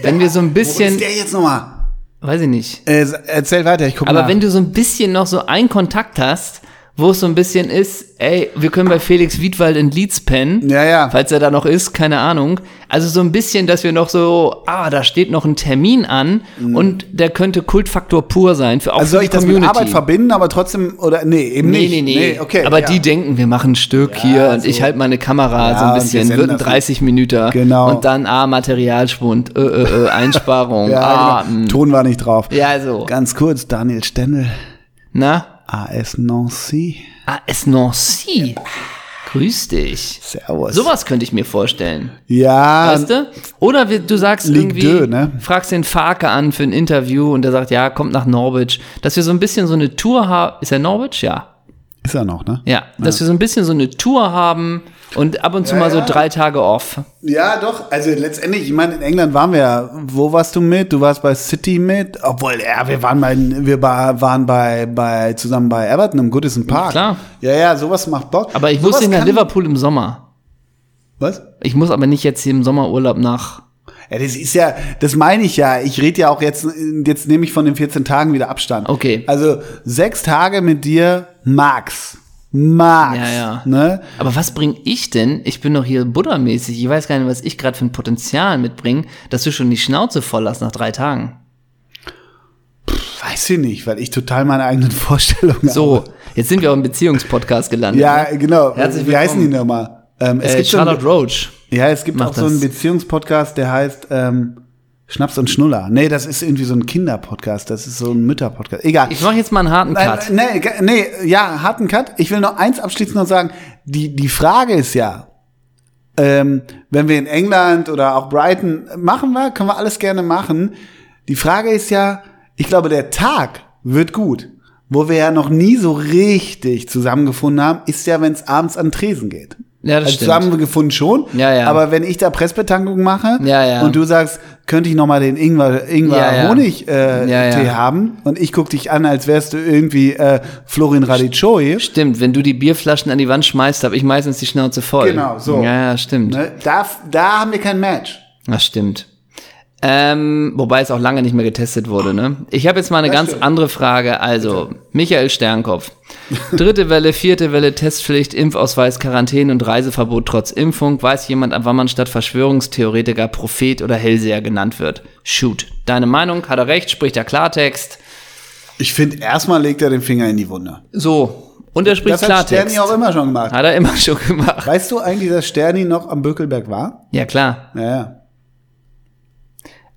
Speaker 2: wenn wir so ein
Speaker 1: Wo ist
Speaker 2: bisschen,
Speaker 1: der jetzt noch mal?
Speaker 2: weiß ich nicht,
Speaker 1: Äh, erzähl weiter, ich gucke
Speaker 2: aber wenn du so ein bisschen noch so einen Kontakt hast, wo es so ein bisschen ist, ey, wir können bei Felix Wiedwald in Leeds pennen.
Speaker 1: Ja, ja.
Speaker 2: Falls er da noch ist, keine Ahnung. Also so ein bisschen, dass wir noch so, ah, da steht noch ein Termin an und der könnte Kultfaktor pur sein für auch
Speaker 1: Mhm. also
Speaker 2: für
Speaker 1: soll
Speaker 2: die
Speaker 1: ich das mit
Speaker 2: Community.
Speaker 1: Arbeit verbinden, aber trotzdem oder nee, eben
Speaker 2: Nee,
Speaker 1: nicht.
Speaker 2: nee, nee.
Speaker 1: okay.
Speaker 2: Aber
Speaker 1: ja.
Speaker 2: die denken, wir machen ein Stück hier und
Speaker 1: so.
Speaker 2: ich halte meine Kamera
Speaker 1: Ja,
Speaker 2: so ein
Speaker 1: und wir
Speaker 2: bisschen.
Speaker 1: senden
Speaker 2: Wird ein
Speaker 1: das
Speaker 2: 30 Minuten.
Speaker 1: Genau.
Speaker 2: Und dann, ah, Materialschwund, äh, äh, äh, Einsparung.
Speaker 1: ja,
Speaker 2: ah,
Speaker 1: genau.
Speaker 2: mh.
Speaker 1: Ton war nicht drauf.
Speaker 2: ja, so.
Speaker 1: Ganz kurz, Daniel Stendel,
Speaker 2: Na?
Speaker 1: AS Nancy.
Speaker 2: Ah, es Nancy. Grüß dich.
Speaker 1: Servus.
Speaker 2: Sowas könnte ich mir vorstellen.
Speaker 1: ja,
Speaker 2: Weißt du? Oder wir, du sagst
Speaker 1: Ligue
Speaker 2: irgendwie,
Speaker 1: deux, ne?
Speaker 2: fragst den Farke an für ein Interview und der sagt, ja, kommt nach Norwich. Dass wir so ein bisschen so eine Tour haben. Ist er Norwich? Ja.
Speaker 1: ist er noch, ne?
Speaker 2: Ja, dass wir so ein bisschen so eine Tour haben und ab und zu
Speaker 1: Ja,
Speaker 2: mal so
Speaker 1: ja.
Speaker 2: drei Tage off.
Speaker 1: Ja, doch. Also letztendlich, ich meine, in England waren wir ja. Wo warst du mit? Du warst bei City mit. Obwohl, ja, wir waren bei, wir ba- waren bei, bei zusammen bei Everton im Goodison Park.
Speaker 2: klar.
Speaker 1: Ja, ja, sowas macht Bock.
Speaker 2: Aber ich
Speaker 1: sowas
Speaker 2: muss nicht nach
Speaker 1: kann-
Speaker 2: Liverpool im Sommer.
Speaker 1: Was?
Speaker 2: Ich muss aber nicht jetzt hier im Sommerurlaub nach.
Speaker 1: Ja, das ist ja, das meine ich ja. Ich rede ja auch jetzt, jetzt nehme ich von den 14 Tagen wieder Abstand.
Speaker 2: Okay.
Speaker 1: Also sechs Tage mit dir, Max. Max.
Speaker 2: Ja, ja.
Speaker 1: Ne?
Speaker 2: Aber was bringe ich denn? Ich bin doch hier buddha-mäßig. Ich weiß gar nicht, was ich gerade für ein Potenzial mitbringe, dass du schon die Schnauze voll hast nach drei Tagen.
Speaker 1: Weiß ich nicht, weil ich total meine eigenen Vorstellungen
Speaker 2: So, jetzt sind wir auch im Beziehungspodcast gelandet.
Speaker 1: Ja, genau.
Speaker 2: Herzlich
Speaker 1: Wie heißen die
Speaker 2: willkommen.
Speaker 1: nochmal? Ähm,
Speaker 2: es äh,
Speaker 1: so ein-
Speaker 2: Charlotte Roach.
Speaker 1: Ja, es gibt
Speaker 2: Mach
Speaker 1: auch so einen
Speaker 2: das.
Speaker 1: Beziehungspodcast, der heißt ähm, Schnaps und Schnuller. Nee, das ist irgendwie so ein Kinderpodcast, das ist so ein Mütterpodcast. Egal.
Speaker 2: Ich mache jetzt mal einen harten
Speaker 1: Nein,
Speaker 2: Cut.
Speaker 1: Nee, ge- nee, ja, harten Cut. Ich will noch eins abschließend noch sagen. Die, die Frage ist ja, ähm, wenn wir in England oder auch Brighton äh, machen wir, können wir alles gerne machen. Die Frage ist ja, ich glaube, der Tag wird gut. Wo wir ja noch nie so richtig zusammengefunden haben, ist ja, wenn es abends an den Tresen geht.
Speaker 2: Ja, das
Speaker 1: also
Speaker 2: stimmt.
Speaker 1: zusammengefunden schon.
Speaker 2: Ja, ja.
Speaker 1: Aber wenn ich da Pressbetankung mache
Speaker 2: Ja, ja.
Speaker 1: und du sagst, könnte ich noch mal den Ingwer, Ingwer
Speaker 2: Ja, ja.
Speaker 1: Honig äh,
Speaker 2: Ja, ja.
Speaker 1: Tee haben und ich guck dich an, als wärst du irgendwie äh, Florin Radicoi.
Speaker 2: Stimmt, wenn du die Bierflaschen an die Wand schmeißt, habe ich meistens die Schnauze voll.
Speaker 1: Genau, so.
Speaker 2: Ja, ja, stimmt.
Speaker 1: Ne? Da, da haben wir kein Match.
Speaker 2: Das stimmt. Ähm, wobei es auch lange nicht mehr getestet wurde, ne? Ich habe jetzt mal eine
Speaker 1: Das
Speaker 2: ganz
Speaker 1: stimmt.
Speaker 2: andere Frage. Also, Michael Sternkopf. Dritte Welle, vierte Welle, Testpflicht, Impfausweis, Quarantäne und Reiseverbot trotz Impfung. Weiß jemand, ab wann man statt Verschwörungstheoretiker Prophet oder Hellseher genannt wird? Shoot. Deine Meinung? Hat er recht? Spricht er Klartext?
Speaker 1: Ich finde, erstmal legt er den Finger in die Wunde.
Speaker 2: So. Und er spricht
Speaker 1: Das hat
Speaker 2: Klartext.
Speaker 1: Sterni auch immer schon gemacht.
Speaker 2: Hat er immer schon gemacht.
Speaker 1: Weißt du eigentlich, dass Sterni noch am Bökelberg war?
Speaker 2: Ja, klar.
Speaker 1: Ja, ja.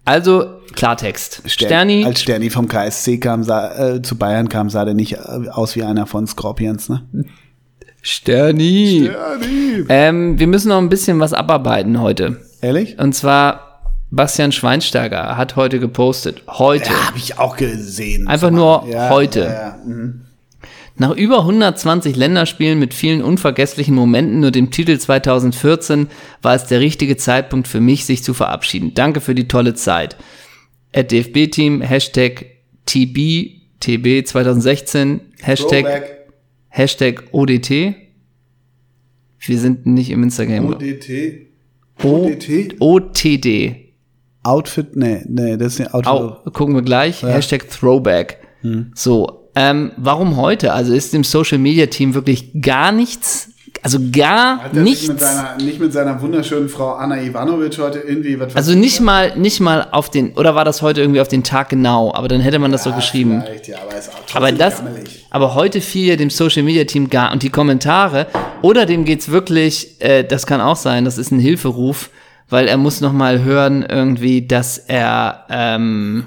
Speaker 2: Also, Klartext. Sterni.
Speaker 1: Als Sterni vom KSC kam, sah, äh, zu Bayern kam, sah der nicht äh, aus wie einer von Scorpions, ne?
Speaker 2: Sterni.
Speaker 1: Sterni!
Speaker 2: Ähm, wir müssen noch ein bisschen was abarbeiten heute.
Speaker 1: Ehrlich?
Speaker 2: Und zwar Bastian Schweinsteiger hat heute gepostet. Heute.
Speaker 1: Habe ich auch gesehen.
Speaker 2: Einfach nur
Speaker 1: Ja, Mhm.
Speaker 2: heute.
Speaker 1: ja, ja.
Speaker 2: Nach über 120 Länderspielen mit vielen unvergesslichen Momenten und dem Titel 2014 war es der richtige Zeitpunkt für mich, sich zu verabschieden. Danke für die tolle Zeit. At DFB-Team, Hashtag TB, TB 2016, Hashtag,
Speaker 1: Throwback,
Speaker 2: Hashtag ODT. Wir sind nicht im Instagram.
Speaker 1: ODT.
Speaker 2: O-
Speaker 1: ODT?
Speaker 2: OTD.
Speaker 1: Outfit, nee, nee, das ist nicht Outfit.
Speaker 2: Au, gucken wir gleich. Hashtag Throwback.
Speaker 1: Hm.
Speaker 2: So, ähm, warum heute? Also ist dem Social Media Team wirklich gar nichts, also gar
Speaker 1: Hat er sich mit
Speaker 2: nichts.
Speaker 1: seiner, nicht mit seiner wunderschönen Frau Anna Ivanovic heute irgendwie was
Speaker 2: Also nicht mal, nicht mal auf den, oder war das heute irgendwie auf den Tag genau? Aber dann hätte man das doch geschrieben.
Speaker 1: Ah, Vielleicht, ja, aber ist auch trotzdem
Speaker 2: Aber das,
Speaker 1: gammelig.
Speaker 2: aber heute fiel ja dem Social Media Team gar und die Kommentare oder dem geht's wirklich. Äh, das kann auch sein. Das ist ein Hilferuf, weil er muss noch mal hören irgendwie, dass er, ähm,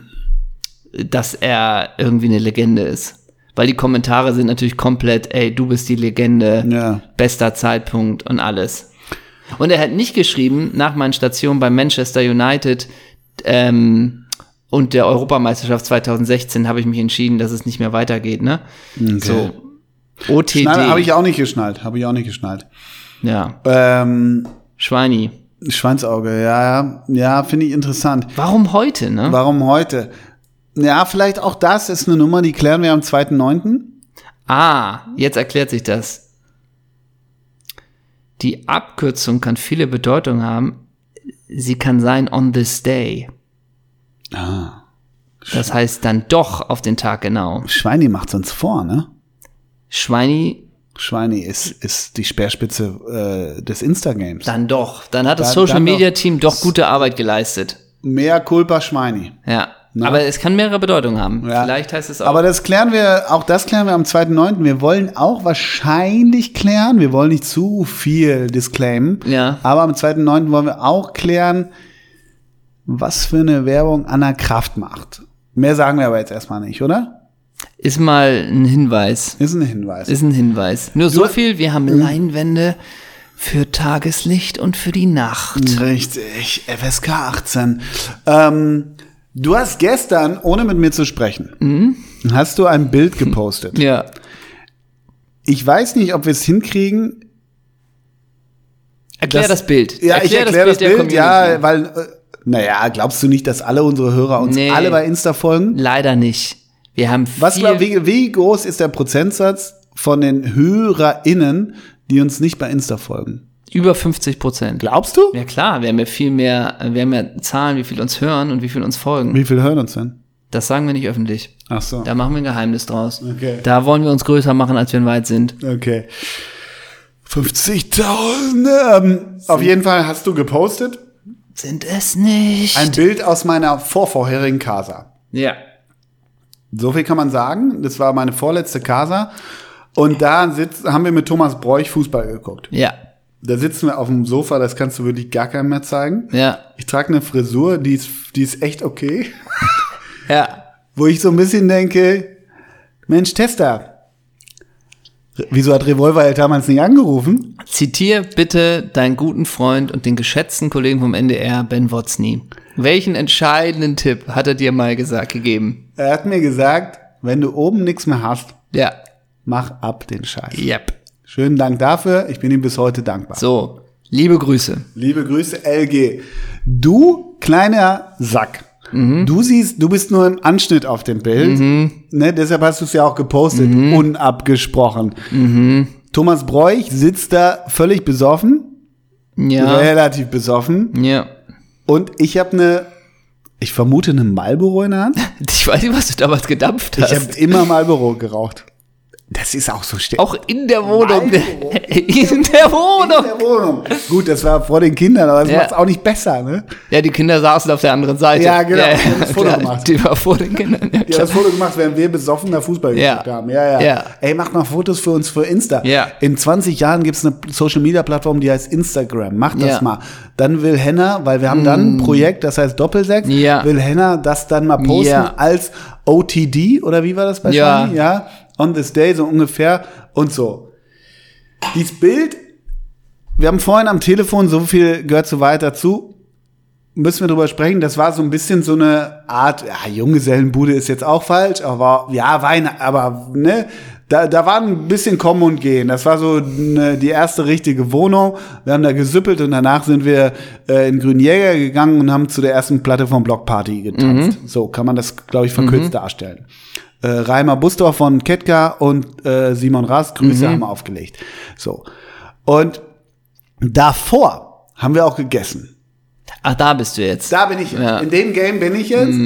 Speaker 2: dass er irgendwie eine Legende ist. Weil die Kommentare sind natürlich komplett, ey, du bist die Legende,
Speaker 1: Ja.
Speaker 2: bester Zeitpunkt und alles. Und er hat nicht geschrieben, nach meinen Stationen bei Manchester United ähm, und der Europameisterschaft 2016 habe ich mich entschieden, dass es nicht mehr weitergeht, ne? So. OTD.
Speaker 1: Nein, habe ich auch nicht geschnallt, habe ich auch nicht geschnallt.
Speaker 2: ja.
Speaker 1: Ähm,
Speaker 2: Schweini.
Speaker 1: Schweinsauge, ja, ja, ja, finde ich interessant.
Speaker 2: Warum heute, ne?
Speaker 1: Warum heute? Ja, vielleicht auch das ist eine Nummer, die klären wir am 2.9.
Speaker 2: Ah, jetzt erklärt sich das. Die Abkürzung kann viele Bedeutungen haben. Sie kann sein on this day.
Speaker 1: Ah.
Speaker 2: Das heißt dann doch auf den Tag genau.
Speaker 1: Schweini macht's uns vor, ne?
Speaker 2: Schweini,
Speaker 1: Schweini ist, ist die Speerspitze äh, des Instagames.
Speaker 2: Hm. dann doch. Dann hat das
Speaker 1: Dann-
Speaker 2: Social
Speaker 1: dann
Speaker 2: Media Team doch gute Arbeit geleistet.
Speaker 1: Mehr Culpa Schweini.
Speaker 2: Ja. Aber es kann mehrere Bedeutungen haben.
Speaker 1: Ne? Ja.
Speaker 2: Vielleicht heißt es auch.
Speaker 1: Aber das klären wir, auch das klären wir am 2.9. Wir wollen auch wahrscheinlich klären, wir wollen nicht zu viel disclaimen.
Speaker 2: Ja.
Speaker 1: Aber am 2.9. wollen wir auch klären, was für eine Werbung Anna Kraft macht. Mehr sagen wir aber jetzt erstmal nicht, oder?
Speaker 2: ist mal ein Hinweis.
Speaker 1: Ist ein Hinweis.
Speaker 2: Ist ein Hinweis. Nur so viel, wir
Speaker 1: Mhm.
Speaker 2: haben Leinwände für Tageslicht und für die
Speaker 1: Mhm.
Speaker 2: Nacht.
Speaker 1: Richtig, FSK 18. Ähm, du hast gestern, ohne mit mir zu sprechen,
Speaker 2: Mhm.
Speaker 1: hast du ein Bild gepostet.
Speaker 2: Ja.
Speaker 1: Ich weiß nicht, ob wir es hinkriegen,
Speaker 2: Erklär das,
Speaker 1: Das-
Speaker 2: Bild.
Speaker 1: Ja, ich erkläre das Bild, ja,
Speaker 2: Community.
Speaker 1: weil, äh, naja, glaubst du nicht, dass alle unsere Hörer uns
Speaker 2: Nee.
Speaker 1: alle bei Insta folgen?
Speaker 2: Leider nicht. Wir haben
Speaker 1: Was
Speaker 2: viel,
Speaker 1: glaub, wie, wie groß ist der Prozentsatz von den HörerInnen, die uns nicht bei Insta folgen?
Speaker 2: über 50 Prozent.
Speaker 1: Glaubst du?
Speaker 2: Ja klar, wir haben ja viel mehr, wir haben ja Zahlen, wie viel uns hören und wie viel uns folgen.
Speaker 1: Wie viel hören uns denn?
Speaker 2: Das sagen wir nicht öffentlich.
Speaker 1: Ach so.
Speaker 2: Da machen wir ein Geheimnis draus.
Speaker 1: Okay.
Speaker 2: Da wollen wir uns größer machen, als wir in weit sind.
Speaker 1: Okay. 50.000. Ähm, auf jeden Fall hast du gepostet
Speaker 2: Sind es nicht.
Speaker 1: ein Bild aus meiner vorvorherigen Casa.
Speaker 2: ja.
Speaker 1: So viel kann man sagen. Das war meine vorletzte Casa. Und da sitz, haben wir mit Thomas Bräuch Fußball geguckt.
Speaker 2: Ja.
Speaker 1: Da sitzen wir auf dem Sofa, das kannst du wirklich gar keinem mehr zeigen.
Speaker 2: Ja.
Speaker 1: Ich trage eine Frisur, die ist, die ist echt okay.
Speaker 2: Ja.
Speaker 1: Wo ich so ein bisschen denke, Mensch, Tester, Re- wieso hat Revolverheld damals nicht angerufen?
Speaker 2: Zitier bitte deinen guten Freund und den geschätzten Kollegen vom NDR, Ben Wotzny. Welchen entscheidenden Tipp hat er dir mal gesagt, gegeben?
Speaker 1: Er hat mir gesagt, wenn du oben nichts mehr hast,
Speaker 2: Ja.
Speaker 1: mach ab den Scheiß.
Speaker 2: Yep.
Speaker 1: Schönen Dank dafür, ich bin ihm bis heute dankbar.
Speaker 2: So, liebe Grüße.
Speaker 1: Liebe Grüße, LG. Du, kleiner Sack.
Speaker 2: Mhm.
Speaker 1: Du siehst, du bist nur im Anschnitt auf dem Bild. Ne, deshalb hast du es ja auch gepostet,
Speaker 2: Mhm.
Speaker 1: unabgesprochen. Thomas Bräuch sitzt da völlig besoffen,
Speaker 2: Ja.
Speaker 1: relativ besoffen.
Speaker 2: Ja.
Speaker 1: Und ich habe eine, ich vermute, eine Marlboro in der Hand.
Speaker 2: Ich weiß nicht, was du damals gedampft hast.
Speaker 1: Ich habe immer Marlboro geraucht. Das ist auch so stärker.
Speaker 2: auch in der Wohnung.
Speaker 1: Marlboro.
Speaker 2: In der Wohnung.
Speaker 1: der Wohnung. Gut, das war vor den Kindern, aber das
Speaker 2: Ja.
Speaker 1: macht's auch nicht besser, ne?
Speaker 2: Ja, die Kinder saßen auf der anderen Seite.
Speaker 1: Ja, genau,
Speaker 2: Ja,
Speaker 1: die haben das Foto
Speaker 2: klar,
Speaker 1: gemacht.
Speaker 2: die war vor den Kindern. Ja,
Speaker 1: Die haben das Foto gemacht, während wir besoffen nach Fußball
Speaker 2: Ja.
Speaker 1: geguckt haben. Ja, ja,
Speaker 2: Ja.
Speaker 1: Ey, macht mal Fotos für uns für Insta.
Speaker 2: Ja.
Speaker 1: In 20 Jahren gibt's eine Social Media Plattform, die heißt Instagram. Macht das
Speaker 2: Ja. Mm.
Speaker 1: mal. Dann will Henna, weil wir haben dann ein Projekt, das heißt Doppelsechs,
Speaker 2: Ja.
Speaker 1: will Henna das dann mal posten
Speaker 2: Ja.
Speaker 1: als OTD oder wie war das bei
Speaker 2: Ja.
Speaker 1: Shani? ja. On this day, so ungefähr und so. Dieses Bild, wir haben vorhin am Telefon so viel gehört so weit dazu. müssen wir drüber sprechen. Das war so ein bisschen so eine Art, ja, Junggesellenbude ist jetzt auch falsch, aber ja, Weihnachten, aber ne, da, da war ein bisschen Kommen und Gehen. Das war so ne, die erste richtige Wohnung. Wir haben da gesüppelt und danach sind wir äh, in Grünjäger gegangen und haben zu der ersten Platte von Blockparty getanzt. So kann man das, glaube ich, verkürzt darstellen. Äh, Reimer Bustorf von Ketka und äh, Simon Rast, Grüße haben aufgelegt. So. Und davor haben wir auch gegessen.
Speaker 2: Ach, da bist du jetzt.
Speaker 1: Da bin ich jetzt.
Speaker 2: Ja.
Speaker 1: In dem Game bin ich jetzt.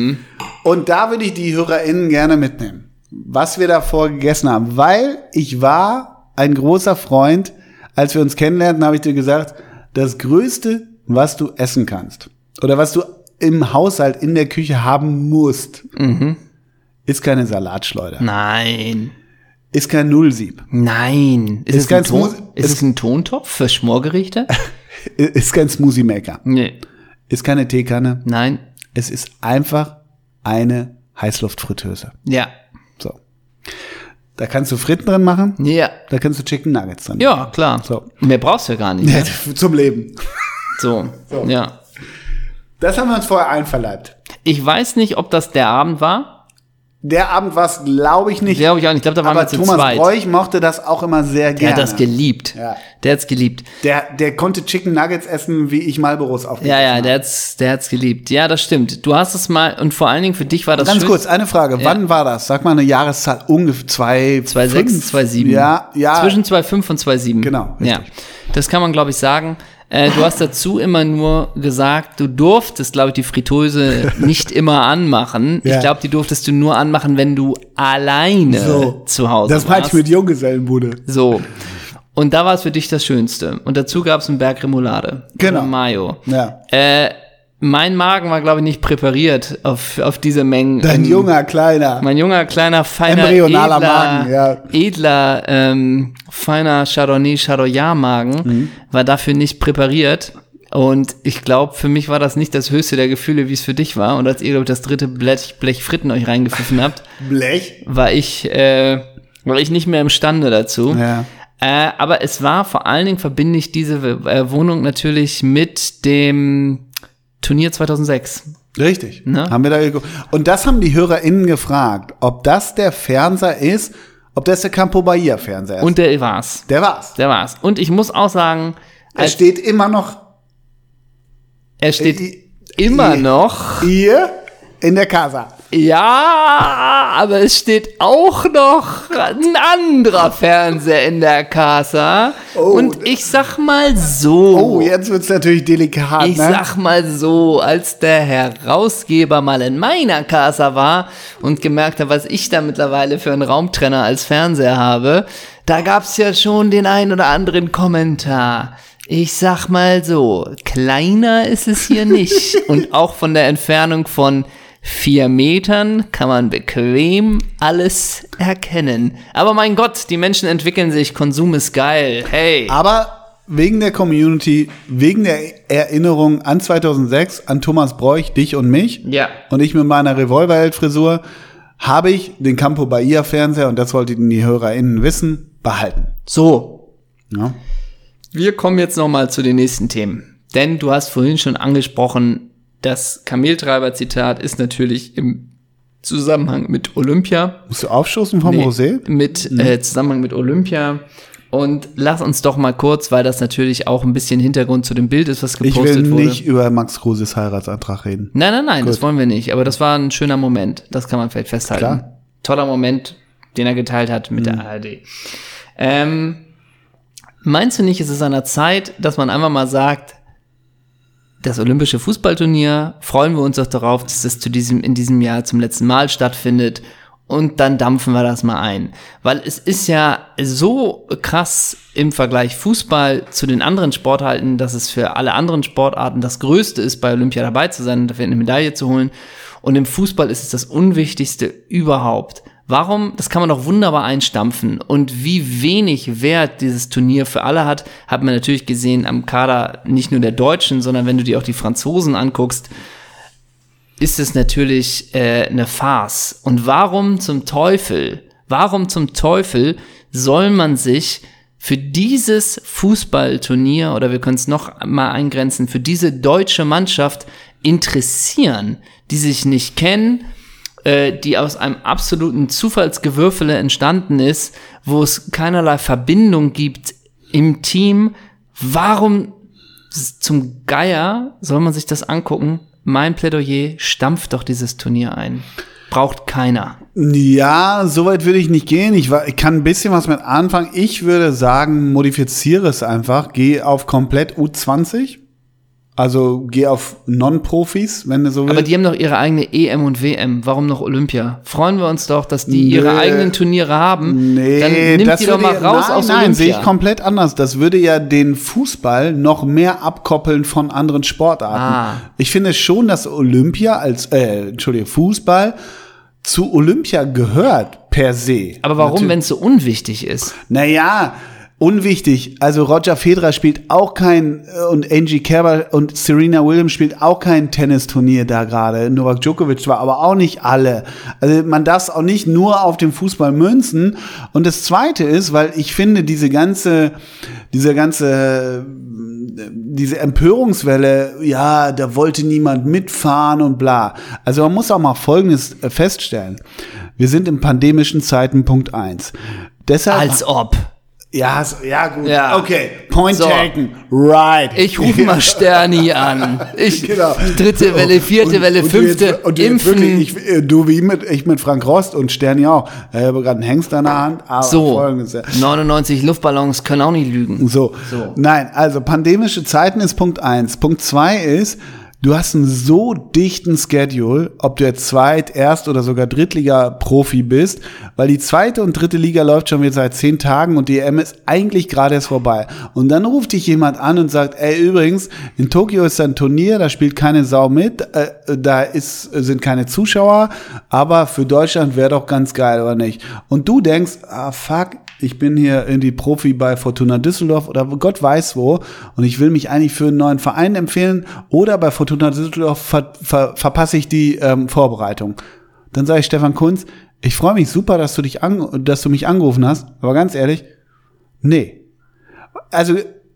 Speaker 1: Und da würde ich die HörerInnen gerne mitnehmen, was wir davor gegessen haben. Weil ich war ein großer Freund. Als wir uns kennenlernten, habe ich dir gesagt, das Größte, was du essen kannst oder was du im Haushalt, in der Küche haben musst, ist keine Salatschleuder,
Speaker 2: Nein.
Speaker 1: ist kein Nullsieb,
Speaker 2: Nein. Ist, es,
Speaker 1: kein
Speaker 2: ein Ton,
Speaker 1: Smoothie-
Speaker 2: ist
Speaker 1: ist-
Speaker 2: es ein Tontopf für Schmorgerichte?
Speaker 1: ist kein Smoothie Maker,
Speaker 2: nee.
Speaker 1: ist keine Teekanne.
Speaker 2: Nein.
Speaker 1: Es ist einfach eine Heißluftfritteuse.
Speaker 2: Ja.
Speaker 1: So. Da kannst du Fritten drin machen,
Speaker 2: Ja.
Speaker 1: da kannst du Chicken Nuggets drin
Speaker 2: Ja, klar.
Speaker 1: So.
Speaker 2: Mehr brauchst du ja gar nicht.
Speaker 1: machen.
Speaker 2: ne?
Speaker 1: Zum Leben.
Speaker 2: So. Ja.
Speaker 1: Das haben wir uns vorher einverleibt.
Speaker 2: Ich weiß nicht, ob das der Abend war.
Speaker 1: Der Abend war es, glaube ich, nicht.
Speaker 2: Glaube ich auch nicht. Ich glaube, da waren
Speaker 1: aber
Speaker 2: wir zu
Speaker 1: Thomas
Speaker 2: zweit.
Speaker 1: Bräuch mochte das auch immer sehr
Speaker 2: der
Speaker 1: gerne.
Speaker 2: hat das geliebt.
Speaker 1: Ja.
Speaker 2: Der hat's geliebt.
Speaker 1: der, der konnte Chicken Nuggets essen, wie ich Malboros aufgegessen
Speaker 2: Ja, ja,
Speaker 1: habe.
Speaker 2: der hat's, der hat's geliebt. Ja, das stimmt. Du hast es mal, und vor allen Dingen für dich war das
Speaker 1: Ganz
Speaker 2: schön.
Speaker 1: kurz, eine Frage. Wann war das? Sag mal eine Jahreszahl. Ungefähr zwei,
Speaker 2: 2,6,
Speaker 1: fünf?
Speaker 2: 2,7.
Speaker 1: Ja, ja.
Speaker 2: Zwischen 2,5 und 2,7.
Speaker 1: Genau, richtig.
Speaker 2: Ja. Das kann man, glaube ich, sagen. Äh, du hast dazu immer nur gesagt, du durftest, glaube ich, die Fritteuse nicht immer anmachen.
Speaker 1: Ja.
Speaker 2: Ich glaube, die durftest du nur anmachen, wenn du alleine
Speaker 1: so.
Speaker 2: Äh, zu Hause
Speaker 1: Das meinte
Speaker 2: warst.
Speaker 1: ich mit Junggesellenbude.
Speaker 2: So. Und da war es für dich das Schönste. Und dazu gab es einen Berg Remoulade.
Speaker 1: Genau.
Speaker 2: Oder Mayo.
Speaker 1: Ja.
Speaker 2: Äh, mein Magen war, glaube ich, nicht präpariert auf, auf diese Mengen.
Speaker 1: Dein
Speaker 2: Ähm,
Speaker 1: junger, kleiner.
Speaker 2: Mein junger, kleiner, feiner,
Speaker 1: Embryonaler
Speaker 2: edler,
Speaker 1: Magen, ja.
Speaker 2: edler ähm, feiner Chardonnay, Chardonnay-Magen
Speaker 1: Mhm.
Speaker 2: war dafür nicht präpariert. Und ich glaube, für mich war das nicht das höchste der Gefühle, wie es für dich war. Und als ihr, glaube ich, das dritte Blech, Blech Fritten euch reingepfiffen habt,
Speaker 1: Blech.
Speaker 2: war ich, äh, war ich nicht mehr imstande dazu.
Speaker 1: Ja.
Speaker 2: Äh, aber es war vor allen Dingen verbinde ich diese äh, Wohnung natürlich mit dem Turnier 2006.
Speaker 1: Richtig.
Speaker 2: Ne?
Speaker 1: Haben wir da geguckt. Und das haben die HörerInnen gefragt, ob das der Fernseher ist, ob das der Campo Bahia Fernseher ist.
Speaker 2: Und der war's.
Speaker 1: der war's.
Speaker 2: Der war's. Und ich muss auch sagen,
Speaker 1: Er
Speaker 2: als,
Speaker 1: steht immer noch
Speaker 2: er steht
Speaker 1: i-
Speaker 2: immer
Speaker 1: i-
Speaker 2: noch.
Speaker 1: hier in der Casa.
Speaker 2: Ja, aber es steht auch noch ein anderer Fernseher in der Casa.
Speaker 1: Oh.
Speaker 2: Und ich sag mal so.
Speaker 1: Oh, jetzt wird's natürlich delikat,
Speaker 2: Ich
Speaker 1: ne?
Speaker 2: sag mal so, als der Herausgeber mal in meiner Casa war und gemerkt hat, was ich da mittlerweile für einen Raumtrenner als Fernseher habe, da gab's ja schon den ein oder anderen Kommentar. Ich sag mal so, kleiner ist es hier nicht. und auch von der Entfernung von vier Metern kann man bequem alles erkennen. Aber mein Gott, die Menschen entwickeln sich, Konsum ist geil. Hey.
Speaker 1: Aber wegen der Community, wegen der Erinnerung an 2006, an Thomas Bräuch, dich und mich.
Speaker 2: Ja.
Speaker 1: Und ich mit meiner Revolverheld-Frisur habe ich den Campo Bahia Fernseher, und das wollten die HörerInnen wissen, behalten.
Speaker 2: So,
Speaker 1: Ja.
Speaker 2: Wir kommen jetzt nochmal zu den nächsten Themen. Denn du hast vorhin schon angesprochen, das Kameltreiber-Zitat ist natürlich im Zusammenhang mit Olympia.
Speaker 1: Musst du aufstoßen vom Rosé? Mhm.
Speaker 2: Mit äh, Zusammenhang mit Olympia. Und lass uns doch mal kurz, weil das natürlich auch ein bisschen Hintergrund zu dem Bild ist, was
Speaker 1: Ich
Speaker 2: gepostet
Speaker 1: will
Speaker 2: wurde.
Speaker 1: nicht über Max Kruses Heiratsantrag reden.
Speaker 2: Nein, nein, nein, das wollen wir nicht. Aber das war ein schöner Moment. Das kann man vielleicht festhalten.
Speaker 1: Klar. Mhm.
Speaker 2: Toller Moment, den er geteilt hat mit der ARD. Ähm, meinst du nicht, ist es ist an der Zeit, dass man einfach mal sagt, das Olympische Fußballturnier, freuen wir uns doch darauf, dass das zu diesem, in diesem Jahr zum letzten Mal stattfindet. Und dann dampfen wir das mal ein. Weil es ist ja so krass im Vergleich Fußball zu den anderen Sportarten, dass es für alle anderen Sportarten das Größte ist, bei Olympia dabei zu sein und dafür eine Medaille zu holen. Und im Fußball ist es das Unwichtigste überhaupt. Warum, das kann man doch wunderbar einstampfen. Und wie wenig Wert dieses Turnier für alle hat, hat man natürlich gesehen am Kader nicht nur der Deutschen, sondern wenn du dir auch die Franzosen anguckst, ist es natürlich äh, eine Farce. Und warum zum Teufel, warum zum Teufel soll man sich für dieses Fußballturnier, oder wir können es noch mal eingrenzen, für diese deutsche Mannschaft interessieren, die sich nicht kennen, äh, die aus einem absoluten Zufallsgewürfele entstanden ist, wo es keinerlei Verbindung gibt im Team. Warum s- zum Geier soll man sich das angucken? Mein Plädoyer, stampft doch dieses Turnier ein. Braucht keiner.
Speaker 1: Ja, so weit würde ich nicht gehen. Ich, wa- ich kann ein bisschen was mit anfangen. Ich würde sagen, modifiziere es einfach. Geh auf komplett U20. Also geh auf Non-Profis, wenn du so willst.
Speaker 2: Aber die haben doch ihre eigene EM und WM. Warum noch Olympia? Freuen wir uns doch, dass die ihre
Speaker 1: Nee.
Speaker 2: eigenen Turniere haben.
Speaker 1: Nee,
Speaker 2: Dann nimmt
Speaker 1: das
Speaker 2: die doch
Speaker 1: würde
Speaker 2: mal
Speaker 1: ja-
Speaker 2: raus
Speaker 1: nein,
Speaker 2: aus
Speaker 1: Nein,
Speaker 2: Olympia.
Speaker 1: sehe ich komplett anders. Das würde ja den Fußball noch mehr abkoppeln von anderen Sportarten.
Speaker 2: Ah.
Speaker 1: Ich finde schon, dass Olympia als, äh, Entschuldige, Fußball zu Olympia gehört, per se.
Speaker 2: Aber warum, wenn es so unwichtig ist?
Speaker 1: Naja, unwichtig. Also Roger Federer spielt auch kein äh, und Angie Kerber und Serena Williams spielt auch kein Tennisturnier da gerade. Novak Djokovic war aber auch nicht alle. Also man darf es auch nicht nur auf den Fußball münzen. Und das Zweite ist, weil ich finde diese ganze, diese ganze äh, diese Empörungswelle, ja, da wollte niemand mitfahren und bla. Also man muss auch mal Folgendes äh, feststellen. Wir sind im pandemischen Zeiten Punkt eins. Deshalb
Speaker 2: Als ob.
Speaker 1: ja, so, ja, gut.
Speaker 2: Ja.
Speaker 1: Okay. Point
Speaker 2: So.
Speaker 1: taken. Right.
Speaker 2: Ich rufe mal Sterni an. Ich,
Speaker 1: Genau.
Speaker 2: Dritte Welle, vierte
Speaker 1: Und-
Speaker 2: Welle,
Speaker 1: und du
Speaker 2: fünfte.
Speaker 1: jetzt- und du jetzt
Speaker 2: Impfen.
Speaker 1: Wirklich, ich, äh, du wie mit, ich mit Frank Rost und Sterni auch. Ich habe gerade einen Hengst an der Hand. Aber
Speaker 2: so.
Speaker 1: Folgendes, ja.
Speaker 2: 99 Luftballons können auch nicht lügen.
Speaker 1: So.
Speaker 2: So.
Speaker 1: Nein, also pandemische Zeiten ist Punkt eins. Punkt zwei ist, du hast einen so dichten Schedule, ob du jetzt Zweit-, Erst- oder sogar Drittliga-Profi bist, weil die zweite und dritte Liga läuft schon wieder seit zehn Tagen und die EM ist eigentlich gerade erst vorbei. Und dann ruft dich jemand an und sagt, ey, übrigens, in Tokio ist ein Turnier, da spielt keine Sau mit, äh, da ist, sind keine Zuschauer, aber für Deutschland wäre doch ganz geil, oder nicht? Und du denkst, ah, fuck, ich bin hier irgendwie Profi bei Fortuna Düsseldorf oder Gott weiß wo und ich will mich eigentlich für einen neuen Verein empfehlen oder bei Fortuna Düsseldorf ver ver verpasse ich die ähm, Vorbereitung. Dann sage ich Stefan Kunz, ich freue mich super, dass du dich an dass du mich angerufen hast, aber ganz ehrlich, nee. Also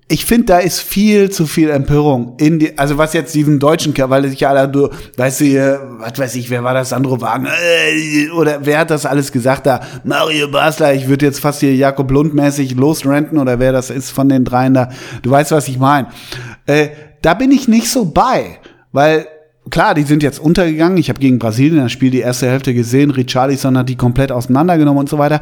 Speaker 1: ich finde, da ist viel zu viel Empörung in die, also was jetzt diesen deutschen, Kerl, weil sich ja alle, du, weißt du, hier, was weiß ich, wer war das, Sandro Wagen, äh, oder wer hat das alles gesagt da? Mario Basler, ich würde jetzt fast hier Jakob Lund-mäßig losrenten oder wer das ist von den dreien da. Du weißt, was ich meine. Äh, da bin ich nicht so bei, weil Klar, die sind jetzt untergegangen. Ich habe gegen Brasilien das Spiel die erste Hälfte gesehen. Richarlison hat die komplett auseinandergenommen und so weiter.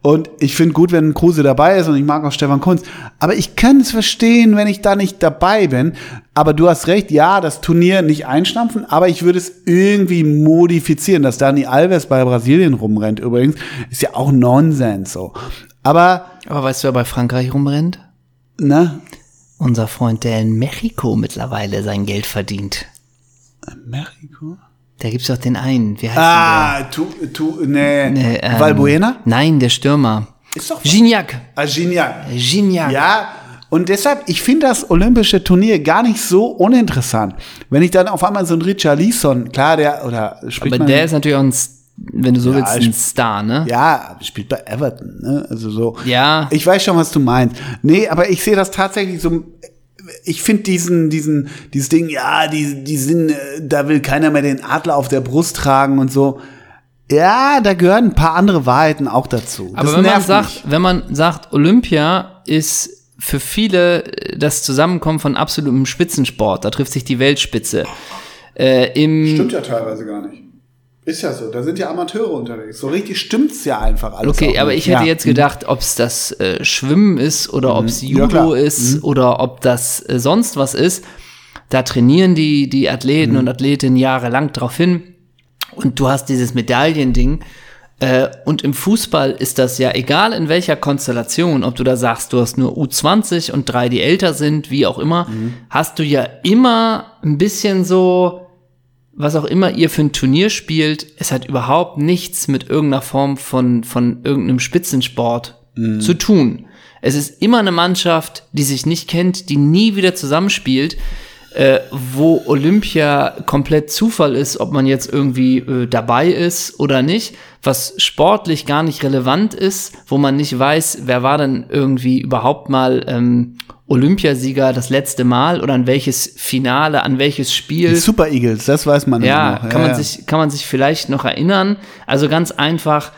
Speaker 1: Und ich finde gut, wenn Kruse dabei ist und ich mag auch Stefan Kunz. Aber ich kann es verstehen, wenn ich da nicht dabei bin. Aber du hast recht, ja, das Turnier nicht einstampfen, aber ich würde es irgendwie modifizieren. Dass Dani Alves bei Brasilien rumrennt übrigens, ist ja auch Nonsens so. Aber,
Speaker 2: Aber weißt du, wer bei Frankreich rumrennt?
Speaker 1: ne?
Speaker 2: Unser Freund, der in Mexiko mittlerweile sein Geld verdient.
Speaker 1: Mexiko?
Speaker 2: Da gibt's doch den einen. Wie heißt ah,
Speaker 1: Ah, tu, tu, nee.
Speaker 2: der? Äh, ähm,
Speaker 1: Valbuena?
Speaker 2: Nein, der Stürmer.
Speaker 1: Ist doch
Speaker 2: Gignac.
Speaker 1: Ah, Gignac.
Speaker 2: Gignac.
Speaker 1: Ja, und deshalb, ich finde das olympische Turnier gar nicht so uninteressant. Wenn ich dann auf einmal so einen Richard Leeson, klar, der, oder spricht
Speaker 2: Aber
Speaker 1: man,
Speaker 2: der ist natürlich auch ein, S- wenn du so willst,
Speaker 1: ich-
Speaker 2: ein Star, ne?
Speaker 1: ja, spielt bei Everton, ne? Also so.
Speaker 2: Ja.
Speaker 1: Ich weiß schon, was du meinst. Nee, aber ich sehe das tatsächlich so, ich finde diesen, diesen, dieses Ding, ja, die, die sind, äh, da will keiner mehr den Adler auf der Brust tragen und so. Ja, da gehören ein paar andere Wahrheiten auch dazu.
Speaker 2: Aber
Speaker 1: Das
Speaker 2: wenn man
Speaker 1: nervt
Speaker 2: sagt,
Speaker 1: mich.
Speaker 2: wenn man sagt, Olympia ist für viele äh, das Zusammenkommen von absolutem Spitzensport, da trifft sich die Weltspitze. Äh, Im
Speaker 1: Stimmt ja teilweise gar nicht. Ist ja so, da sind ja Amateure unterwegs. So richtig stimmt's ja einfach alles. auch
Speaker 2: Okay,
Speaker 1: nicht.
Speaker 2: aber ich hätte
Speaker 1: ja. Mhm.
Speaker 2: jetzt gedacht, ob es das äh, Schwimmen ist oder ob es
Speaker 1: Ja,
Speaker 2: Judo
Speaker 1: klar. Mhm.
Speaker 2: ist oder ob das äh, sonst was ist. Da trainieren die, die Athleten
Speaker 1: Mhm.
Speaker 2: und Athletinnen jahrelang drauf hin. Und du hast dieses Medaillending. Äh, und im Fußball ist das ja egal in welcher Konstellation, ob du da sagst, du hast nur U20 und drei, die älter sind, wie auch immer,
Speaker 1: Mhm.
Speaker 2: hast du ja immer ein bisschen so, was auch immer ihr für ein Turnier spielt, es hat überhaupt nichts mit irgendeiner Form von, von irgendeinem Spitzensport zu tun. Es ist immer eine Mannschaft, die sich nicht kennt, die nie wieder zusammenspielt, äh, wo Olympia komplett Zufall ist, ob man jetzt irgendwie äh, dabei ist oder nicht, was sportlich gar nicht relevant ist, wo man nicht weiß, wer war denn irgendwie überhaupt mal ähm, Olympiasieger das letzte Mal oder an welches Finale, an welches Spiel.
Speaker 1: Die Super Eagles, das weiß man
Speaker 2: ja,
Speaker 1: immer noch.
Speaker 2: kann man
Speaker 1: ja.
Speaker 2: sich kann man sich vielleicht noch erinnern. Also ganz einfach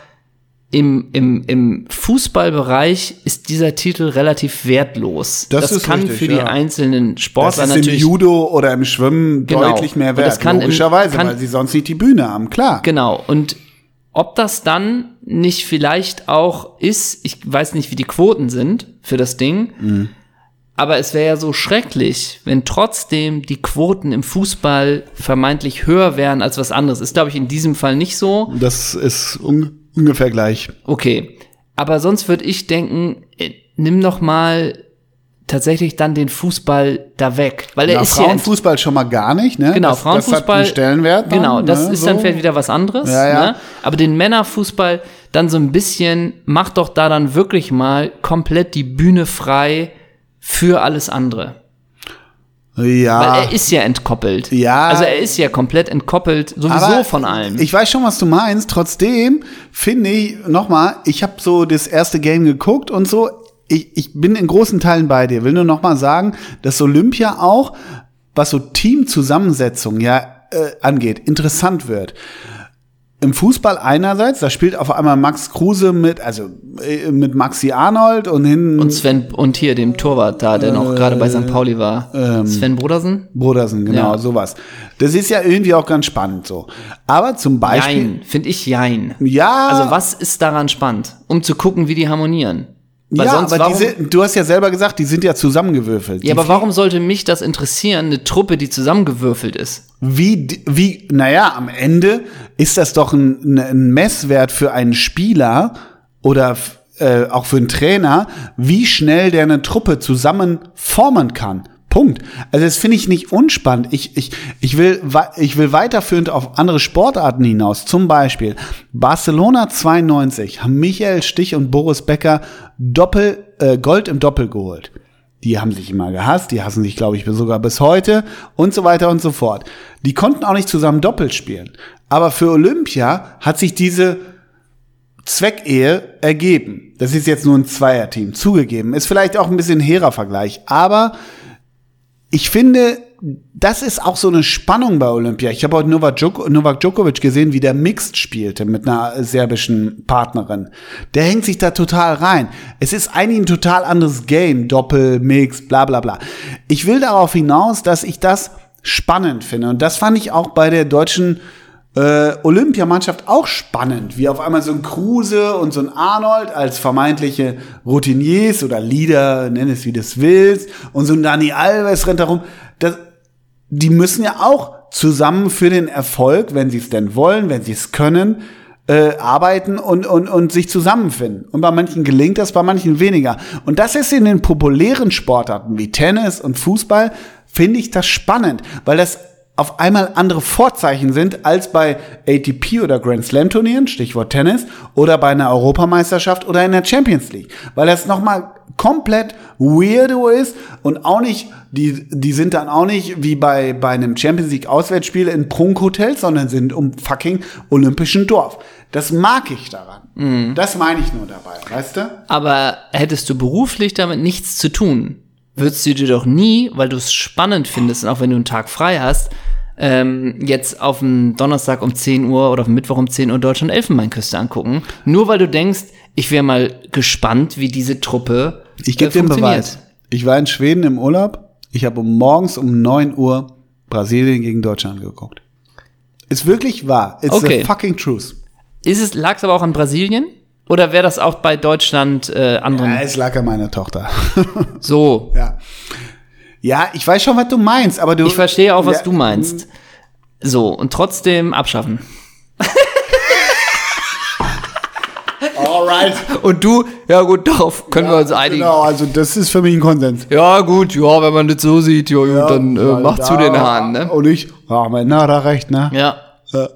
Speaker 2: im, im, im Fußballbereich ist dieser Titel relativ wertlos.
Speaker 1: Das ist
Speaker 2: kann
Speaker 1: richtig,
Speaker 2: für die
Speaker 1: ja.
Speaker 2: einzelnen
Speaker 1: Das
Speaker 2: Sportler
Speaker 1: ist im
Speaker 2: natürlich
Speaker 1: Judo oder im Schwimmen
Speaker 2: Genau.
Speaker 1: deutlich mehr
Speaker 2: Und
Speaker 1: wert,
Speaker 2: das kann im-
Speaker 1: logischerweise,
Speaker 2: kann-
Speaker 1: weil sie sonst nicht die Bühne haben, klar.
Speaker 2: Genau. Und ob das dann nicht vielleicht auch ist, ich weiß nicht, wie die Quoten sind für das Ding,
Speaker 1: Mhm.
Speaker 2: aber es wäre ja so schrecklich, wenn trotzdem die Quoten im Fußball vermeintlich höher wären als was anderes. Ist, glaube ich, in diesem Fall nicht so.
Speaker 1: Das ist un ungefähr gleich.
Speaker 2: Okay. Aber sonst würde ich denken, äh, nimm noch mal tatsächlich dann den Fußball da weg. Weil er
Speaker 1: Ja,
Speaker 2: ist ja ent-
Speaker 1: Frauenfußball schon mal gar nicht, ne?
Speaker 2: Genau,
Speaker 1: das, Das hat
Speaker 2: Frauenfußball.
Speaker 1: einen Stellenwert. Dann,
Speaker 2: Genau, das
Speaker 1: ne?
Speaker 2: ist
Speaker 1: so.
Speaker 2: dann vielleicht wieder was anderes.
Speaker 1: Ja, ja.
Speaker 2: Ne? Aber den Männerfußball dann so ein bisschen, mach doch da dann wirklich mal komplett die Bühne frei für alles andere. Weil äh,
Speaker 1: Ja.
Speaker 2: er ist ja entkoppelt.
Speaker 1: Ah. Ja.
Speaker 2: Also er ist ja komplett entkoppelt, sowieso
Speaker 1: Aber
Speaker 2: von allem.
Speaker 1: Ich weiß schon, was du meinst. Trotzdem finde ich, nochmal, ich habe so das erste Game geguckt und so. Ich, ich bin in großen Teilen bei dir. Will nur nochmal sagen, dass Olympia auch, was so Teamzusammensetzung ja äh, angeht, interessant wird. Im Fußball einerseits, da spielt auf einmal Max Kruse mit, also äh, mit Maxi Arnold und hinten
Speaker 2: und Sven und hier dem Torwart da, der
Speaker 1: Äh,
Speaker 2: noch gerade bei St. Pauli war.
Speaker 1: ähm,
Speaker 2: Sven Brodersen?
Speaker 1: Brodersen, genau,
Speaker 2: Ja.
Speaker 1: sowas. Das ist ja irgendwie auch ganz spannend so. Aber zum Beispiel.
Speaker 2: Jein, finde ich jein.
Speaker 1: Ja,
Speaker 2: Also was ist daran spannend? Um zu gucken, wie die harmonieren. Weil
Speaker 1: ja,
Speaker 2: sonst
Speaker 1: aber
Speaker 2: warum,
Speaker 1: die sind, du hast ja selber gesagt, die sind ja zusammengewürfelt.
Speaker 2: ja,
Speaker 1: Die-
Speaker 2: aber warum sollte mich das interessieren, eine Truppe, die zusammengewürfelt ist?
Speaker 1: wie, d- wie, naja, am Ende ist das doch ein, ein- ein Messwert für einen Spieler oder f- äh, auch für einen Trainer, wie schnell der eine Truppe zusammen formen kann. Punkt. Also das finde ich nicht unspannend. Ich, ich, ich, will, wei- ich will weiterführend auf andere Sportarten hinaus. Zum Beispiel Barcelona 92 haben Michael Stich und Boris Becker Doppel, äh, Gold im Doppel geholt. Die haben sich immer gehasst, die hassen sich, glaube ich, sogar bis heute und so weiter und so fort. Die konnten auch nicht zusammen doppelt spielen. Aber für Olympia hat sich diese Zweckehe ergeben. Das ist jetzt nur ein Zweierteam, zugegeben. Ist vielleicht auch ein bisschen hehrer Vergleich, aber ich finde, das ist auch so eine Spannung bei Olympia. Ich habe heute Novak, Djok Novak Djokovic gesehen, wie der Mixed spielte mit einer serbischen Partnerin. Der hängt sich da total rein. Es ist eigentlich ein total anderes Game. Doppel, Mixed, bla bla bla. Ich will darauf hinaus, dass ich das spannend finde. Und das fand ich auch bei der deutschen äh, Olympiamannschaft auch spannend, wie auf einmal so ein Kruse und so ein Arnold als vermeintliche Routiniers oder Leader, nenn es wie du es willst, und so ein Dani Alves rennt da rum. Das, die müssen ja auch zusammen für den Erfolg, wenn sie es denn wollen, wenn sie es können, äh, arbeiten und, und, und sich zusammenfinden. Und bei manchen gelingt das, bei manchen weniger. Und das ist in den populären Sportarten wie Tennis und Fußball, finde ich das spannend, weil das auf einmal andere Vorzeichen sind als bei ATP oder Grand Slam Turnieren, Stichwort Tennis, oder bei einer Europameisterschaft oder in der Champions League, weil das nochmal komplett weirdo ist und auch nicht, die, die sind dann auch nicht wie bei, bei einem Champions League Auswärtsspiel in Prunkhotels, sondern sind um fucking olympischen Dorf. Das mag ich daran. Das meine ich nur dabei, weißt du?
Speaker 2: Aber hättest du beruflich damit nichts zu tun, würdest du dir doch nie, weil du es spannend findest und auch wenn du einen Tag frei hast, ähm, jetzt auf dem Donnerstag um 10 Uhr oder auf dem Mittwoch um 10 Uhr Deutschland Elfenbeinküste angucken. Nur weil du denkst, ich wäre mal gespannt, wie diese Truppe
Speaker 1: Ich gebe
Speaker 2: äh,
Speaker 1: dir einen
Speaker 2: funktioniert.
Speaker 1: Beweis. Ich war in Schweden im Urlaub. Ich habe um morgens um 9 Uhr Brasilien gegen Deutschland geguckt. Ist wirklich wahr. It's
Speaker 2: Okay.
Speaker 1: the fucking truth.
Speaker 2: Ist es, lag es aber auch an Brasilien? Oder wäre das auch bei Deutschland äh, anderen?
Speaker 1: Ja, es lag an meiner Tochter.
Speaker 2: so.
Speaker 1: ja. Ja, ich weiß schon, was du meinst, aber du.
Speaker 2: Ich verstehe auch, was
Speaker 1: Ja,
Speaker 2: du meinst. So, und trotzdem abschaffen.
Speaker 1: Alright.
Speaker 2: Und du, ja gut, darauf können wir uns einigen.
Speaker 1: Genau, also das ist für mich ein Konsens.
Speaker 2: Ja, gut, ja, wenn man das so sieht, ja, gut, dann äh,
Speaker 1: Weil
Speaker 2: mach
Speaker 1: da-
Speaker 2: zu den Haaren, ne?
Speaker 1: Und ich, ach, mein Na, da recht, ne?
Speaker 2: Ja.
Speaker 1: Ja.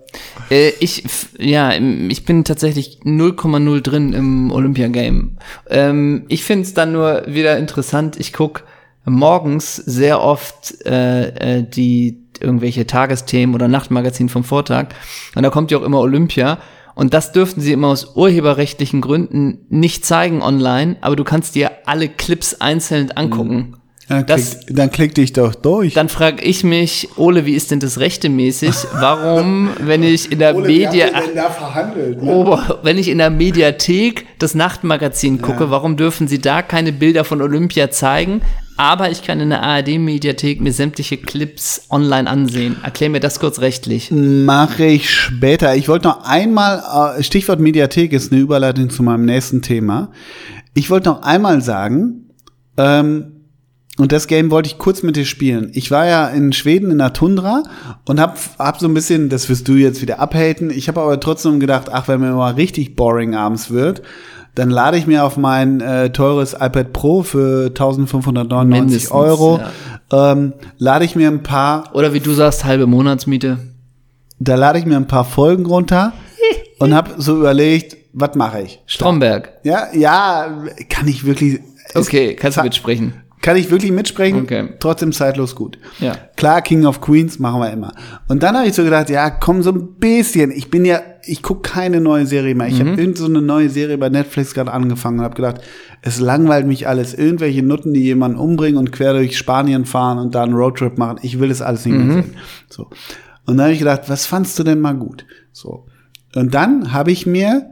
Speaker 2: Äh, ich, f- ja, im- ich bin tatsächlich 0,0 drin im Olympia-Game. Ähm, ich find's dann nur wieder interessant, ich guck, morgens sehr oft äh, äh, die irgendwelche Tagesthemen oder Nachtmagazin vom Vortag. Und da kommt ja auch immer Olympia. Und das dürften sie immer aus urheberrechtlichen Gründen nicht zeigen online, aber du kannst dir alle Clips einzeln angucken.
Speaker 1: Ja, dann,
Speaker 2: Das-
Speaker 1: klick, dann klick dich doch durch.
Speaker 2: Dann frage ich mich, Ole, wie ist denn das rechtemäßig? Warum, wenn ich in der Media
Speaker 1: da verhandelt? ne?
Speaker 2: Ober, wenn ich in der Mediathek das Nachtmagazin gucke, warum dürfen sie da keine Bilder von Olympia zeigen? Aber ich kann in der ARD-Mediathek mir sämtliche Clips online ansehen. Erklär mir das kurz rechtlich.
Speaker 1: Mache ich später. Ich wollte noch einmal, äh, Stichwort Mediathek ist eine Überleitung zu meinem nächsten Thema. Ich wollte noch einmal sagen, ähm, und das Game wollte ich kurz mit dir spielen. Ich war ja in Schweden in der Tundra und hab, hab so ein bisschen, das wirst du jetzt wieder abhalten. Ich habe aber trotzdem gedacht, ach, wenn mir mal richtig boring abends wird, dann lade ich mir auf mein äh, teures iPad Pro für 1599
Speaker 2: Mindestens,
Speaker 1: Euro, ähm, lade ich mir ein paar
Speaker 2: Oder wie du sagst, halbe Monatsmiete.
Speaker 1: da lade ich mir ein paar Folgen runter und habe so überlegt, was mache ich?
Speaker 2: Stromberg.
Speaker 1: Ja, ja, kann ich wirklich
Speaker 2: Okay, kannst du
Speaker 1: Za-
Speaker 2: mitsprechen.
Speaker 1: kann ich wirklich mitsprechen?
Speaker 2: Okay.
Speaker 1: Trotzdem zeitlos gut.
Speaker 2: Ja.
Speaker 1: Klar, King of Queens machen wir immer. Und dann habe ich so gedacht, ja, komm so ein bisschen. Ich bin ja, ich gucke keine neue Serie mehr. Ich
Speaker 2: Mhm.
Speaker 1: habe irgend so eine neue Serie bei Netflix gerade angefangen und habe gedacht, es langweilt mich alles. Irgendwelche Nutten, die jemanden umbringen und quer durch Spanien fahren und da einen Roadtrip machen. Ich will das alles
Speaker 2: Mhm.
Speaker 1: nicht mehr sehen. So. Und dann habe ich gedacht, was fandst du denn mal gut? So. Und dann habe ich mir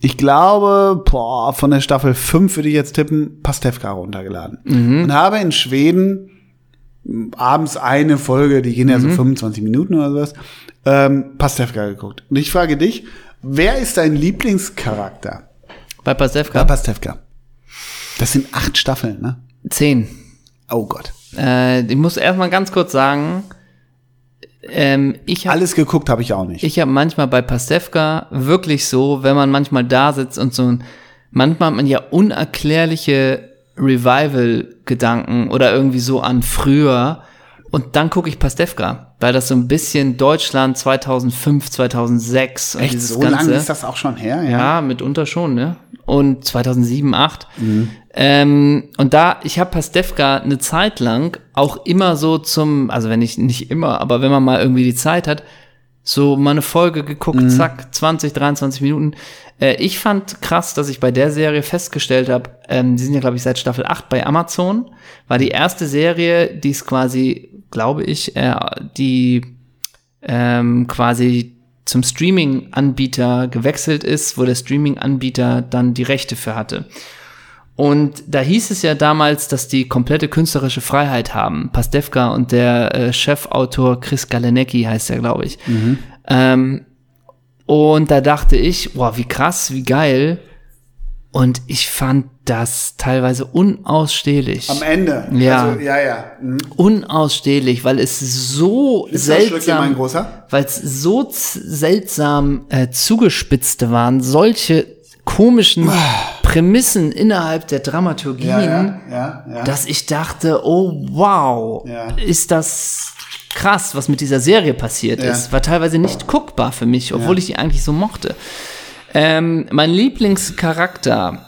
Speaker 1: ich glaube, boah, von der Staffel 5 würde ich jetzt tippen, Pastewka runtergeladen.
Speaker 2: Mhm.
Speaker 1: Und habe in Schweden m, abends eine Folge, die gehen ja
Speaker 2: Mhm.
Speaker 1: so 25 Minuten oder sowas, ähm, Pastewka geguckt. Und ich frage dich, wer ist dein Lieblingscharakter? Bei
Speaker 2: Bei Pasewka?
Speaker 1: Pastewka. Das sind acht Staffeln, ne?
Speaker 2: Zehn.
Speaker 1: Oh Gott.
Speaker 2: Äh, ich muss erstmal ganz kurz sagen, ähm, ich habe
Speaker 1: Alles geguckt habe ich auch nicht.
Speaker 2: Ich habe manchmal bei Pastewka wirklich so, wenn man manchmal da sitzt und so ein, manchmal hat man ja unerklärliche Revival-Gedanken oder irgendwie so an früher. Und dann gucke ich Pastewka, weil das so ein bisschen Deutschland 2005, 2006 und
Speaker 1: Echt,
Speaker 2: dieses
Speaker 1: so
Speaker 2: Ganze.
Speaker 1: lange ist das auch schon her, ja.
Speaker 2: Ja, mitunter schon, ne? Und 2007, 8. Ähm, und da, ich habe Pastewka eine Zeit lang auch immer so zum, also wenn ich nicht immer, aber wenn man mal irgendwie die Zeit hat, so mal eine Folge geguckt, zack, 20, 23 Minuten. Äh, ich fand krass, dass ich bei der Serie festgestellt habe, ähm, die sind ja, glaube ich, seit Staffel 8 bei Amazon, war die erste Serie, die es quasi, glaube ich, äh, die ähm, quasi zum Streaming-Anbieter gewechselt ist, wo der Streaming-Anbieter dann die Rechte für hatte. Und da hieß es ja damals, dass die komplette künstlerische Freiheit haben. Pastewka und der äh, Chefautor Chris Galenecki heißt er, glaube ich.
Speaker 1: Mhm.
Speaker 2: Ähm, und da dachte ich, wow, wie krass, wie geil. Und ich fand das teilweise unausstehlich.
Speaker 1: Am Ende.
Speaker 2: Ja.
Speaker 1: Also, ja, ja. Mhm.
Speaker 2: Unausstehlich, weil es so
Speaker 1: Schlückchen,
Speaker 2: seltsam
Speaker 1: mein Großer?
Speaker 2: weil es so z- seltsam äh, zugespitzte waren, solche komischen Prämissen innerhalb der Dramaturgien,
Speaker 1: Ja, ja, ja, ja.
Speaker 2: dass ich dachte, oh wow,
Speaker 1: Ja.
Speaker 2: ist das krass, was mit dieser Serie passiert
Speaker 1: Ja.
Speaker 2: ist. War teilweise nicht guckbar für mich, obwohl ich die eigentlich so mochte. Ähm, mein Lieblingscharakter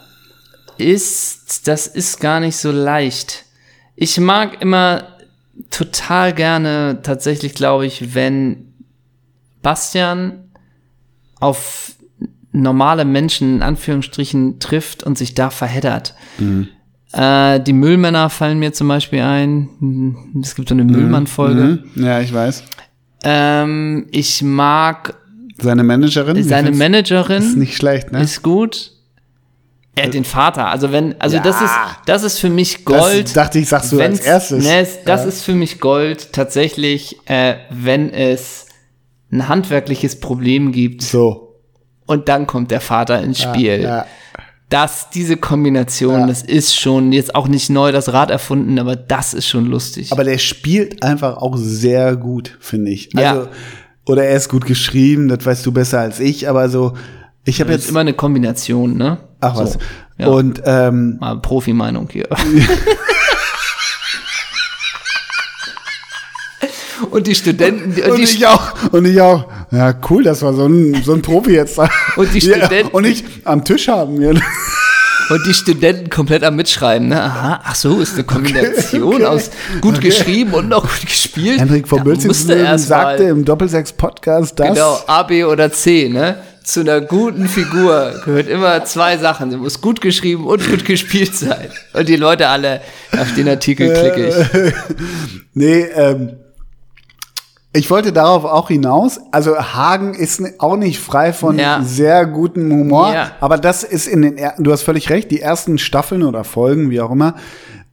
Speaker 2: ist, das ist gar nicht so leicht. Ich mag immer total gerne, tatsächlich glaube ich, wenn Bastian auf normale Menschen in Anführungsstrichen trifft und sich da verheddert.
Speaker 1: Mhm.
Speaker 2: Äh, die Müllmänner fallen mir zum Beispiel ein. Hm, Es gibt so eine Müllmann-Folge.
Speaker 1: Mhm. Ja, ich weiß.
Speaker 2: Ähm, ich mag
Speaker 1: Seine Managerin? Managerin.
Speaker 2: seine
Speaker 1: Hm, Ist
Speaker 2: Managerin,
Speaker 1: nicht schlecht, ne?
Speaker 2: ist gut. Er den Vater, also wenn, also das
Speaker 1: Ja.
Speaker 2: ist, das ist für
Speaker 1: Das
Speaker 2: mich Gold.
Speaker 1: dachte ich, sagst du als
Speaker 2: Wenn's-
Speaker 1: erstes.
Speaker 2: Ne, es- das
Speaker 1: Ja.
Speaker 2: ist für mich Gold tatsächlich, äh, wenn es ein handwerkliches Problem gibt
Speaker 1: so.
Speaker 2: und dann kommt der Vater ins Spiel.
Speaker 1: Ja.
Speaker 2: Das, diese Kombination, das ist schon jetzt auch nicht neu das Rad erfunden, aber das ist schon lustig.
Speaker 1: Aber der spielt einfach auch sehr gut, finde ich.
Speaker 2: Ja.
Speaker 1: Also, Oder er ist gut geschrieben, das weißt du besser als ich, aber so, ich habe
Speaker 2: das ist
Speaker 1: jetzt.
Speaker 2: immer eine Kombination, ne?
Speaker 1: Ach was.
Speaker 2: So, ja.
Speaker 1: Und ähm,
Speaker 2: Mal Profi-Meinung hier. und die Studenten, die,
Speaker 1: und
Speaker 2: die
Speaker 1: ich auch, und ich auch, ja cool, dass wir so ein so ein Profi jetzt da-
Speaker 2: Und die
Speaker 1: ja,
Speaker 2: Studenten-
Speaker 1: und ich am Tisch haben. Ja.
Speaker 2: und die Studenten komplett am Mitschreiben. Ne? Aha, ach so, ist eine Kombination aus gut geschrieben und auch gut gespielt.
Speaker 1: Henrik von
Speaker 2: Da musste
Speaker 1: Mülzenslöwen
Speaker 2: erst
Speaker 1: sagte
Speaker 2: mal-
Speaker 1: im Doppelsechs-Podcast, dass
Speaker 2: Genau, A, B oder C, ne? Zu einer guten Figur gehört immer zwei Sachen. Sie muss gut geschrieben und gut gespielt sein. Und die Leute alle, auf den
Speaker 1: Äh,
Speaker 2: Artikel klicke ich.
Speaker 1: Nee, ähm, ich wollte darauf auch hinaus. Also Hagen ist n- auch nicht frei von
Speaker 2: Ja.
Speaker 1: sehr gutem Humor,
Speaker 2: Ja.
Speaker 1: aber das ist in den er du hast völlig recht, die ersten Staffeln oder Folgen, wie auch immer,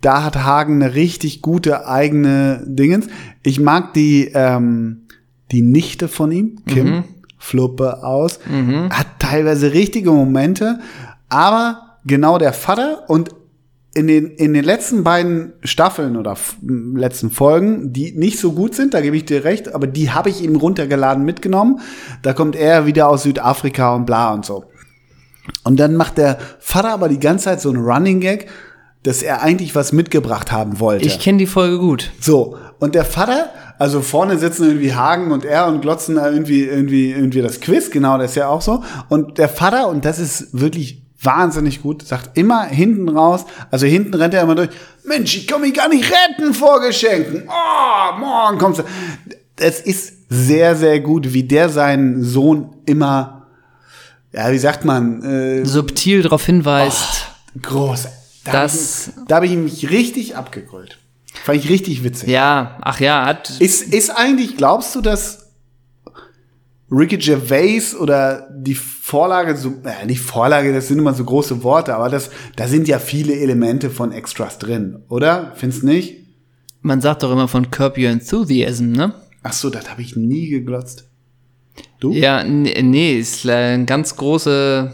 Speaker 1: da hat Hagen eine richtig gute eigene Dingens. Ich mag die ähm, die Nichte von ihm, Kim Fluppe aus, hat teilweise richtige Momente, aber genau der Vater und in den, in den letzten beiden Staffeln oder f- m, letzten Folgen, die nicht so gut sind, da gebe ich dir recht, aber die habe ich eben runtergeladen mitgenommen. Da kommt er wieder aus Südafrika und bla und so. Und dann macht der Vater aber die ganze Zeit so einen Running Gag, dass er eigentlich was mitgebracht haben wollte.
Speaker 2: Ich kenne die Folge gut.
Speaker 1: So, und der Vater, also vorne sitzen irgendwie Hagen und er und glotzen da irgendwie, irgendwie, irgendwie das Quiz, genau, das ist ja auch so. Und der Vater, und das ist wirklich wahnsinnig gut, sagt immer hinten raus, also hinten rennt er immer durch, Mensch, ich kann mich gar nicht retten vor Geschenken. Oh, morgen kommst du. Es ist sehr, sehr gut, wie der seinen Sohn immer, ja, wie sagt man, äh,
Speaker 2: Subtil darauf hinweist.
Speaker 1: groß. Da
Speaker 2: Das-
Speaker 1: hab ich- da habe ich mich richtig abgegrölt. Fand ich richtig witzig.
Speaker 2: Ja, ach ja, hat.
Speaker 1: Ist, ist eigentlich, glaubst du, dass Ricky Gervais oder die Vorlage, so, äh, nicht Vorlage, das sind immer so große Worte, aber das, da sind ja viele Elemente von Extras drin, oder? Findest nicht?
Speaker 2: Man sagt doch immer von Curb Your Enthusiasm, ne?
Speaker 1: Ach so, das habe ich nie geglotzt.
Speaker 2: Ja, n- nee, ist äh, ein ganz große,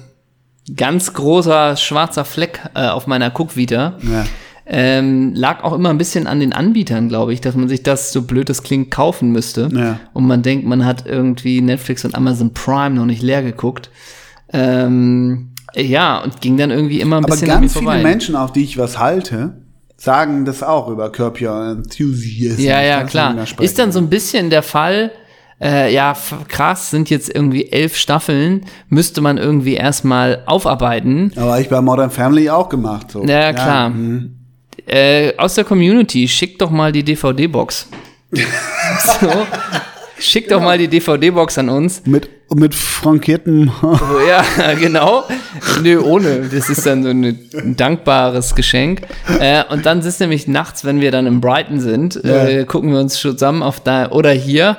Speaker 2: ganz großer schwarzer Fleck äh, auf meiner Guckvita.
Speaker 1: Ja.
Speaker 2: Ähm, lag auch immer ein bisschen an den Anbietern, glaube ich, dass man sich das, so blöd das klingt, kaufen müsste.
Speaker 1: Ja.
Speaker 2: Und man denkt, man hat irgendwie Netflix und Amazon Prime noch nicht leer geguckt. Ähm, ja, und ging dann irgendwie immer ein
Speaker 1: Aber
Speaker 2: bisschen an mir
Speaker 1: ganz viele
Speaker 2: vorbei.
Speaker 1: Menschen, auf die ich was halte, sagen das auch über Curb Your Enthusiasm.
Speaker 2: Ja,
Speaker 1: Ich
Speaker 2: ja,
Speaker 1: kann das
Speaker 2: klar.
Speaker 1: nicht mehr sprechen.
Speaker 2: Ist dann so ein bisschen der Fall, äh, ja, f- krass, sind jetzt irgendwie elf Staffeln, müsste man irgendwie erstmal aufarbeiten.
Speaker 1: Aber ich bei Modern Family auch gemacht. So.
Speaker 2: Ja, klar. Äh, aus der Community, schickt doch mal die DVD-Box. so. Schickt doch mal die DVD-Box an uns.
Speaker 1: Mit, mit frankiertem
Speaker 2: So, ja, genau. Nö, ohne. Das ist dann so eine, ein dankbares Geschenk. Äh, und dann ist nämlich nachts, wenn wir dann in Brighton sind, äh, gucken wir uns zusammen auf da oder hier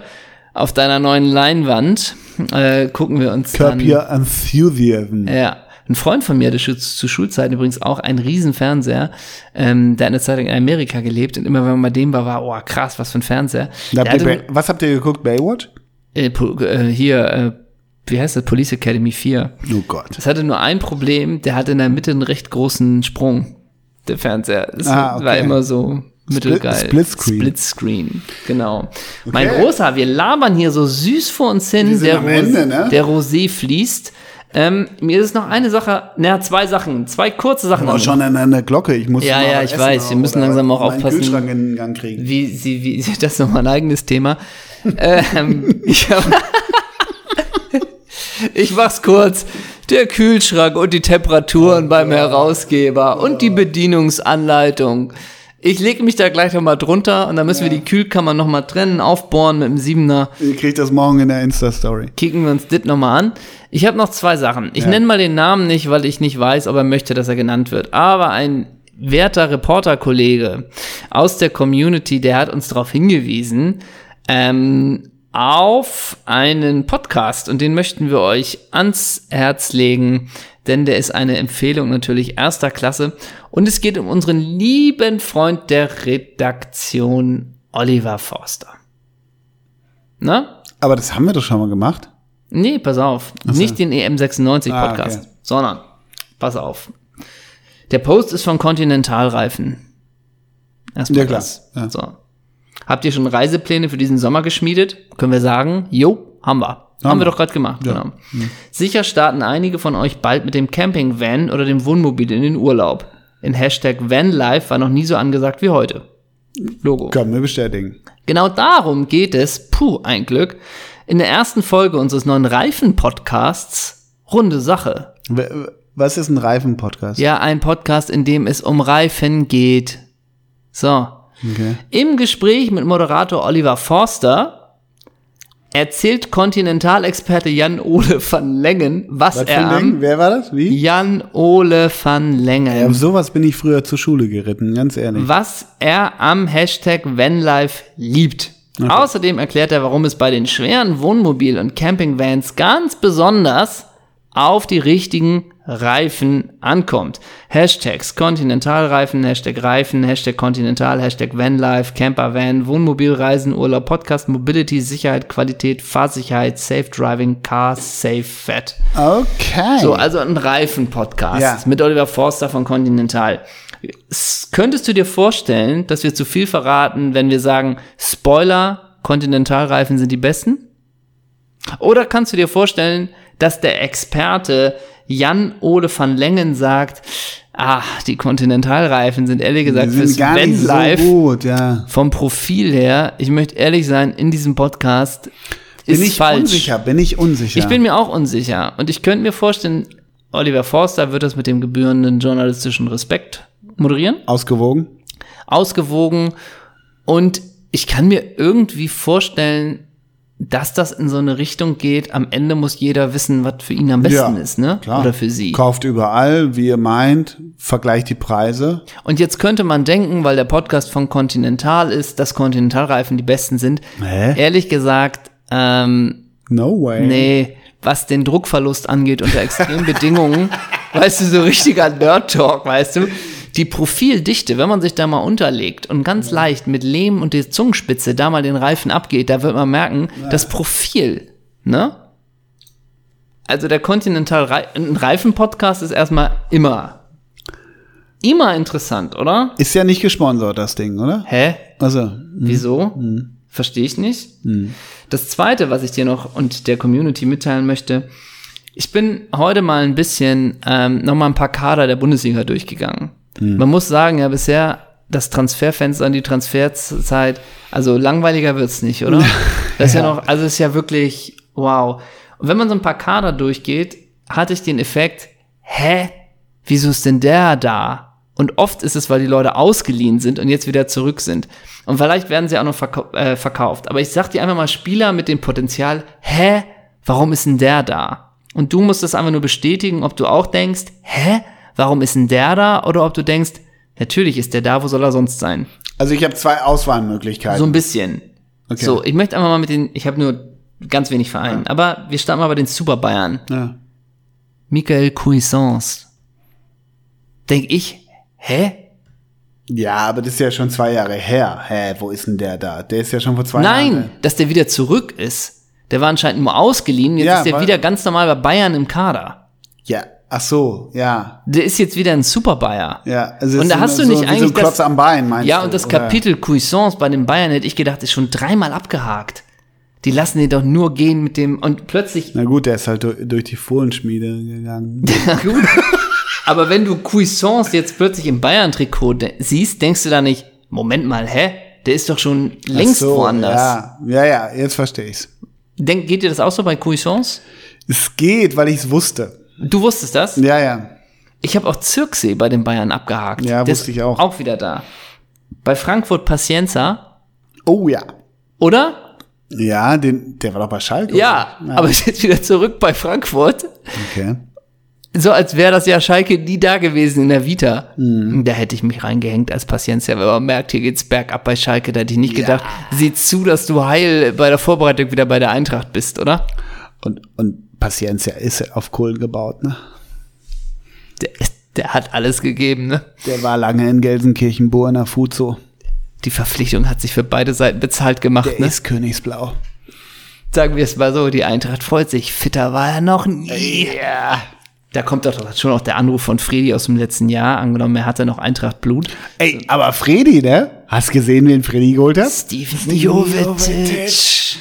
Speaker 2: auf deiner neuen Leinwand äh, gucken wir uns
Speaker 1: Curb
Speaker 2: dann. Äh,
Speaker 1: Your Enthusiasm.
Speaker 2: Ja. Ein Freund von mir hatte schu- zu Schulzeiten übrigens auch einen riesen Fernseher, ähm, der hat eine Zeit lang in Amerika gelebt und immer wenn man bei dem war, war, oh krass, was für ein Fernseher.
Speaker 1: Da
Speaker 2: Der
Speaker 1: habt ihr
Speaker 2: hatte,
Speaker 1: Bay- was habt ihr geguckt? Baywatch?
Speaker 2: äh, po- äh, hier, äh, wie heißt das, Police Academy 4.
Speaker 1: Oh Gott.
Speaker 2: Das hatte nur ein Problem, der hatte in der Mitte einen recht großen Sprung, der Fernseher. Das
Speaker 1: Ah, okay.
Speaker 2: war immer so mittelgeil.
Speaker 1: Splitscreen.
Speaker 2: Splitscreen, genau. Mein
Speaker 1: Okay.
Speaker 2: Großer, wir labern hier so süß vor uns hin,
Speaker 1: sind
Speaker 2: der,
Speaker 1: am
Speaker 2: Ros-
Speaker 1: Ende, ne?
Speaker 2: der Rosé fließt. Ähm, mir ist noch eine Sache, naja, zwei Sachen, zwei kurze Sachen.
Speaker 1: Aber Oh, schon an einer Glocke. Ich muss
Speaker 2: Ja,
Speaker 1: noch
Speaker 2: ja,
Speaker 1: was
Speaker 2: ich
Speaker 1: essen
Speaker 2: weiß. Wir
Speaker 1: haben
Speaker 2: müssen
Speaker 1: oder
Speaker 2: langsam auch
Speaker 1: meinen
Speaker 2: aufpassen.
Speaker 1: Kühlschrank in den Gang kriegen.
Speaker 2: wie sie, wie sie, das ist nochmal ein eigenes Thema. ähm, ich, hab, ich mach's kurz. Der Kühlschrank und die Temperaturen beim Herausgeber und die Bedienungsanleitung. Ich lege mich da gleich nochmal drunter und dann müssen wir die Kühlkammer nochmal trennen, aufbohren mit dem Siebener.
Speaker 1: Ihr kriegt das morgen in der Insta-Story.
Speaker 2: Kicken wir uns dit nochmal an. Ich habe noch zwei Sachen. Ich nenne mal den Namen nicht, weil ich nicht weiß, ob er möchte, dass er genannt wird. Aber ein werter Reporterkollege aus der Community, der hat uns darauf hingewiesen, ähm, auf einen Podcast und den möchten wir euch ans Herz legen, denn der ist eine Empfehlung natürlich erster Klasse und es geht um unseren lieben Freund der Redaktion Oliver Forster. Na,
Speaker 1: Aber das haben wir doch schon mal gemacht.
Speaker 2: Nee, pass auf. Nicht den EM96
Speaker 1: Ah,
Speaker 2: Podcast,
Speaker 1: okay.
Speaker 2: sondern, pass auf. Der Post ist von Continentalreifen. Erstmal
Speaker 1: Ja, klar.
Speaker 2: das.
Speaker 1: Ja.
Speaker 2: So. Habt ihr schon Reisepläne für diesen Sommer geschmiedet? Können wir sagen, jo, haben wir.
Speaker 1: Haben
Speaker 2: Haben, wir
Speaker 1: wir. Mhm.
Speaker 2: doch gerade gemacht, genau. Sicher starten einige von euch bald mit dem Campingvan oder dem Wohnmobil in den Urlaub. In Hashtag VanLife war noch nie so angesagt wie heute. Logo.
Speaker 1: Können wir bestätigen.
Speaker 2: Genau darum geht es, puh, ein Glück, in der ersten Folge unseres neuen Reifen-Podcasts Runde Sache.
Speaker 1: W- w- Was ist ein Reifen-Podcast?
Speaker 2: Ja, ein Podcast, in dem es um Reifen geht. So.
Speaker 1: Okay.
Speaker 2: Im Gespräch mit Moderator Oliver Forster erzählt Kontinentalexperte Jan-Ole van Lengen, was,
Speaker 1: Was für
Speaker 2: er
Speaker 1: ein Ding?
Speaker 2: am
Speaker 1: Wer war das? Wie?
Speaker 2: Jan-Ole van
Speaker 1: Ja,
Speaker 2: Lengen,
Speaker 1: auf sowas bin ich früher zur Schule geritten, ganz ehrlich.
Speaker 2: was er am Hashtag Vanlife liebt. Außerdem erklärt er, warum es bei den schweren Wohnmobil- und Campingvans ganz besonders auf die richtigen Reifen ankommt. Hashtags Kontinentalreifen, Hashtag Reifen, Hashtag Kontinental, Hashtag Vanlife, Campervan, Wohnmobilreisen, Urlaub, Podcast, Mobility, Sicherheit, Qualität, Fahrsicherheit, Safe Driving, Car, Safe Fat.
Speaker 1: Okay.
Speaker 2: So, also ein Reifen-Podcast
Speaker 1: Ja.
Speaker 2: mit Oliver Forster von Continental. S- Könntest du dir vorstellen, dass wir zu viel verraten, wenn wir sagen, Spoiler, Continental-Reifen sind die besten? Oder kannst du dir vorstellen, dass der Experte Jan-Ole van Lengen sagt, ah, die Continental-Reifen sind ehrlich
Speaker 1: Die
Speaker 2: gesagt
Speaker 1: sind
Speaker 2: fürs
Speaker 1: gar nicht
Speaker 2: Vanlife
Speaker 1: so gut, ja.
Speaker 2: vom Profil her, ich möchte ehrlich sein, in diesem Podcast ist
Speaker 1: bin ich
Speaker 2: falsch.
Speaker 1: unsicher, bin ich unsicher.
Speaker 2: Ich bin mir auch unsicher. Und ich könnte mir vorstellen, Oliver Forster wird das mit dem gebührenden journalistischen Respekt moderieren,
Speaker 1: Ausgewogen?
Speaker 2: ausgewogen. Und ich kann mir irgendwie vorstellen, dass das in so eine Richtung geht. Am Ende muss jeder wissen, was für ihn am besten ist, ne?
Speaker 1: Klar.
Speaker 2: Oder für sie.
Speaker 1: Kauft überall, wie ihr meint, vergleicht die Preise.
Speaker 2: Und jetzt könnte man denken, weil der Podcast von Continental ist, dass Continentalreifen die besten sind.
Speaker 1: Hä?
Speaker 2: Ehrlich gesagt, ähm,
Speaker 1: No way.
Speaker 2: Nee, was den Druckverlust angeht unter extremen Bedingungen, weißt du, so richtiger Nerd-Talk, weißt du? Die Profildichte, wenn man sich da mal unterlegt und ganz leicht mit Lehm und der Zungenspitze da mal den Reifen abgeht, da wird man merken, das Profil, ne? Also der Continental Rei- ein Reifen-Podcast ist erstmal immer. Immer interessant, oder?
Speaker 1: Ist ja nicht gesponsert, das Ding, oder?
Speaker 2: Hä?
Speaker 1: Also,
Speaker 2: Wieso? Verstehe ich nicht. Das zweite, was ich dir noch und der Community mitteilen möchte, ich bin heute mal ein bisschen ähm, nochmal ein paar Kader der Bundesliga durchgegangen. Man muss sagen, ja, bisher das Transferfenster an die Transferzeit, also langweiliger wird's nicht, oder? Das ist ja, noch, also ist ja wirklich wow. Und wenn man so ein paar Kader durchgeht, hatte ich den Effekt, hä? Wieso ist denn der da? Und oft ist es, weil die Leute ausgeliehen sind und jetzt wieder zurück sind. Und vielleicht werden sie auch noch verkau äh, verkauft. Aber ich sag dir einfach mal Spieler mit dem Potenzial, hä? Warum ist denn der da? Und du musst das einfach nur bestätigen, ob du auch denkst, hä? Warum ist denn der da? Oder ob du denkst, natürlich ist der da, wo soll er sonst sein?
Speaker 1: also ich habe zwei Auswahlmöglichkeiten.
Speaker 2: So ein bisschen.
Speaker 1: Okay.
Speaker 2: So, ich möchte einfach mal mit den, ich habe nur ganz wenig Vereinen, aber wir starten mal bei den Super Bayern.
Speaker 1: ja.
Speaker 2: Michael Cuisance. Denk ich, hä?
Speaker 1: ja, aber das ist ja schon zwei Jahre her. Hä, wo ist denn der da? Der ist ja schon vor zwei Jahren.
Speaker 2: Nein, dass der wieder zurück ist. Der war anscheinend nur ausgeliehen, jetzt
Speaker 1: Ja,
Speaker 2: ist der
Speaker 1: weil-
Speaker 2: wieder ganz normal bei Bayern im Kader.
Speaker 1: Ja, ach so, ja.
Speaker 2: Der ist jetzt wieder ein Super Bayer.
Speaker 1: Ja, also
Speaker 2: Und
Speaker 1: es
Speaker 2: da
Speaker 1: ist
Speaker 2: hast
Speaker 1: so-
Speaker 2: du nicht
Speaker 1: so, wie so
Speaker 2: eigentlich
Speaker 1: ein Klotz
Speaker 2: das-
Speaker 1: am Bein, meinst
Speaker 2: Ja,
Speaker 1: du?
Speaker 2: und das
Speaker 1: oder?
Speaker 2: Kapitel Cuisance bei den Bayern hätte ich gedacht, ist schon dreimal abgehakt. Die lassen den doch nur gehen mit dem, und plötzlich
Speaker 1: Na gut, der ist halt durch, durch die Fohlenschmiede gegangen.
Speaker 2: Na gut. Aber wenn du Cuisance jetzt plötzlich im Bayern-Trikot de siehst, denkst du da nicht, Moment mal, hä? Der ist doch schon längst
Speaker 1: Ach so,
Speaker 2: woanders.
Speaker 1: Ja, ja, ja jetzt verstehe ich's.
Speaker 2: Denk, geht dir das auch so bei Cuisance?
Speaker 1: Es geht, weil ich's wusste.
Speaker 2: Du wusstest das?
Speaker 1: Ja, ja.
Speaker 2: Ich habe auch Zirksee bei den Bayern abgehakt.
Speaker 1: Ja,
Speaker 2: Der
Speaker 1: wusste
Speaker 2: ist
Speaker 1: ich auch.
Speaker 2: Auch wieder da. Bei Frankfurt Pacienza,
Speaker 1: Oh ja.
Speaker 2: oder?
Speaker 1: Ja, den, der war doch bei Schalke.
Speaker 2: Ja,
Speaker 1: oder?
Speaker 2: aber ist jetzt wieder zurück bei Frankfurt.
Speaker 1: Okay.
Speaker 2: So als wäre das ja Schalke nie da gewesen in der Vita.
Speaker 1: Mhm.
Speaker 2: Da hätte ich mich reingehängt als Patient, ja, wenn man merkt, hier geht's bergab bei Schalke, da hätte ich nicht gedacht, sieh zu, dass du heil bei der Vorbereitung wieder bei der Eintracht bist, oder?
Speaker 1: Und, und Paciencia ist ja auf Kohlen gebaut, ne?
Speaker 2: Der, der hat alles gegeben, ne?
Speaker 1: Der war lange in Gelsenkirchen, Burner Fuzo.
Speaker 2: Die Verpflichtung hat sich für beide Seiten bezahlt gemacht,
Speaker 1: Der
Speaker 2: ne?
Speaker 1: ist Königsblau.
Speaker 2: Sagen wir es mal so, die Eintracht freut sich, fitter war er noch nie. Da kommt doch schon auch der Anruf von Fredi aus dem letzten Jahr, angenommen, er hatte noch Eintracht-Blut.
Speaker 1: Ey, aber Freddy, ne? Hast gesehen, wen Freddy geholt hat?
Speaker 2: Steven Jovetic.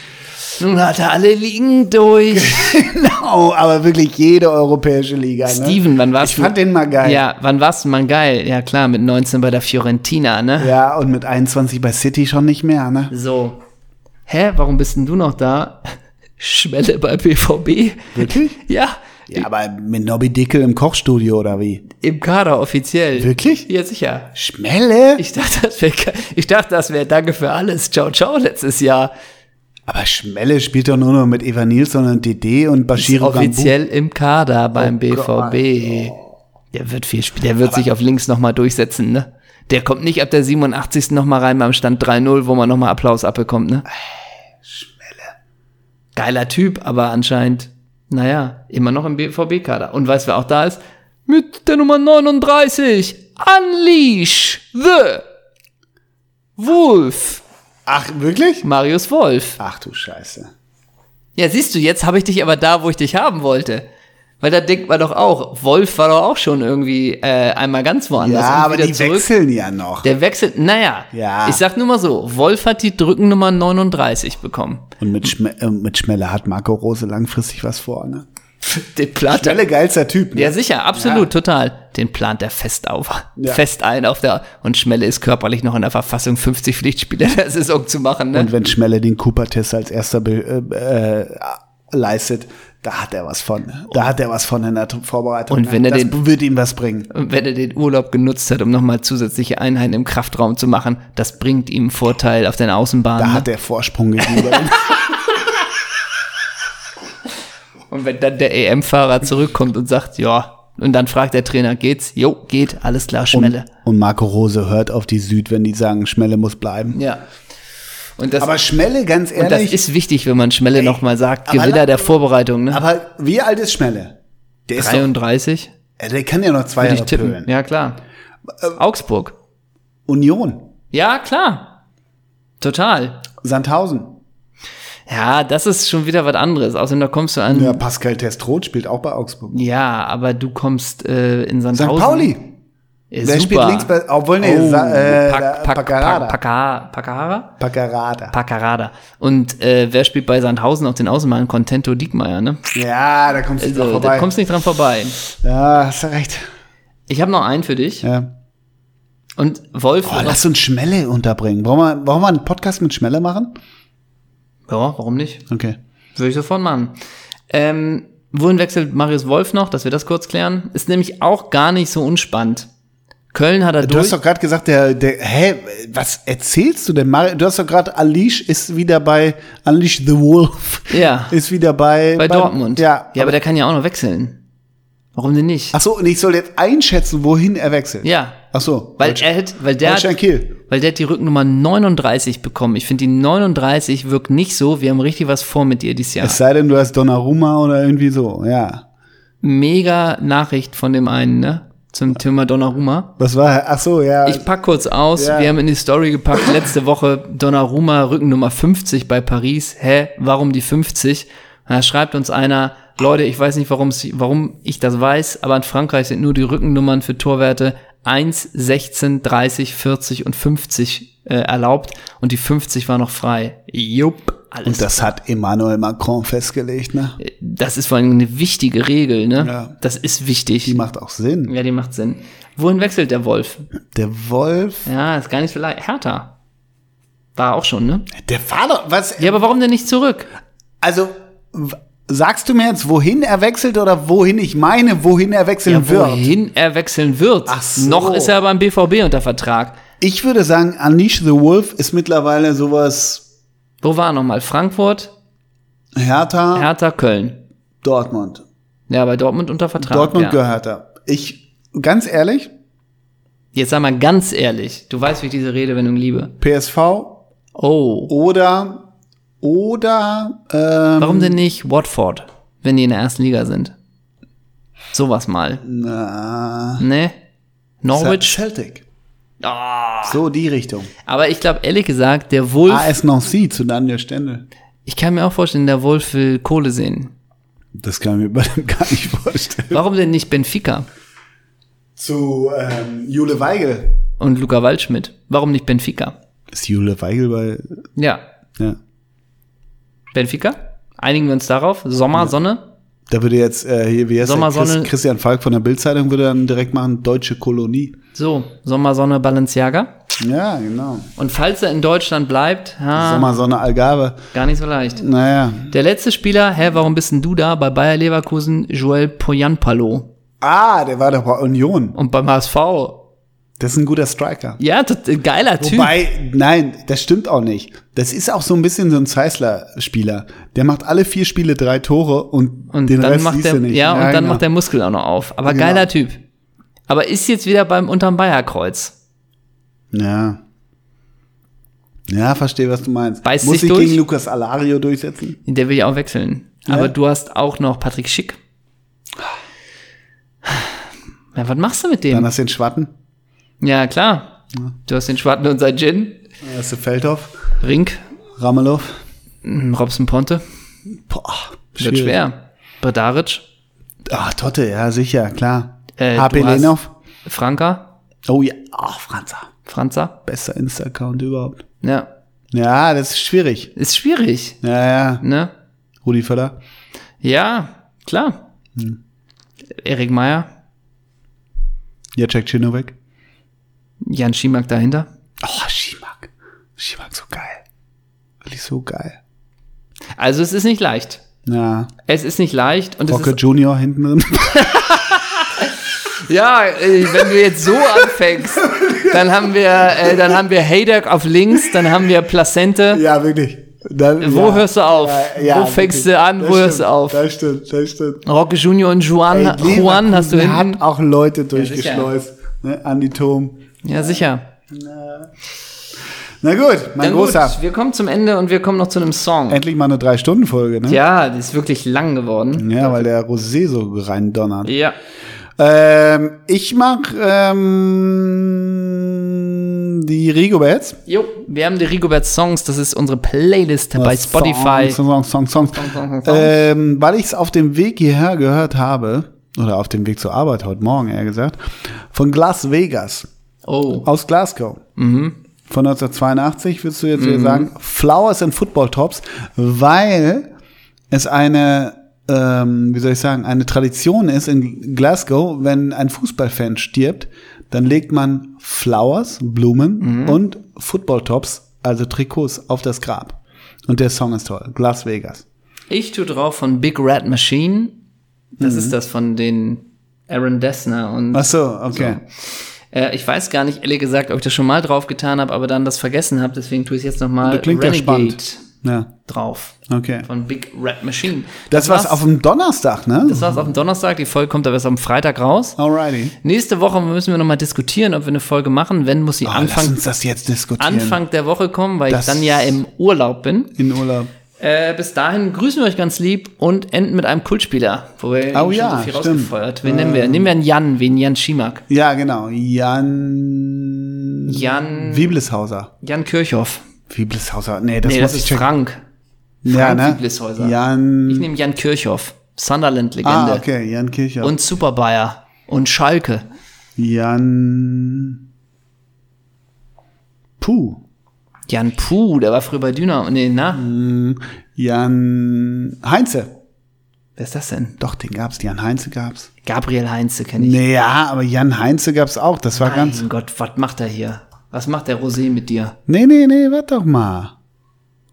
Speaker 2: Nun hat er alle liegen durch.
Speaker 1: Genau, aber wirklich jede europäische Liga, ne?
Speaker 2: Steven, wann warst
Speaker 1: Ich
Speaker 2: du?
Speaker 1: fand den mal geil.
Speaker 2: Ja, wann warst du mal geil? Ja, klar, mit 19 bei der Fiorentina, ne?
Speaker 1: Ja, und mit 21 bei City schon nicht mehr, ne?
Speaker 2: So. Hä, warum bist denn du noch da? Schwelle bei BVB?
Speaker 1: Wirklich?
Speaker 2: Ja,
Speaker 1: Ja, aber mit Nobby Dickel im Kochstudio oder wie?
Speaker 2: Im Kader offiziell.
Speaker 1: Wirklich?
Speaker 2: Ja, sicher.
Speaker 1: Schmelle?
Speaker 2: Ich dachte, das wäre ich dachte, das wäre Danke für alles. Ciao, ciao letztes Jahr.
Speaker 1: aber Schmelle spielt doch nur noch mit Eva Nilsson und Dede und
Speaker 2: Ist
Speaker 1: Bashiro Gambu.
Speaker 2: offiziell im Kader beim
Speaker 1: Oh Gott.
Speaker 2: BVB. Der wird viel spielen. Der wird sich auf links nochmal durchsetzen, ne? Der kommt nicht ab der 87. nochmal rein beim Stand 3-0, wo man nochmal Applaus abbekommt, ne? Schmelle. Geiler Typ, aber anscheinend, naja, immer noch im BVB-Kader. Und weißt wer auch da ist? Mit der Nummer 39. Unleash the Wolf.
Speaker 1: Ach, wirklich?
Speaker 2: Marius Wolf.
Speaker 1: Ach du Scheiße.
Speaker 2: Ja, siehst du, jetzt habe ich dich aber da, wo ich dich haben wollte. Weil da denkt man doch auch, Wolf war doch auch schon irgendwie äh, einmal ganz woanders.
Speaker 1: Ja,
Speaker 2: und
Speaker 1: aber
Speaker 2: wieder
Speaker 1: die
Speaker 2: zurück.
Speaker 1: Also wechseln ja noch.
Speaker 2: Der wechselt, naja,
Speaker 1: Ja.
Speaker 2: ich sag nur mal so, Wolf hat die Drückennummer 39 bekommen.
Speaker 1: Und mit, Schme äh, mit Schmelle hat Marco Rose langfristig was vor, ne?
Speaker 2: Den plant er,
Speaker 1: Schmelle geilster Typ, ne?
Speaker 2: ja sicher, absolut, total. Den plant er fest auf,
Speaker 1: Ja.
Speaker 2: fest ein auf der, und Schmelle ist körperlich noch in der Verfassung, 50 Pflichtspiele der Saison zu machen, ne?
Speaker 1: Und wenn Schmelle den Cooper-Test als erster be äh, äh, leistet, da hat er was von. ne? Da hat er was von in der T- Vorbereitung.
Speaker 2: Und wenn er
Speaker 1: das
Speaker 2: den-
Speaker 1: wird ihm was bringen.
Speaker 2: Und wenn er den Urlaub genutzt hat, um nochmal zusätzliche Einheiten im Kraftraum zu machen, das bringt ihm Vorteil auf den Außenbahnen.
Speaker 1: Da
Speaker 2: ne?
Speaker 1: hat er Vorsprung gegenüber. dem-
Speaker 2: Und wenn dann der EM-Fahrer zurückkommt und sagt, ja, und dann fragt der Trainer, geht's? Jo, geht, alles klar, Schmelle.
Speaker 1: Und Marco Rose hört auf die Süd, wenn die sagen, Schmelle muss bleiben.
Speaker 2: ja. Und das,
Speaker 1: Aber Schmelle, ganz
Speaker 2: und das
Speaker 1: ehrlich,
Speaker 2: ist wichtig, wenn man Schmelle nochmal sagt.
Speaker 1: aber
Speaker 2: Gewinner
Speaker 1: la-
Speaker 2: der Vorbereitung, ne?
Speaker 1: aber wie alt ist Schmelle? Der ist doch,
Speaker 2: 33,
Speaker 1: äh, der kann ja noch zwei
Speaker 2: würde ich
Speaker 1: Jahre
Speaker 2: tippen.
Speaker 1: pölen.
Speaker 2: Ja, klar. Augsburg.
Speaker 1: Union,
Speaker 2: Ja, klar. Total.
Speaker 1: Sandhausen.
Speaker 2: Ja, das ist schon wieder was anderes. Außerdem, da kommst du an.
Speaker 1: Ja,
Speaker 2: Ja,
Speaker 1: Pascal Testroth spielt auch bei Augsburg.
Speaker 2: aber du kommst äh, in
Speaker 1: St.
Speaker 2: Sandhausen.
Speaker 1: Pauli.
Speaker 2: Ja,
Speaker 1: Der
Speaker 2: super.
Speaker 1: spielt links bei, obwohl, nee,
Speaker 2: oh,
Speaker 1: Sa- äh, Pack,
Speaker 2: Pack, Pack,
Speaker 1: Paccarada.
Speaker 2: Pack, Pacca- Paccara?
Speaker 1: Paccarada.
Speaker 2: Paccarada. Und äh, wer spielt bei Sandhausen auf den Außenmalen? Contento Diekmeyer, ne?
Speaker 1: Ja, da kommst du doch
Speaker 2: Also, da
Speaker 1: vorbei.
Speaker 2: kommst nicht dran vorbei.
Speaker 1: ja, hast du recht.
Speaker 2: Ich habe noch einen für dich.
Speaker 1: Ja.
Speaker 2: Und Wolf,
Speaker 1: Oh, lass uns Schmelle unterbringen. Wollen wir, wollen wir einen Podcast mit Schmelle machen?
Speaker 2: ja, warum nicht?
Speaker 1: Okay.
Speaker 2: Würde ich sofort machen. Ähm, wohin wechselt Marius Wolf noch, dass wir das kurz klären? Ist nämlich auch gar nicht so unspannend. Köln hat er
Speaker 1: Du hast
Speaker 2: durch.
Speaker 1: doch gerade gesagt, der, der, hä, was erzählst du denn? Mari- Du hast doch gerade, Unleash ist wieder bei, Unleash the Wolf
Speaker 2: ja,
Speaker 1: ist wieder bei,
Speaker 2: bei Dortmund.
Speaker 1: Ja.
Speaker 2: ja, aber der kann ja auch noch wechseln. Warum denn nicht?
Speaker 1: Ach so, und ich soll jetzt einschätzen, wohin er wechselt.
Speaker 2: Ja,
Speaker 1: Ach so.
Speaker 2: weil
Speaker 1: Deutsch-
Speaker 2: er hätte, weil der hat,
Speaker 1: Deutschland Kiel.
Speaker 2: Weil der hat die Rücknummer 39 bekommen. Ich finde, die 39 wirkt nicht so. Wir haben richtig was vor mit ihr dieses Jahr.
Speaker 1: Es sei denn, du hast Donnarumma oder irgendwie so, ja.
Speaker 2: Mega Nachricht von dem einen, ne? Zum Thema Donnarumma.
Speaker 1: Was war, ach so, ja.
Speaker 2: Ich pack kurz aus.
Speaker 1: Also Ja.
Speaker 2: Wir haben in die Story gepackt letzte Woche Donnarumma Rückennummer 50 bei Paris. Hä? Warum die 50? Und Da schreibt uns einer, Leute, ich weiß nicht, warum's, warum ich das weiß, aber in Frankreich sind nur die Rückennummern für Torwerte 1, 16, 30, 40 und 50 äh, erlaubt und die 50 war noch frei. Jupp, alles
Speaker 1: und das hat Emmanuel Macron festgelegt, ne?
Speaker 2: das ist vor allem eine wichtige Regel, ne?
Speaker 1: Ja.
Speaker 2: Das ist wichtig.
Speaker 1: Die macht auch Sinn.
Speaker 2: ja, die macht Sinn. Wohin wechselt der Wolf?
Speaker 1: Der Wolf,
Speaker 2: Ja, ist gar nicht so leicht. Hertha. War auch schon, ne?
Speaker 1: der war doch, was,
Speaker 2: Ja, aber warum denn nicht zurück?
Speaker 1: Also w- sagst du mir jetzt, wohin er wechselt oder wohin ich meine, wohin er wechseln
Speaker 2: Ja,
Speaker 1: wird?
Speaker 2: wohin er wechseln wird.
Speaker 1: Ach so.
Speaker 2: Noch ist er beim BVB unter Vertrag.
Speaker 1: Ich würde sagen, Unleash the Wolf ist mittlerweile sowas
Speaker 2: Wo war er nochmal? Frankfurt,
Speaker 1: Hertha,
Speaker 2: Hertha, Köln.
Speaker 1: Dortmund.
Speaker 2: Ja, bei Dortmund unter Vertrag.
Speaker 1: Dortmund
Speaker 2: ja.
Speaker 1: gehört er. Ich, ganz ehrlich,
Speaker 2: Jetzt sag mal ganz ehrlich, du weißt, wie ich diese Redewendung liebe.
Speaker 1: PSV
Speaker 2: Oh.
Speaker 1: oder oder ähm,
Speaker 2: Warum denn nicht Watford, wenn die in der ersten Liga sind? Sowas mal.
Speaker 1: na,
Speaker 2: Ne? Norwich?
Speaker 1: Celtic.
Speaker 2: Ah.
Speaker 1: So die Richtung.
Speaker 2: Aber ich glaube, ehrlich gesagt, der Wolf,
Speaker 1: AS Nancy zu Daniel Stendel.
Speaker 2: ich kann mir auch vorstellen, der Wolf will Kohle sehen.
Speaker 1: Das kann ich mir bei dem gar nicht vorstellen.
Speaker 2: Warum denn nicht Benfica
Speaker 1: Zu ähm, Jule Weigel.
Speaker 2: und Luca Waldschmidt? Warum nicht Benfica?
Speaker 1: Ist Jule Weigel bei
Speaker 2: Ja,
Speaker 1: Ja.
Speaker 2: Benfica? Einigen wir uns darauf. Sommer, Sonne?
Speaker 1: Da würde jetzt äh, hier, wie heißt der?
Speaker 2: Sommersonne-
Speaker 1: Chris, Christian Falk von der Bildzeitung würde dann direkt machen, deutsche Kolonie.
Speaker 2: So, Sommersonne Balenciaga.
Speaker 1: Ja, genau.
Speaker 2: Und falls er in Deutschland bleibt, ha,
Speaker 1: Sommersonne Algarve.
Speaker 2: gar nicht so leicht.
Speaker 1: Naja.
Speaker 2: Der letzte Spieler, hä, warum bist denn du da? Bei Bayer Leverkusen Joel Poyanpalo.
Speaker 1: Ah, der war doch bei Union.
Speaker 2: Und beim HSV,
Speaker 1: Das ist ein guter Striker.
Speaker 2: ja, tot- geiler Typ.
Speaker 1: Wobei, nein, das stimmt auch nicht. Das ist auch so ein bisschen so ein Zeissler-Spieler. Der macht alle vier Spiele drei Tore und,
Speaker 2: und
Speaker 1: den
Speaker 2: dann
Speaker 1: Rest
Speaker 2: macht
Speaker 1: siehst
Speaker 2: der,
Speaker 1: du nicht.
Speaker 2: ja, und dann
Speaker 1: genau.
Speaker 2: macht der Muskel auch noch auf. Aber
Speaker 1: Genau.
Speaker 2: geiler Typ. Aber ist jetzt wieder beim unterm Bayerkreuz.
Speaker 1: Ja. Ja, verstehe, was du meinst.
Speaker 2: Beißt
Speaker 1: Muss
Speaker 2: sich
Speaker 1: ich
Speaker 2: durch?
Speaker 1: gegen Lukas Alario durchsetzen?
Speaker 2: Der will ja auch wechseln.
Speaker 1: Ja.
Speaker 2: Aber du hast auch noch Patrick Schick. Ja, was machst du mit
Speaker 1: Dann
Speaker 2: dem?
Speaker 1: hast du den Schwatten,
Speaker 2: Ja, klar. Du hast den Schwarten und sein Gin.
Speaker 1: dann hast du Feldhoff,
Speaker 2: Rink,
Speaker 1: Ramelow.
Speaker 2: mm, Robson Ponte.
Speaker 1: Boah,
Speaker 2: Wird schwer. Bredaric,
Speaker 1: Ah, Totte, ja, sicher, klar.
Speaker 2: Äh,
Speaker 1: HP
Speaker 2: du hast-
Speaker 1: Lenov.
Speaker 2: Franka,
Speaker 1: Oh ja, ach, Franza.
Speaker 2: Franza.
Speaker 1: Bester Insta-Account überhaupt.
Speaker 2: Ja,
Speaker 1: Ja, das ist schwierig.
Speaker 2: ist schwierig,
Speaker 1: Ja, ja.
Speaker 2: ne?
Speaker 1: Rudi Völler.
Speaker 2: Ja, klar.
Speaker 1: Hm.
Speaker 2: Erik Meyer,
Speaker 1: Jacek Czinovic.
Speaker 2: Jan Schimak dahinter.
Speaker 1: Oh, Schimak. Schimak, so geil. Wirklich so geil.
Speaker 2: Also es ist nicht leicht.
Speaker 1: Ja.
Speaker 2: Es ist nicht leicht und es
Speaker 1: Bocke
Speaker 2: ist,
Speaker 1: Junior hinten drin.
Speaker 2: ja, äh, wenn du jetzt so anfängst, dann haben wir, äh, dann haben wir Haydock auf links, dann haben wir Placente.
Speaker 1: ja, wirklich. Dann,
Speaker 2: Wo
Speaker 1: ja.
Speaker 2: hörst du auf? wo fängst du an? Wo hörst du auf?
Speaker 1: Das stimmt, das stimmt.
Speaker 2: Rocke Junior und Juan,
Speaker 1: Ey,
Speaker 2: Juan hast du
Speaker 1: Leverkusen
Speaker 2: hinten.
Speaker 1: hat auch Leute
Speaker 2: sicher.
Speaker 1: durchgeschleust. ne? Andi Thom.
Speaker 2: Ja, sicher.
Speaker 1: Na gut, mein
Speaker 2: Na gut,
Speaker 1: Großer.
Speaker 2: wir kommen zum Ende und wir kommen noch zu einem Song.
Speaker 1: Endlich mal eine Drei-Stunden-Folge, ne?
Speaker 2: Ja, die ist wirklich lang geworden.
Speaker 1: Ja, weil der Rosé so reindonnert.
Speaker 2: Ja.
Speaker 1: Ähm, ich mach ähm, die Rigobets.
Speaker 2: Jo, wir haben die Rigobert Songs, das ist unsere Playlist bei Spotify.
Speaker 1: Songs, Songs, Songs, Songs.
Speaker 2: Songs, Songs.
Speaker 1: Ähm, weil ich es auf dem Weg hierher gehört habe, oder auf dem Weg zur Arbeit heute Morgen eher gesagt, von Las Vegas,
Speaker 2: Oh,
Speaker 1: aus Glasgow.
Speaker 2: Mhm.
Speaker 1: Von 1982 würdest du jetzt wieder sagen, Flowers and Football Tops, weil es eine, ähm, wie soll ich sagen, eine Tradition ist in Glasgow, wenn ein Fußballfan stirbt, dann legt man Flowers,
Speaker 2: Mhm.
Speaker 1: Blumen und Football Tops, also Trikots, auf das Grab. Und der Song ist toll, Las Vegas.
Speaker 2: ich tue drauf von Big Red Machine.
Speaker 1: Mhm.
Speaker 2: Das ist das von den Aaron Dessner und
Speaker 1: Ach so, okay.
Speaker 2: äh, ich weiß gar nicht, ehrlich gesagt, ob ich das schon mal drauf getan habe, aber dann das vergessen habe, deswegen tue ich es jetzt nochmal
Speaker 1: Das klingt ja spannend. Ja,
Speaker 2: drauf.
Speaker 1: okay.
Speaker 2: Von Big Red Machine.
Speaker 1: Das, war's auf dem Donnerstag, ne?
Speaker 2: das war's auf dem Donnerstag, die Folge kommt aber erst am Freitag raus.
Speaker 1: Alrighty.
Speaker 2: Nächste Woche müssen wir nochmal diskutieren, ob wir eine Folge machen. Wenn muss sie
Speaker 1: Oh, lass
Speaker 2: Anfang,
Speaker 1: uns das jetzt diskutieren.
Speaker 2: Anfang der Woche kommen, weil
Speaker 1: Das-
Speaker 2: ich dann ja im Urlaub bin.
Speaker 1: In Urlaub.
Speaker 2: Äh, bis dahin grüßen wir euch ganz lieb und enden mit einem Kultspieler, wo wir
Speaker 1: Oh
Speaker 2: eben
Speaker 1: ja,
Speaker 2: schon so viel
Speaker 1: stimmt. Ähm.
Speaker 2: rausgefeuert. Wen nehmen wir? Nehmen wir einen Jan, wen Jan Schimak.
Speaker 1: Ja, genau. Jan
Speaker 2: Jan,
Speaker 1: Wiebleshauser.
Speaker 2: Jan Kirchhoff.
Speaker 1: Wiebleshauser. Nee, das
Speaker 2: Nee,
Speaker 1: muss
Speaker 2: das
Speaker 1: ich
Speaker 2: ist
Speaker 1: checken.
Speaker 2: Frank.
Speaker 1: ja, ne?
Speaker 2: Wiebleshäuser. Ich
Speaker 1: Jan.
Speaker 2: nehme Jan Kirchhoff. Sunderland-Legende.
Speaker 1: Ah, okay, Jan Kircher.
Speaker 2: Und Super Bayer. Und Schalke.
Speaker 1: Jan. Puh.
Speaker 2: Jan Puh, der war früher bei Dynamo. Nee, na?
Speaker 1: Hm. Jan Heinze.
Speaker 2: Wer ist das denn?
Speaker 1: Doch, den gab's. Jan Heinze gab's.
Speaker 2: Gabriel Heinze kenne ich.
Speaker 1: Naja, aber Jan Heinze gab's auch. Das war ganz.
Speaker 2: Mein Gott, was macht er hier? Was macht der Rosé mit dir?
Speaker 1: Nee, nee, nee, warte doch mal.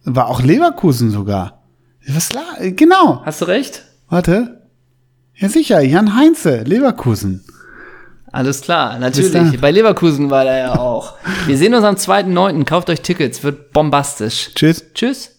Speaker 1: War auch Leverkusen sogar. Was la genau.
Speaker 2: Hast du recht?
Speaker 1: Warte. Ja, sicher. Jan Heinze, Leverkusen.
Speaker 2: Alles klar,
Speaker 1: dann.
Speaker 2: natürlich. Bei Leverkusen war der ja auch. Wir sehen uns am 2.9. Kauft euch Tickets, wird bombastisch.
Speaker 1: Tschüss.
Speaker 2: Tschüss.